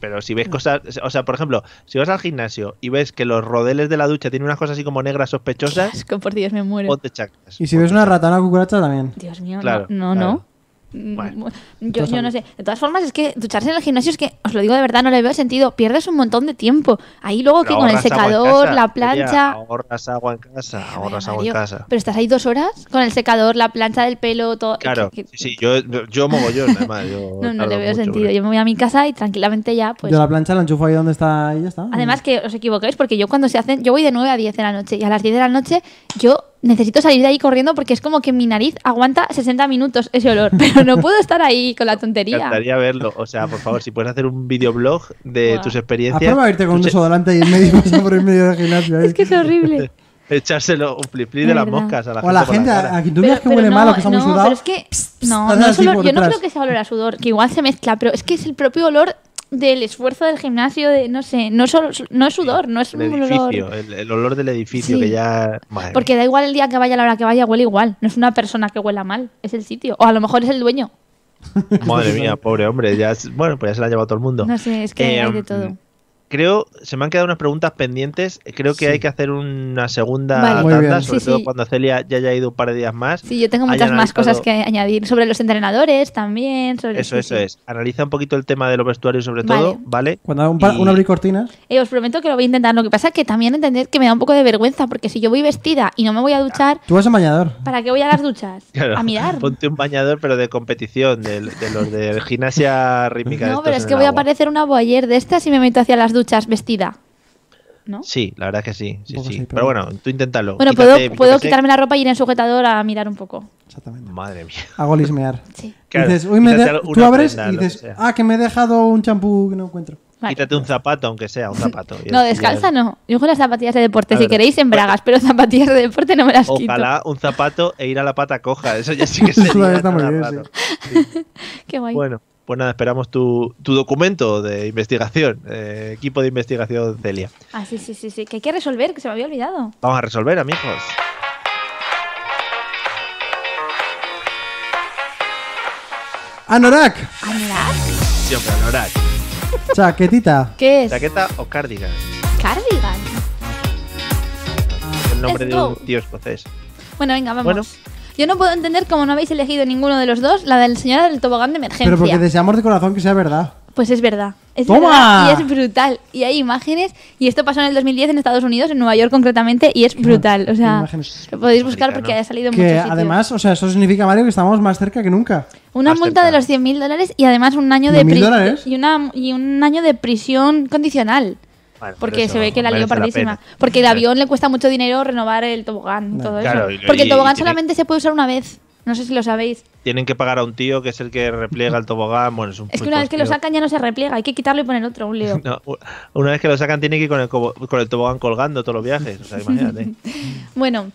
Speaker 1: pero si ves cosas, o sea, por ejemplo, si vas al gimnasio y ves que los rodeles de la ducha tienen unas cosas así como negras sospechosas,
Speaker 3: Asco, por Dios, me muero.
Speaker 1: ponte chacas.
Speaker 2: Y si ves una rata o una cucaracha también.
Speaker 3: Dios mío,
Speaker 1: Claro,
Speaker 3: no, no,
Speaker 1: claro.
Speaker 3: no.
Speaker 1: Bueno.
Speaker 3: Mm, Yo, yo no sé. De todas formas, es que ducharse en el gimnasio es que, os lo digo de verdad, no le veo sentido. Pierdes un montón de tiempo. Ahí luego Oh, que con el secador, la plancha.
Speaker 1: ahorras agua en casa,
Speaker 3: Ay,
Speaker 1: ahorras agua
Speaker 3: Mario,
Speaker 1: en casa.
Speaker 3: Pero estás ahí dos horas con el secador, la plancha del pelo, todo.
Speaker 1: Claro,
Speaker 3: que- que-
Speaker 1: sí, sí, yo, yo mogollón, además. Yo
Speaker 3: No, no
Speaker 1: tardo
Speaker 3: le veo
Speaker 1: mucho,
Speaker 3: sentido.
Speaker 1: pero-
Speaker 3: Yo me voy a mi casa y tranquilamente ya, pues.
Speaker 2: Yo la plancha la enchufo ahí donde está y ya está.
Speaker 3: Además que os equivocáis porque yo cuando se hacen, yo voy de 9 a 10 de la noche y a las 10 de la noche yo necesito salir de ahí corriendo porque es como que mi nariz aguanta 60 minutos ese olor, pero no puedo estar ahí con la
Speaker 1: Me
Speaker 3: tontería.
Speaker 1: encantaría verlo. O sea, por favor, si puedes hacer un videoblog de
Speaker 3: Buah.
Speaker 1: tus
Speaker 2: ¿Has
Speaker 1: experiencias.
Speaker 2: probado irte con un
Speaker 1: Escuche-
Speaker 2: desodorante y en medio pasar por el medio del gimnasio? ahí?
Speaker 3: Es que es horrible.
Speaker 1: Echárselo un flip
Speaker 3: La
Speaker 1: de las
Speaker 3: verdad.
Speaker 1: moscas a la
Speaker 2: o a la
Speaker 1: por
Speaker 2: gente,
Speaker 1: la
Speaker 2: a,
Speaker 1: cara.
Speaker 2: a quien tú veas que huele
Speaker 3: no,
Speaker 2: mal o que está muy
Speaker 3: no,
Speaker 2: sudado.
Speaker 3: pero es que no,
Speaker 2: haces
Speaker 3: no es
Speaker 2: así
Speaker 3: olor-
Speaker 2: por
Speaker 3: yo no
Speaker 2: detrás.
Speaker 3: creo que sea olor a sudor, que igual se mezcla, pero es que es el propio olor del esfuerzo del gimnasio, de no sé, no es, ol- no es sudor, no es
Speaker 1: El
Speaker 3: un olor.
Speaker 1: edificio, el, el olor del edificio
Speaker 3: Sí.
Speaker 1: que ya. madre
Speaker 3: Porque da igual el día que vaya, la hora que vaya, huele igual. No es una persona que huela mal, es el sitio. O a lo mejor es el dueño.
Speaker 1: mía, madre mía, pobre hombre. Ya, es- bueno, pues ya se la ha llevado todo el mundo.
Speaker 3: No sé, es que
Speaker 1: Eh,
Speaker 3: hay de todo.
Speaker 1: Creo, se me han quedado unas preguntas pendientes. Creo que hay que hacer una segunda
Speaker 3: Vale.
Speaker 1: tanda,
Speaker 2: Muy bien.
Speaker 1: sobre
Speaker 3: Sí,
Speaker 1: todo
Speaker 3: sí.
Speaker 1: cuando Celia ya haya ido un par de días más.
Speaker 3: Sí, yo tengo
Speaker 1: haya
Speaker 3: muchas más
Speaker 1: analizado-
Speaker 3: cosas que añadir sobre los entrenadores también. Sobre
Speaker 1: Eso,
Speaker 3: sí,
Speaker 1: eso
Speaker 3: sí.
Speaker 1: es. Analiza un poquito el tema de los vestuarios, sobre
Speaker 3: Vale.
Speaker 1: todo, ¿vale?
Speaker 2: Cuando un, par-
Speaker 1: Y-
Speaker 2: un abrir cortinas.
Speaker 3: Eh, os prometo que lo voy a intentar. Lo que pasa es que también entended que me da un poco de vergüenza porque si yo voy vestida y no me voy a duchar,
Speaker 2: Tú vas en bañador.
Speaker 3: ¿para qué voy a las duchas?
Speaker 1: Claro,
Speaker 3: A mirar.
Speaker 1: Ponte un bañador, pero de competición, de, de los de gimnasia rítmica.
Speaker 3: No,
Speaker 1: estos
Speaker 3: pero
Speaker 1: en
Speaker 3: es
Speaker 1: el
Speaker 3: que voy a
Speaker 1: agua.
Speaker 3: parecer una boyer de estas y me meto hacia las duchas vestida. ¿No?
Speaker 1: Sí, la verdad es que sí. sí,
Speaker 2: poco
Speaker 1: sí.
Speaker 2: sí,
Speaker 1: Pero,
Speaker 2: pero-
Speaker 1: bueno, tú inténtalo.
Speaker 3: Bueno,
Speaker 1: Quítate, yo
Speaker 3: puedo, puedo
Speaker 1: qué sé.
Speaker 3: quitarme la ropa y ir en sujetador a mirar un poco.
Speaker 2: Exactamente.
Speaker 1: Madre mía.
Speaker 2: Hago lismear.
Speaker 3: Sí.
Speaker 1: Claro,
Speaker 2: dices, uy, me de-
Speaker 1: quítate
Speaker 2: tú
Speaker 1: una
Speaker 2: abres
Speaker 1: prenda,
Speaker 2: y
Speaker 1: lo que
Speaker 2: dices,
Speaker 1: sea.
Speaker 2: ah, que me he dejado un champú que no encuentro.
Speaker 3: Vale.
Speaker 1: Quítate un zapato, aunque sea un zapato. Y
Speaker 3: No,
Speaker 1: así ya-
Speaker 3: descalza no. Yo con las zapatillas de deporte,
Speaker 1: A
Speaker 3: si
Speaker 1: ver.
Speaker 3: queréis, en bragas, pero zapatillas de deporte no me las quito.
Speaker 1: Ojalá un zapato e ir a la pata coja. Eso ya sí que
Speaker 2: Eso
Speaker 1: sería
Speaker 2: está muy
Speaker 1: nada
Speaker 2: bien,
Speaker 1: raro. Sí.
Speaker 3: Qué guay.
Speaker 1: Bueno, pues nada, esperamos tu, tu documento de investigación. eh, equipo de investigación Celia.
Speaker 3: Ah, sí, sí, sí, sí. Que hay que resolver, que se me había olvidado.
Speaker 1: Vamos a resolver, amigos.
Speaker 2: Anorak,
Speaker 3: Ah, mirad.
Speaker 1: Siempre, Anorak.
Speaker 2: chaquetita.
Speaker 3: ¿Qué es?
Speaker 1: Chaqueta o cardigan.
Speaker 3: Cardigan.
Speaker 1: El nombre
Speaker 3: Let's
Speaker 1: de un
Speaker 3: go.
Speaker 1: tío escocés.
Speaker 3: Bueno, venga, vamos.
Speaker 1: Bueno.
Speaker 3: Yo no puedo entender cómo no habéis elegido ninguno de los dos la del señora del tobogán de emergencia.
Speaker 2: Pero porque deseamos de corazón que sea verdad.
Speaker 3: Pues es verdad. Es
Speaker 2: ¡Toma!
Speaker 3: verdad y es brutal. Y hay imágenes. Y esto pasó en el 2010 en Estados Unidos, en Nueva York concretamente, y es brutal. O sea,
Speaker 2: Imágenes.
Speaker 3: lo podéis buscar porque
Speaker 1: Americano.
Speaker 3: ha salido en muchos
Speaker 2: Que
Speaker 3: sitios.
Speaker 2: además, o sea, eso significa, Mario, que estamos más cerca que nunca.
Speaker 3: Una
Speaker 1: Más
Speaker 3: multa
Speaker 1: cerca.
Speaker 3: de los 100.000 dólares y además un año de
Speaker 2: 100.000
Speaker 3: pri-
Speaker 2: dólares.
Speaker 3: y, una, y un año de prisión condicional.
Speaker 1: Bueno,
Speaker 3: Porque
Speaker 1: eso
Speaker 3: se ve que la lió
Speaker 1: merece
Speaker 3: pardísima.
Speaker 1: pena.
Speaker 3: Porque el avión le cuesta mucho dinero renovar el tobogán y todo
Speaker 1: Claro,
Speaker 3: eso.
Speaker 1: y-
Speaker 3: Porque el
Speaker 1: y-
Speaker 3: tobogán
Speaker 1: y tiene-
Speaker 3: solamente se puede usar una vez. No sé si lo sabéis.
Speaker 1: Tienen que pagar a un tío que es el que repliega el tobogán. Bueno, es un
Speaker 3: Es que
Speaker 1: puto
Speaker 3: una vez que lo
Speaker 1: tío.
Speaker 3: sacan ya no se repliega, hay que quitarlo y poner otro, un lío.
Speaker 1: No, u- una vez que lo sacan, tiene que ir con el, cobo- con el tobogán colgando todos los viajes. O sea, imagínate.
Speaker 3: Bueno,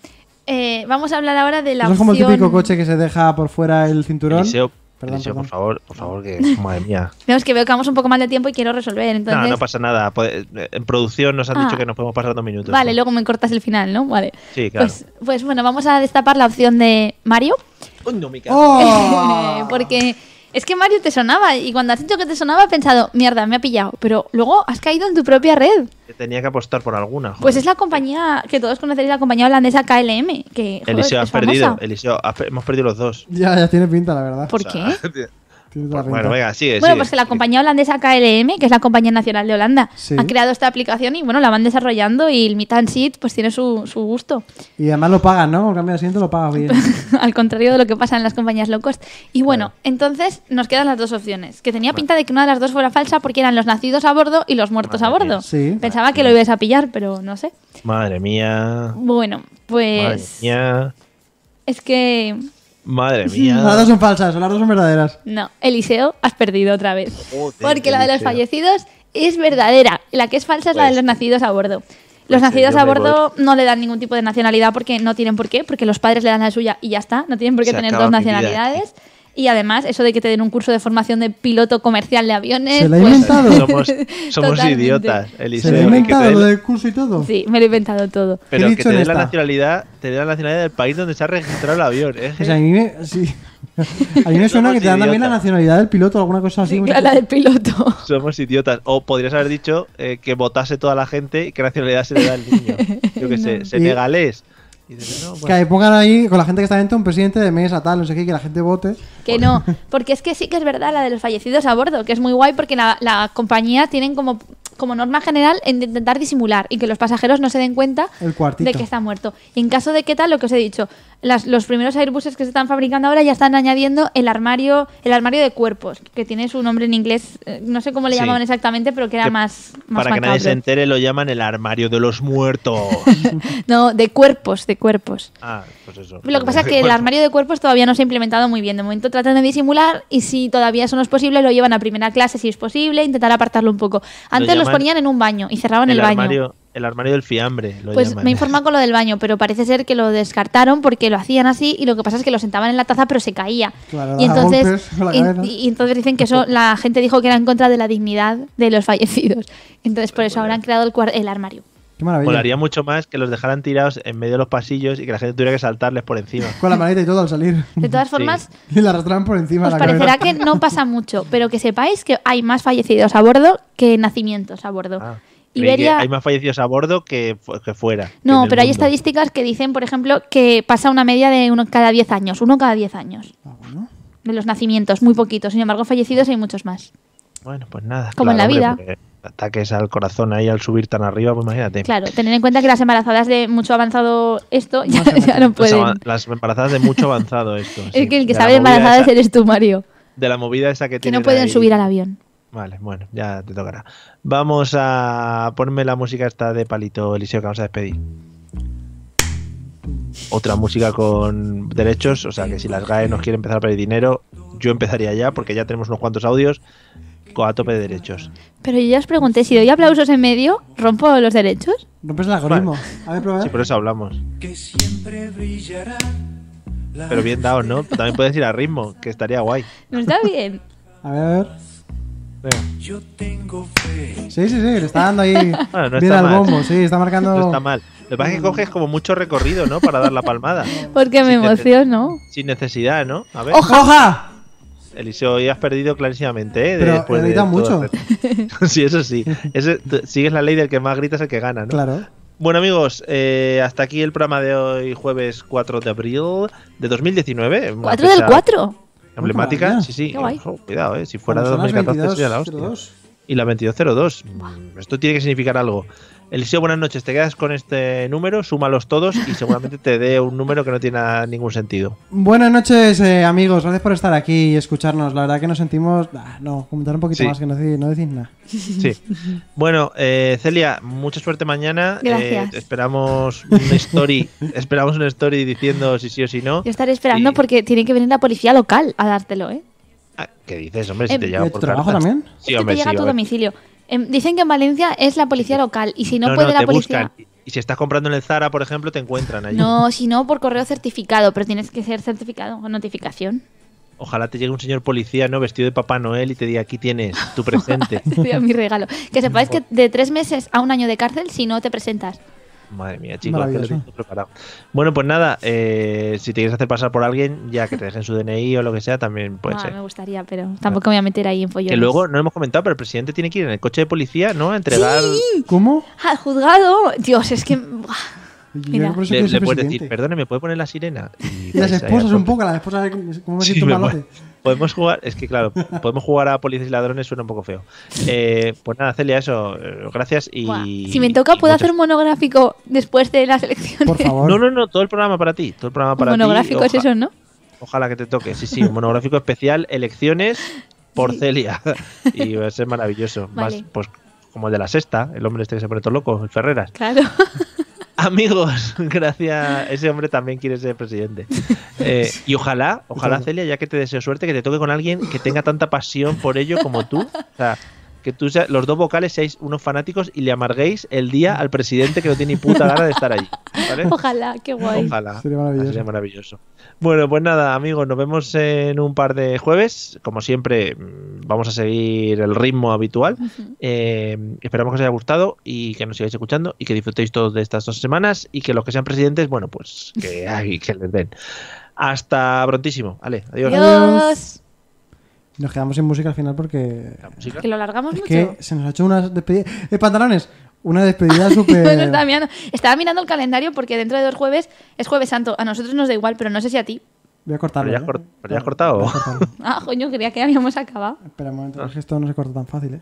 Speaker 3: eh, vamos a hablar ahora de la
Speaker 2: Eso es como el
Speaker 3: opción-
Speaker 2: típico coche que se deja por fuera el cinturón.
Speaker 1: Eliseo,
Speaker 2: Perdón,
Speaker 1: Eliseo,
Speaker 2: perdón.
Speaker 1: por favor, por favor, que. Madre mía.
Speaker 3: Vemos que veo que vamos un poco mal de tiempo y quiero resolver, entonces...
Speaker 1: No, no pasa nada. Puede- En producción nos han
Speaker 3: Ah.
Speaker 1: dicho que nos podemos pasar dos minutos.
Speaker 3: Vale,
Speaker 1: ¿no?
Speaker 3: luego me cortas el final, ¿no? Vale.
Speaker 1: Sí, claro.
Speaker 3: Pues, pues bueno, vamos a destapar la opción de Mario. Eh,
Speaker 1: Uy, no, mi cara.
Speaker 2: ¡Oh!
Speaker 3: porque es que Mario te sonaba y cuando has dicho que te sonaba he pensado, mierda, me ha pillado. Pero luego has caído en tu propia red.
Speaker 1: Que Tenía que apostar por alguna. joder.
Speaker 3: Pues es la compañía que todos conoceréis, la compañía holandesa KLM. Que, joder,
Speaker 1: Eliseo,
Speaker 3: es
Speaker 1: has
Speaker 3: famosa.
Speaker 1: perdido. Eliseo, has pe- hemos perdido los dos.
Speaker 2: Ya, ya tiene pinta, la verdad.
Speaker 3: ¿Por qué?
Speaker 2: Tiene toda la
Speaker 1: Bueno,
Speaker 2: pinta.
Speaker 1: venga, sigue.
Speaker 3: Bueno,
Speaker 1: sigue.
Speaker 3: pues que la compañía holandesa KLM, que es la compañía nacional de Holanda,
Speaker 2: Sí.
Speaker 3: ha creado esta aplicación y bueno, la van desarrollando y el Meet and Seat pues tiene su, su gusto,
Speaker 2: Y además lo pagan, ¿no? Con cambio de asiento lo pagas bien.
Speaker 3: al contrario de lo que pasa en las compañías low cost. Y bueno, entonces nos quedan las dos opciones, que tenía pinta de que una de las dos fuera falsa porque eran los nacidos a bordo y los muertos a
Speaker 1: Madre mía.
Speaker 3: bordo.
Speaker 2: Sí.
Speaker 3: Pensaba que lo ibas a pillar, pero no sé.
Speaker 1: Madre mía.
Speaker 3: Bueno,
Speaker 1: Madre
Speaker 3: pues
Speaker 1: mía.
Speaker 3: es que
Speaker 1: Madre
Speaker 2: Las dos
Speaker 1: mía.
Speaker 2: son falsas, las dos son verdaderas.
Speaker 3: no, Eliseo, has perdido otra vez.
Speaker 1: Oh, Joder,
Speaker 3: Porque la de los
Speaker 1: Eliseo.
Speaker 3: fallecidos es verdadera. La que es falsa es la de
Speaker 1: Pues-
Speaker 3: los nacidos a bordo.
Speaker 1: pues
Speaker 3: Los nacidos
Speaker 1: yo
Speaker 3: a
Speaker 1: me
Speaker 3: bordo no le dan ningún tipo de nacionalidad porque no tienen por qué, porque los padres le dan la suya y ya está. No tienen por qué
Speaker 1: Se
Speaker 3: tener
Speaker 1: acaba
Speaker 3: dos
Speaker 1: mi vida
Speaker 3: nacionalidades. Y además, eso de que te den un curso de formación de piloto comercial de aviones.
Speaker 2: Se la ha
Speaker 3: pues-
Speaker 2: inventado.
Speaker 1: Somos, somos
Speaker 3: Totalmente.
Speaker 1: idiotas, Eliseo.
Speaker 2: Se lo ha
Speaker 1: que te
Speaker 2: inventado
Speaker 1: den-
Speaker 2: lo del curso y todo.
Speaker 3: Sí, me lo he inventado todo.
Speaker 2: ¿Qué he
Speaker 1: Pero que te
Speaker 2: dicho en
Speaker 1: dé la
Speaker 2: esta?
Speaker 1: nacionalidad, te dé la nacionalidad del país donde se ha registrado el avión. ¿eh?
Speaker 2: O sea, a mí me, sí. a mí me suena
Speaker 1: Somos
Speaker 2: que te dan también la
Speaker 1: idiotas.
Speaker 2: nacionalidad del piloto o alguna cosa así.
Speaker 3: Sí, claro, la del piloto.
Speaker 1: Somos idiotas. O podrías haber dicho eh, que votase toda la gente y qué nacionalidad se le da al niño. Yo qué sé, senegalés. Y dices, no,
Speaker 2: Que
Speaker 1: bueno.
Speaker 2: ahí pongan ahí con la gente que está dentro un presidente de mesa, tal, no sé qué, que la gente vote.
Speaker 3: Que no, porque es que sí que es verdad la de los fallecidos a bordo, que es muy guay porque la, la compañía tienen como, como norma general en intentar disimular y que los pasajeros no se den cuenta
Speaker 2: El cuartito.
Speaker 3: de que está muerto. Y en caso de que tal, lo que os he dicho, las- los primeros Airbuses que se están fabricando ahora ya están añadiendo el armario el armario de cuerpos, que tiene su nombre en inglés, eh, no sé cómo le
Speaker 1: Sí.
Speaker 3: llamaban exactamente, pero que era
Speaker 1: Que
Speaker 3: más, más
Speaker 1: Para que nadie se
Speaker 3: macabro.
Speaker 1: entere, lo llaman el armario de los muertos.
Speaker 3: No, de cuerpos, de cuerpos.
Speaker 1: Ah, pues eso.
Speaker 3: Lo que pasa es que el armario de cuerpos todavía no se ha implementado muy bien. De momento tratan de disimular y si todavía eso no es posible, lo llevan a primera clase si es posible, intentar apartarlo un poco. Antes los
Speaker 1: llaman
Speaker 3: ponían en un baño y cerraban el,
Speaker 1: el
Speaker 3: baño.
Speaker 1: armario, el armario del fiambre. Lo
Speaker 3: Pues
Speaker 1: llaman.
Speaker 3: me informan con lo del baño, pero parece ser que lo descartaron porque lo hacían así y lo que pasa es que lo sentaban en la taza pero se caía.
Speaker 2: Claro,
Speaker 3: y,
Speaker 2: daba
Speaker 3: entonces,
Speaker 2: golpes con la
Speaker 3: y-
Speaker 2: cabeza.
Speaker 3: y, entonces dicen que eso la gente dijo que era en contra de la dignidad de los fallecidos.
Speaker 1: Pues
Speaker 3: Entonces por eso habrán creado el, cuar- el armario.
Speaker 2: Qué maravilla.
Speaker 1: Molaría mucho más que los dejaran tirados en medio de los pasillos y que la gente tuviera que saltarles por encima.
Speaker 2: Con la maleta y todo al salir.
Speaker 3: De todas formas,
Speaker 2: y la arrastraban por encima
Speaker 3: Os
Speaker 2: de la cabeza.
Speaker 3: parecerá que no pasa mucho, pero que sepáis que hay más fallecidos a bordo que nacimientos a bordo.
Speaker 1: Ah, creí que
Speaker 3: Iberia.
Speaker 1: Hay más fallecidos a bordo que, fu- que fuera.
Speaker 3: No, pero hay
Speaker 1: estadísticas
Speaker 3: estadísticas que dicen, por ejemplo, que pasa una media de uno cada 10 años, uno cada 10 años.
Speaker 2: Ah,
Speaker 3: De los nacimientos, muy poquitos. Sin embargo, fallecidos hay muchos más.
Speaker 1: Bueno, pues nada.
Speaker 3: Como en la
Speaker 1: hombre, porque Ataques al corazón ahí al subir tan arriba, pues imagínate.
Speaker 3: Claro, tener en cuenta que las embarazadas de mucho avanzado esto ya,
Speaker 2: se
Speaker 3: ya no
Speaker 1: Las,
Speaker 3: pueden.
Speaker 1: ama- las embarazadas de mucho avanzado esto. Pues sí.
Speaker 3: es que el
Speaker 1: De
Speaker 3: que
Speaker 1: la
Speaker 3: sabe
Speaker 1: movida
Speaker 3: embarazada
Speaker 1: esa-
Speaker 3: eres tú, Mario.
Speaker 1: De la movida esa que,
Speaker 3: Que no
Speaker 1: tienen
Speaker 3: pueden
Speaker 1: ahí.
Speaker 3: subir al avión.
Speaker 1: Vale, bueno, ya te tocará. Vamos a ponerme la música esta de palito, Eliseo, que vamos a despedir. Otra música con derechos, o sea que si las GAE nos quiere empezar a pedir dinero, yo empezaría ya, porque ya tenemos unos cuantos audios co- a tope de derechos.
Speaker 3: Pero yo ya os pregunté, si doy aplausos en medio, ¿rompo los derechos?
Speaker 2: Rompes el algoritmo. A ver, prueba.
Speaker 1: Sí, por eso hablamos. Pero bien dados, ¿no? También puedes ir a ritmo, que estaría guay.
Speaker 3: No está bien.
Speaker 2: A ver, a ver.
Speaker 1: Venga.
Speaker 2: Sí, sí, sí, le está dando ahí
Speaker 1: no
Speaker 2: bien
Speaker 1: está
Speaker 2: al
Speaker 1: mal.
Speaker 2: bombo, sí, está marcando.
Speaker 1: No está mal. Lo que pasa es que coges como mucho recorrido, ¿no? Para dar la palmada. Sí, te-
Speaker 3: Porque me
Speaker 1: te-
Speaker 3: emociono.
Speaker 1: Sin necesidad, ¿no? A ver,
Speaker 3: Oja,
Speaker 2: ¡Hoja!
Speaker 1: Eliseo, hoy has perdido clarísimamente, ¿eh?
Speaker 2: Pero
Speaker 1: Después
Speaker 2: he gritado
Speaker 1: de todo
Speaker 2: mucho.
Speaker 1: esto. sí, eso sí. Ese- tú- sigues la ley del que más grita es el que gana, ¿no?
Speaker 2: Claro.
Speaker 1: Bueno, amigos, eh, hasta aquí el programa de hoy, jueves 4 de abril de 2019. una
Speaker 3: 4 del
Speaker 1: fecha
Speaker 3: 4.
Speaker 2: Qué
Speaker 1: Emblemática,
Speaker 2: maravilla.
Speaker 1: sí, sí.
Speaker 3: Qué guay.
Speaker 1: Ojo, cuidado, ¿eh? Si fuera de
Speaker 2: Bueno, son las
Speaker 1: 2014 sería la hostia.
Speaker 2: 22.02.
Speaker 1: Y la 2202. Mm, Esto tiene que significar algo. Eliseo, buenas noches. Te quedas con este número, súmalos todos y seguramente te dé un número que no tiene nada- ningún sentido.
Speaker 2: Buenas noches, eh, amigos. Gracias por estar aquí y escucharnos. La verdad que nos sentimos. Ah, no, comentar un poquito
Speaker 1: Sí.
Speaker 2: más que no decís, no decís nada.
Speaker 1: Sí. Bueno, eh, Celia, mucha suerte mañana. Eh,
Speaker 3: Gracias.
Speaker 1: esperamos un story, esperamos un story diciendo si sí o si no.
Speaker 3: Yo estaré esperando
Speaker 1: Sí.
Speaker 3: porque tiene que venir la policía local a dártelo, ¿eh?
Speaker 1: Ah, ¿Qué dices, hombre? Si
Speaker 3: Eh,
Speaker 1: te llega
Speaker 2: ¿Y
Speaker 1: por
Speaker 2: tu trabajo
Speaker 1: carta.
Speaker 2: también?
Speaker 1: Sí,
Speaker 3: es que
Speaker 1: hombre,
Speaker 3: te llega
Speaker 1: sí,
Speaker 3: a tu
Speaker 1: hombre.
Speaker 3: domicilio. Em, dicen que en Valencia es la policía local y si no,
Speaker 1: No, no,
Speaker 3: puede la
Speaker 1: te
Speaker 3: policía...
Speaker 1: buscan. Y si estás comprando en el Zara, por ejemplo, te encuentran allí.
Speaker 3: No, si no, por correo certificado, pero tienes que ser certificado con notificación.
Speaker 1: Ojalá te llegue un señor policía, ¿no? Vestido de Papá Noel y te diga, aquí tienes tu presente.
Speaker 3: Te doy mi regalo. Que sepáis que de tres meses a un año de cárcel si no te presentas.
Speaker 1: Madre mía, chicos, que
Speaker 2: Maravilloso.
Speaker 1: lo tengo preparado. Bueno, pues nada, eh, si te quieres hacer pasar por alguien, ya que te dejen su DNI o lo que sea, también puede
Speaker 3: Ah,
Speaker 1: ser.
Speaker 3: Me gustaría, pero tampoco me voy a meter ahí en follones.
Speaker 1: Que luego no hemos comentado, pero el presidente tiene que ir en el coche de policía, ¿no? A entregar.
Speaker 2: ¿Cómo?
Speaker 3: Al Ah, juzgado, Dios, es que... buah.
Speaker 2: Yo
Speaker 3: Mira.
Speaker 2: por eso
Speaker 1: Le,
Speaker 2: quiero ser
Speaker 1: le puedes
Speaker 2: presidente.
Speaker 1: decir, perdone, ¿me puede poner la sirena? Y
Speaker 2: Y las
Speaker 1: vais ahí a
Speaker 2: esposas un
Speaker 1: tope.
Speaker 2: poco, las esposas, a ver ¿cómo me
Speaker 1: Sí,
Speaker 2: siento
Speaker 1: me
Speaker 2: malote?
Speaker 1: Podemos jugar, es que claro, podemos jugar a policías y ladrones, suena un poco feo. Eh, pues nada, Celia, eso, eh, gracias y.
Speaker 3: Buah. Si me toca, ¿puedo
Speaker 1: y
Speaker 3: hacer un monográfico después de las elecciones?
Speaker 2: Por favor.
Speaker 1: No, no, no, todo el programa para ti, todo el programa para ti.
Speaker 3: monográfico es
Speaker 1: oja-
Speaker 3: eso, ¿no?
Speaker 1: Ojalá que te toque, sí, sí, un monográfico especial, elecciones por Celia. Y va a ser maravilloso. Vas,
Speaker 3: Vale.
Speaker 1: pues como el de la sexta, el hombre este que se pone todo loco, el Ferreras.
Speaker 3: Claro.
Speaker 1: Amigos, gracias. Ese hombre también quiere ser presidente. Eh, y ojalá, ojalá,
Speaker 2: Muchas gracias.
Speaker 1: Celia, ya que te deseo suerte, que te toque con alguien que tenga tanta pasión por ello como tú. O sea, que tú seas- los dos vocales seáis unos fanáticos y le amarguéis el día al presidente que no tiene ni puta gana de estar allí. ¿vale?
Speaker 3: Ojalá, qué guay.
Speaker 1: Ojalá.
Speaker 2: Sería maravilloso.
Speaker 1: Sería maravilloso. Bueno, pues nada, amigos, nos vemos en un par de jueves. Como siempre, mm, vamos a seguir el ritmo habitual. Eh, esperamos que os haya gustado y que nos sigáis escuchando y que disfrutéis todos de estas dos semanas y que los que sean presidentes, bueno, pues que, ay, que les den. Hasta prontísimo. Ale, adiós.
Speaker 3: Adiós.
Speaker 2: Nos quedamos sin música al final porque.
Speaker 1: La música.
Speaker 3: Que lo alargamos
Speaker 2: Es
Speaker 3: mucho.
Speaker 2: que se nos ha hecho una despedida. ¡Eh, pantalones! Una despedida súper.
Speaker 3: Bueno, estaba, mirando, estaba mirando el calendario porque dentro de dos jueves es Jueves Santo. A nosotros nos da igual, pero no sé si a ti.
Speaker 2: Voy a cortarlo. ¿eh?
Speaker 1: Pero ya has cort- pero ya has cortado.
Speaker 2: Voy a cortarlo.
Speaker 3: Ah, coño, creía que habíamos acabado.
Speaker 2: Espera un
Speaker 1: Ah.
Speaker 2: momento, es que esto no se corta tan fácil, ¿eh?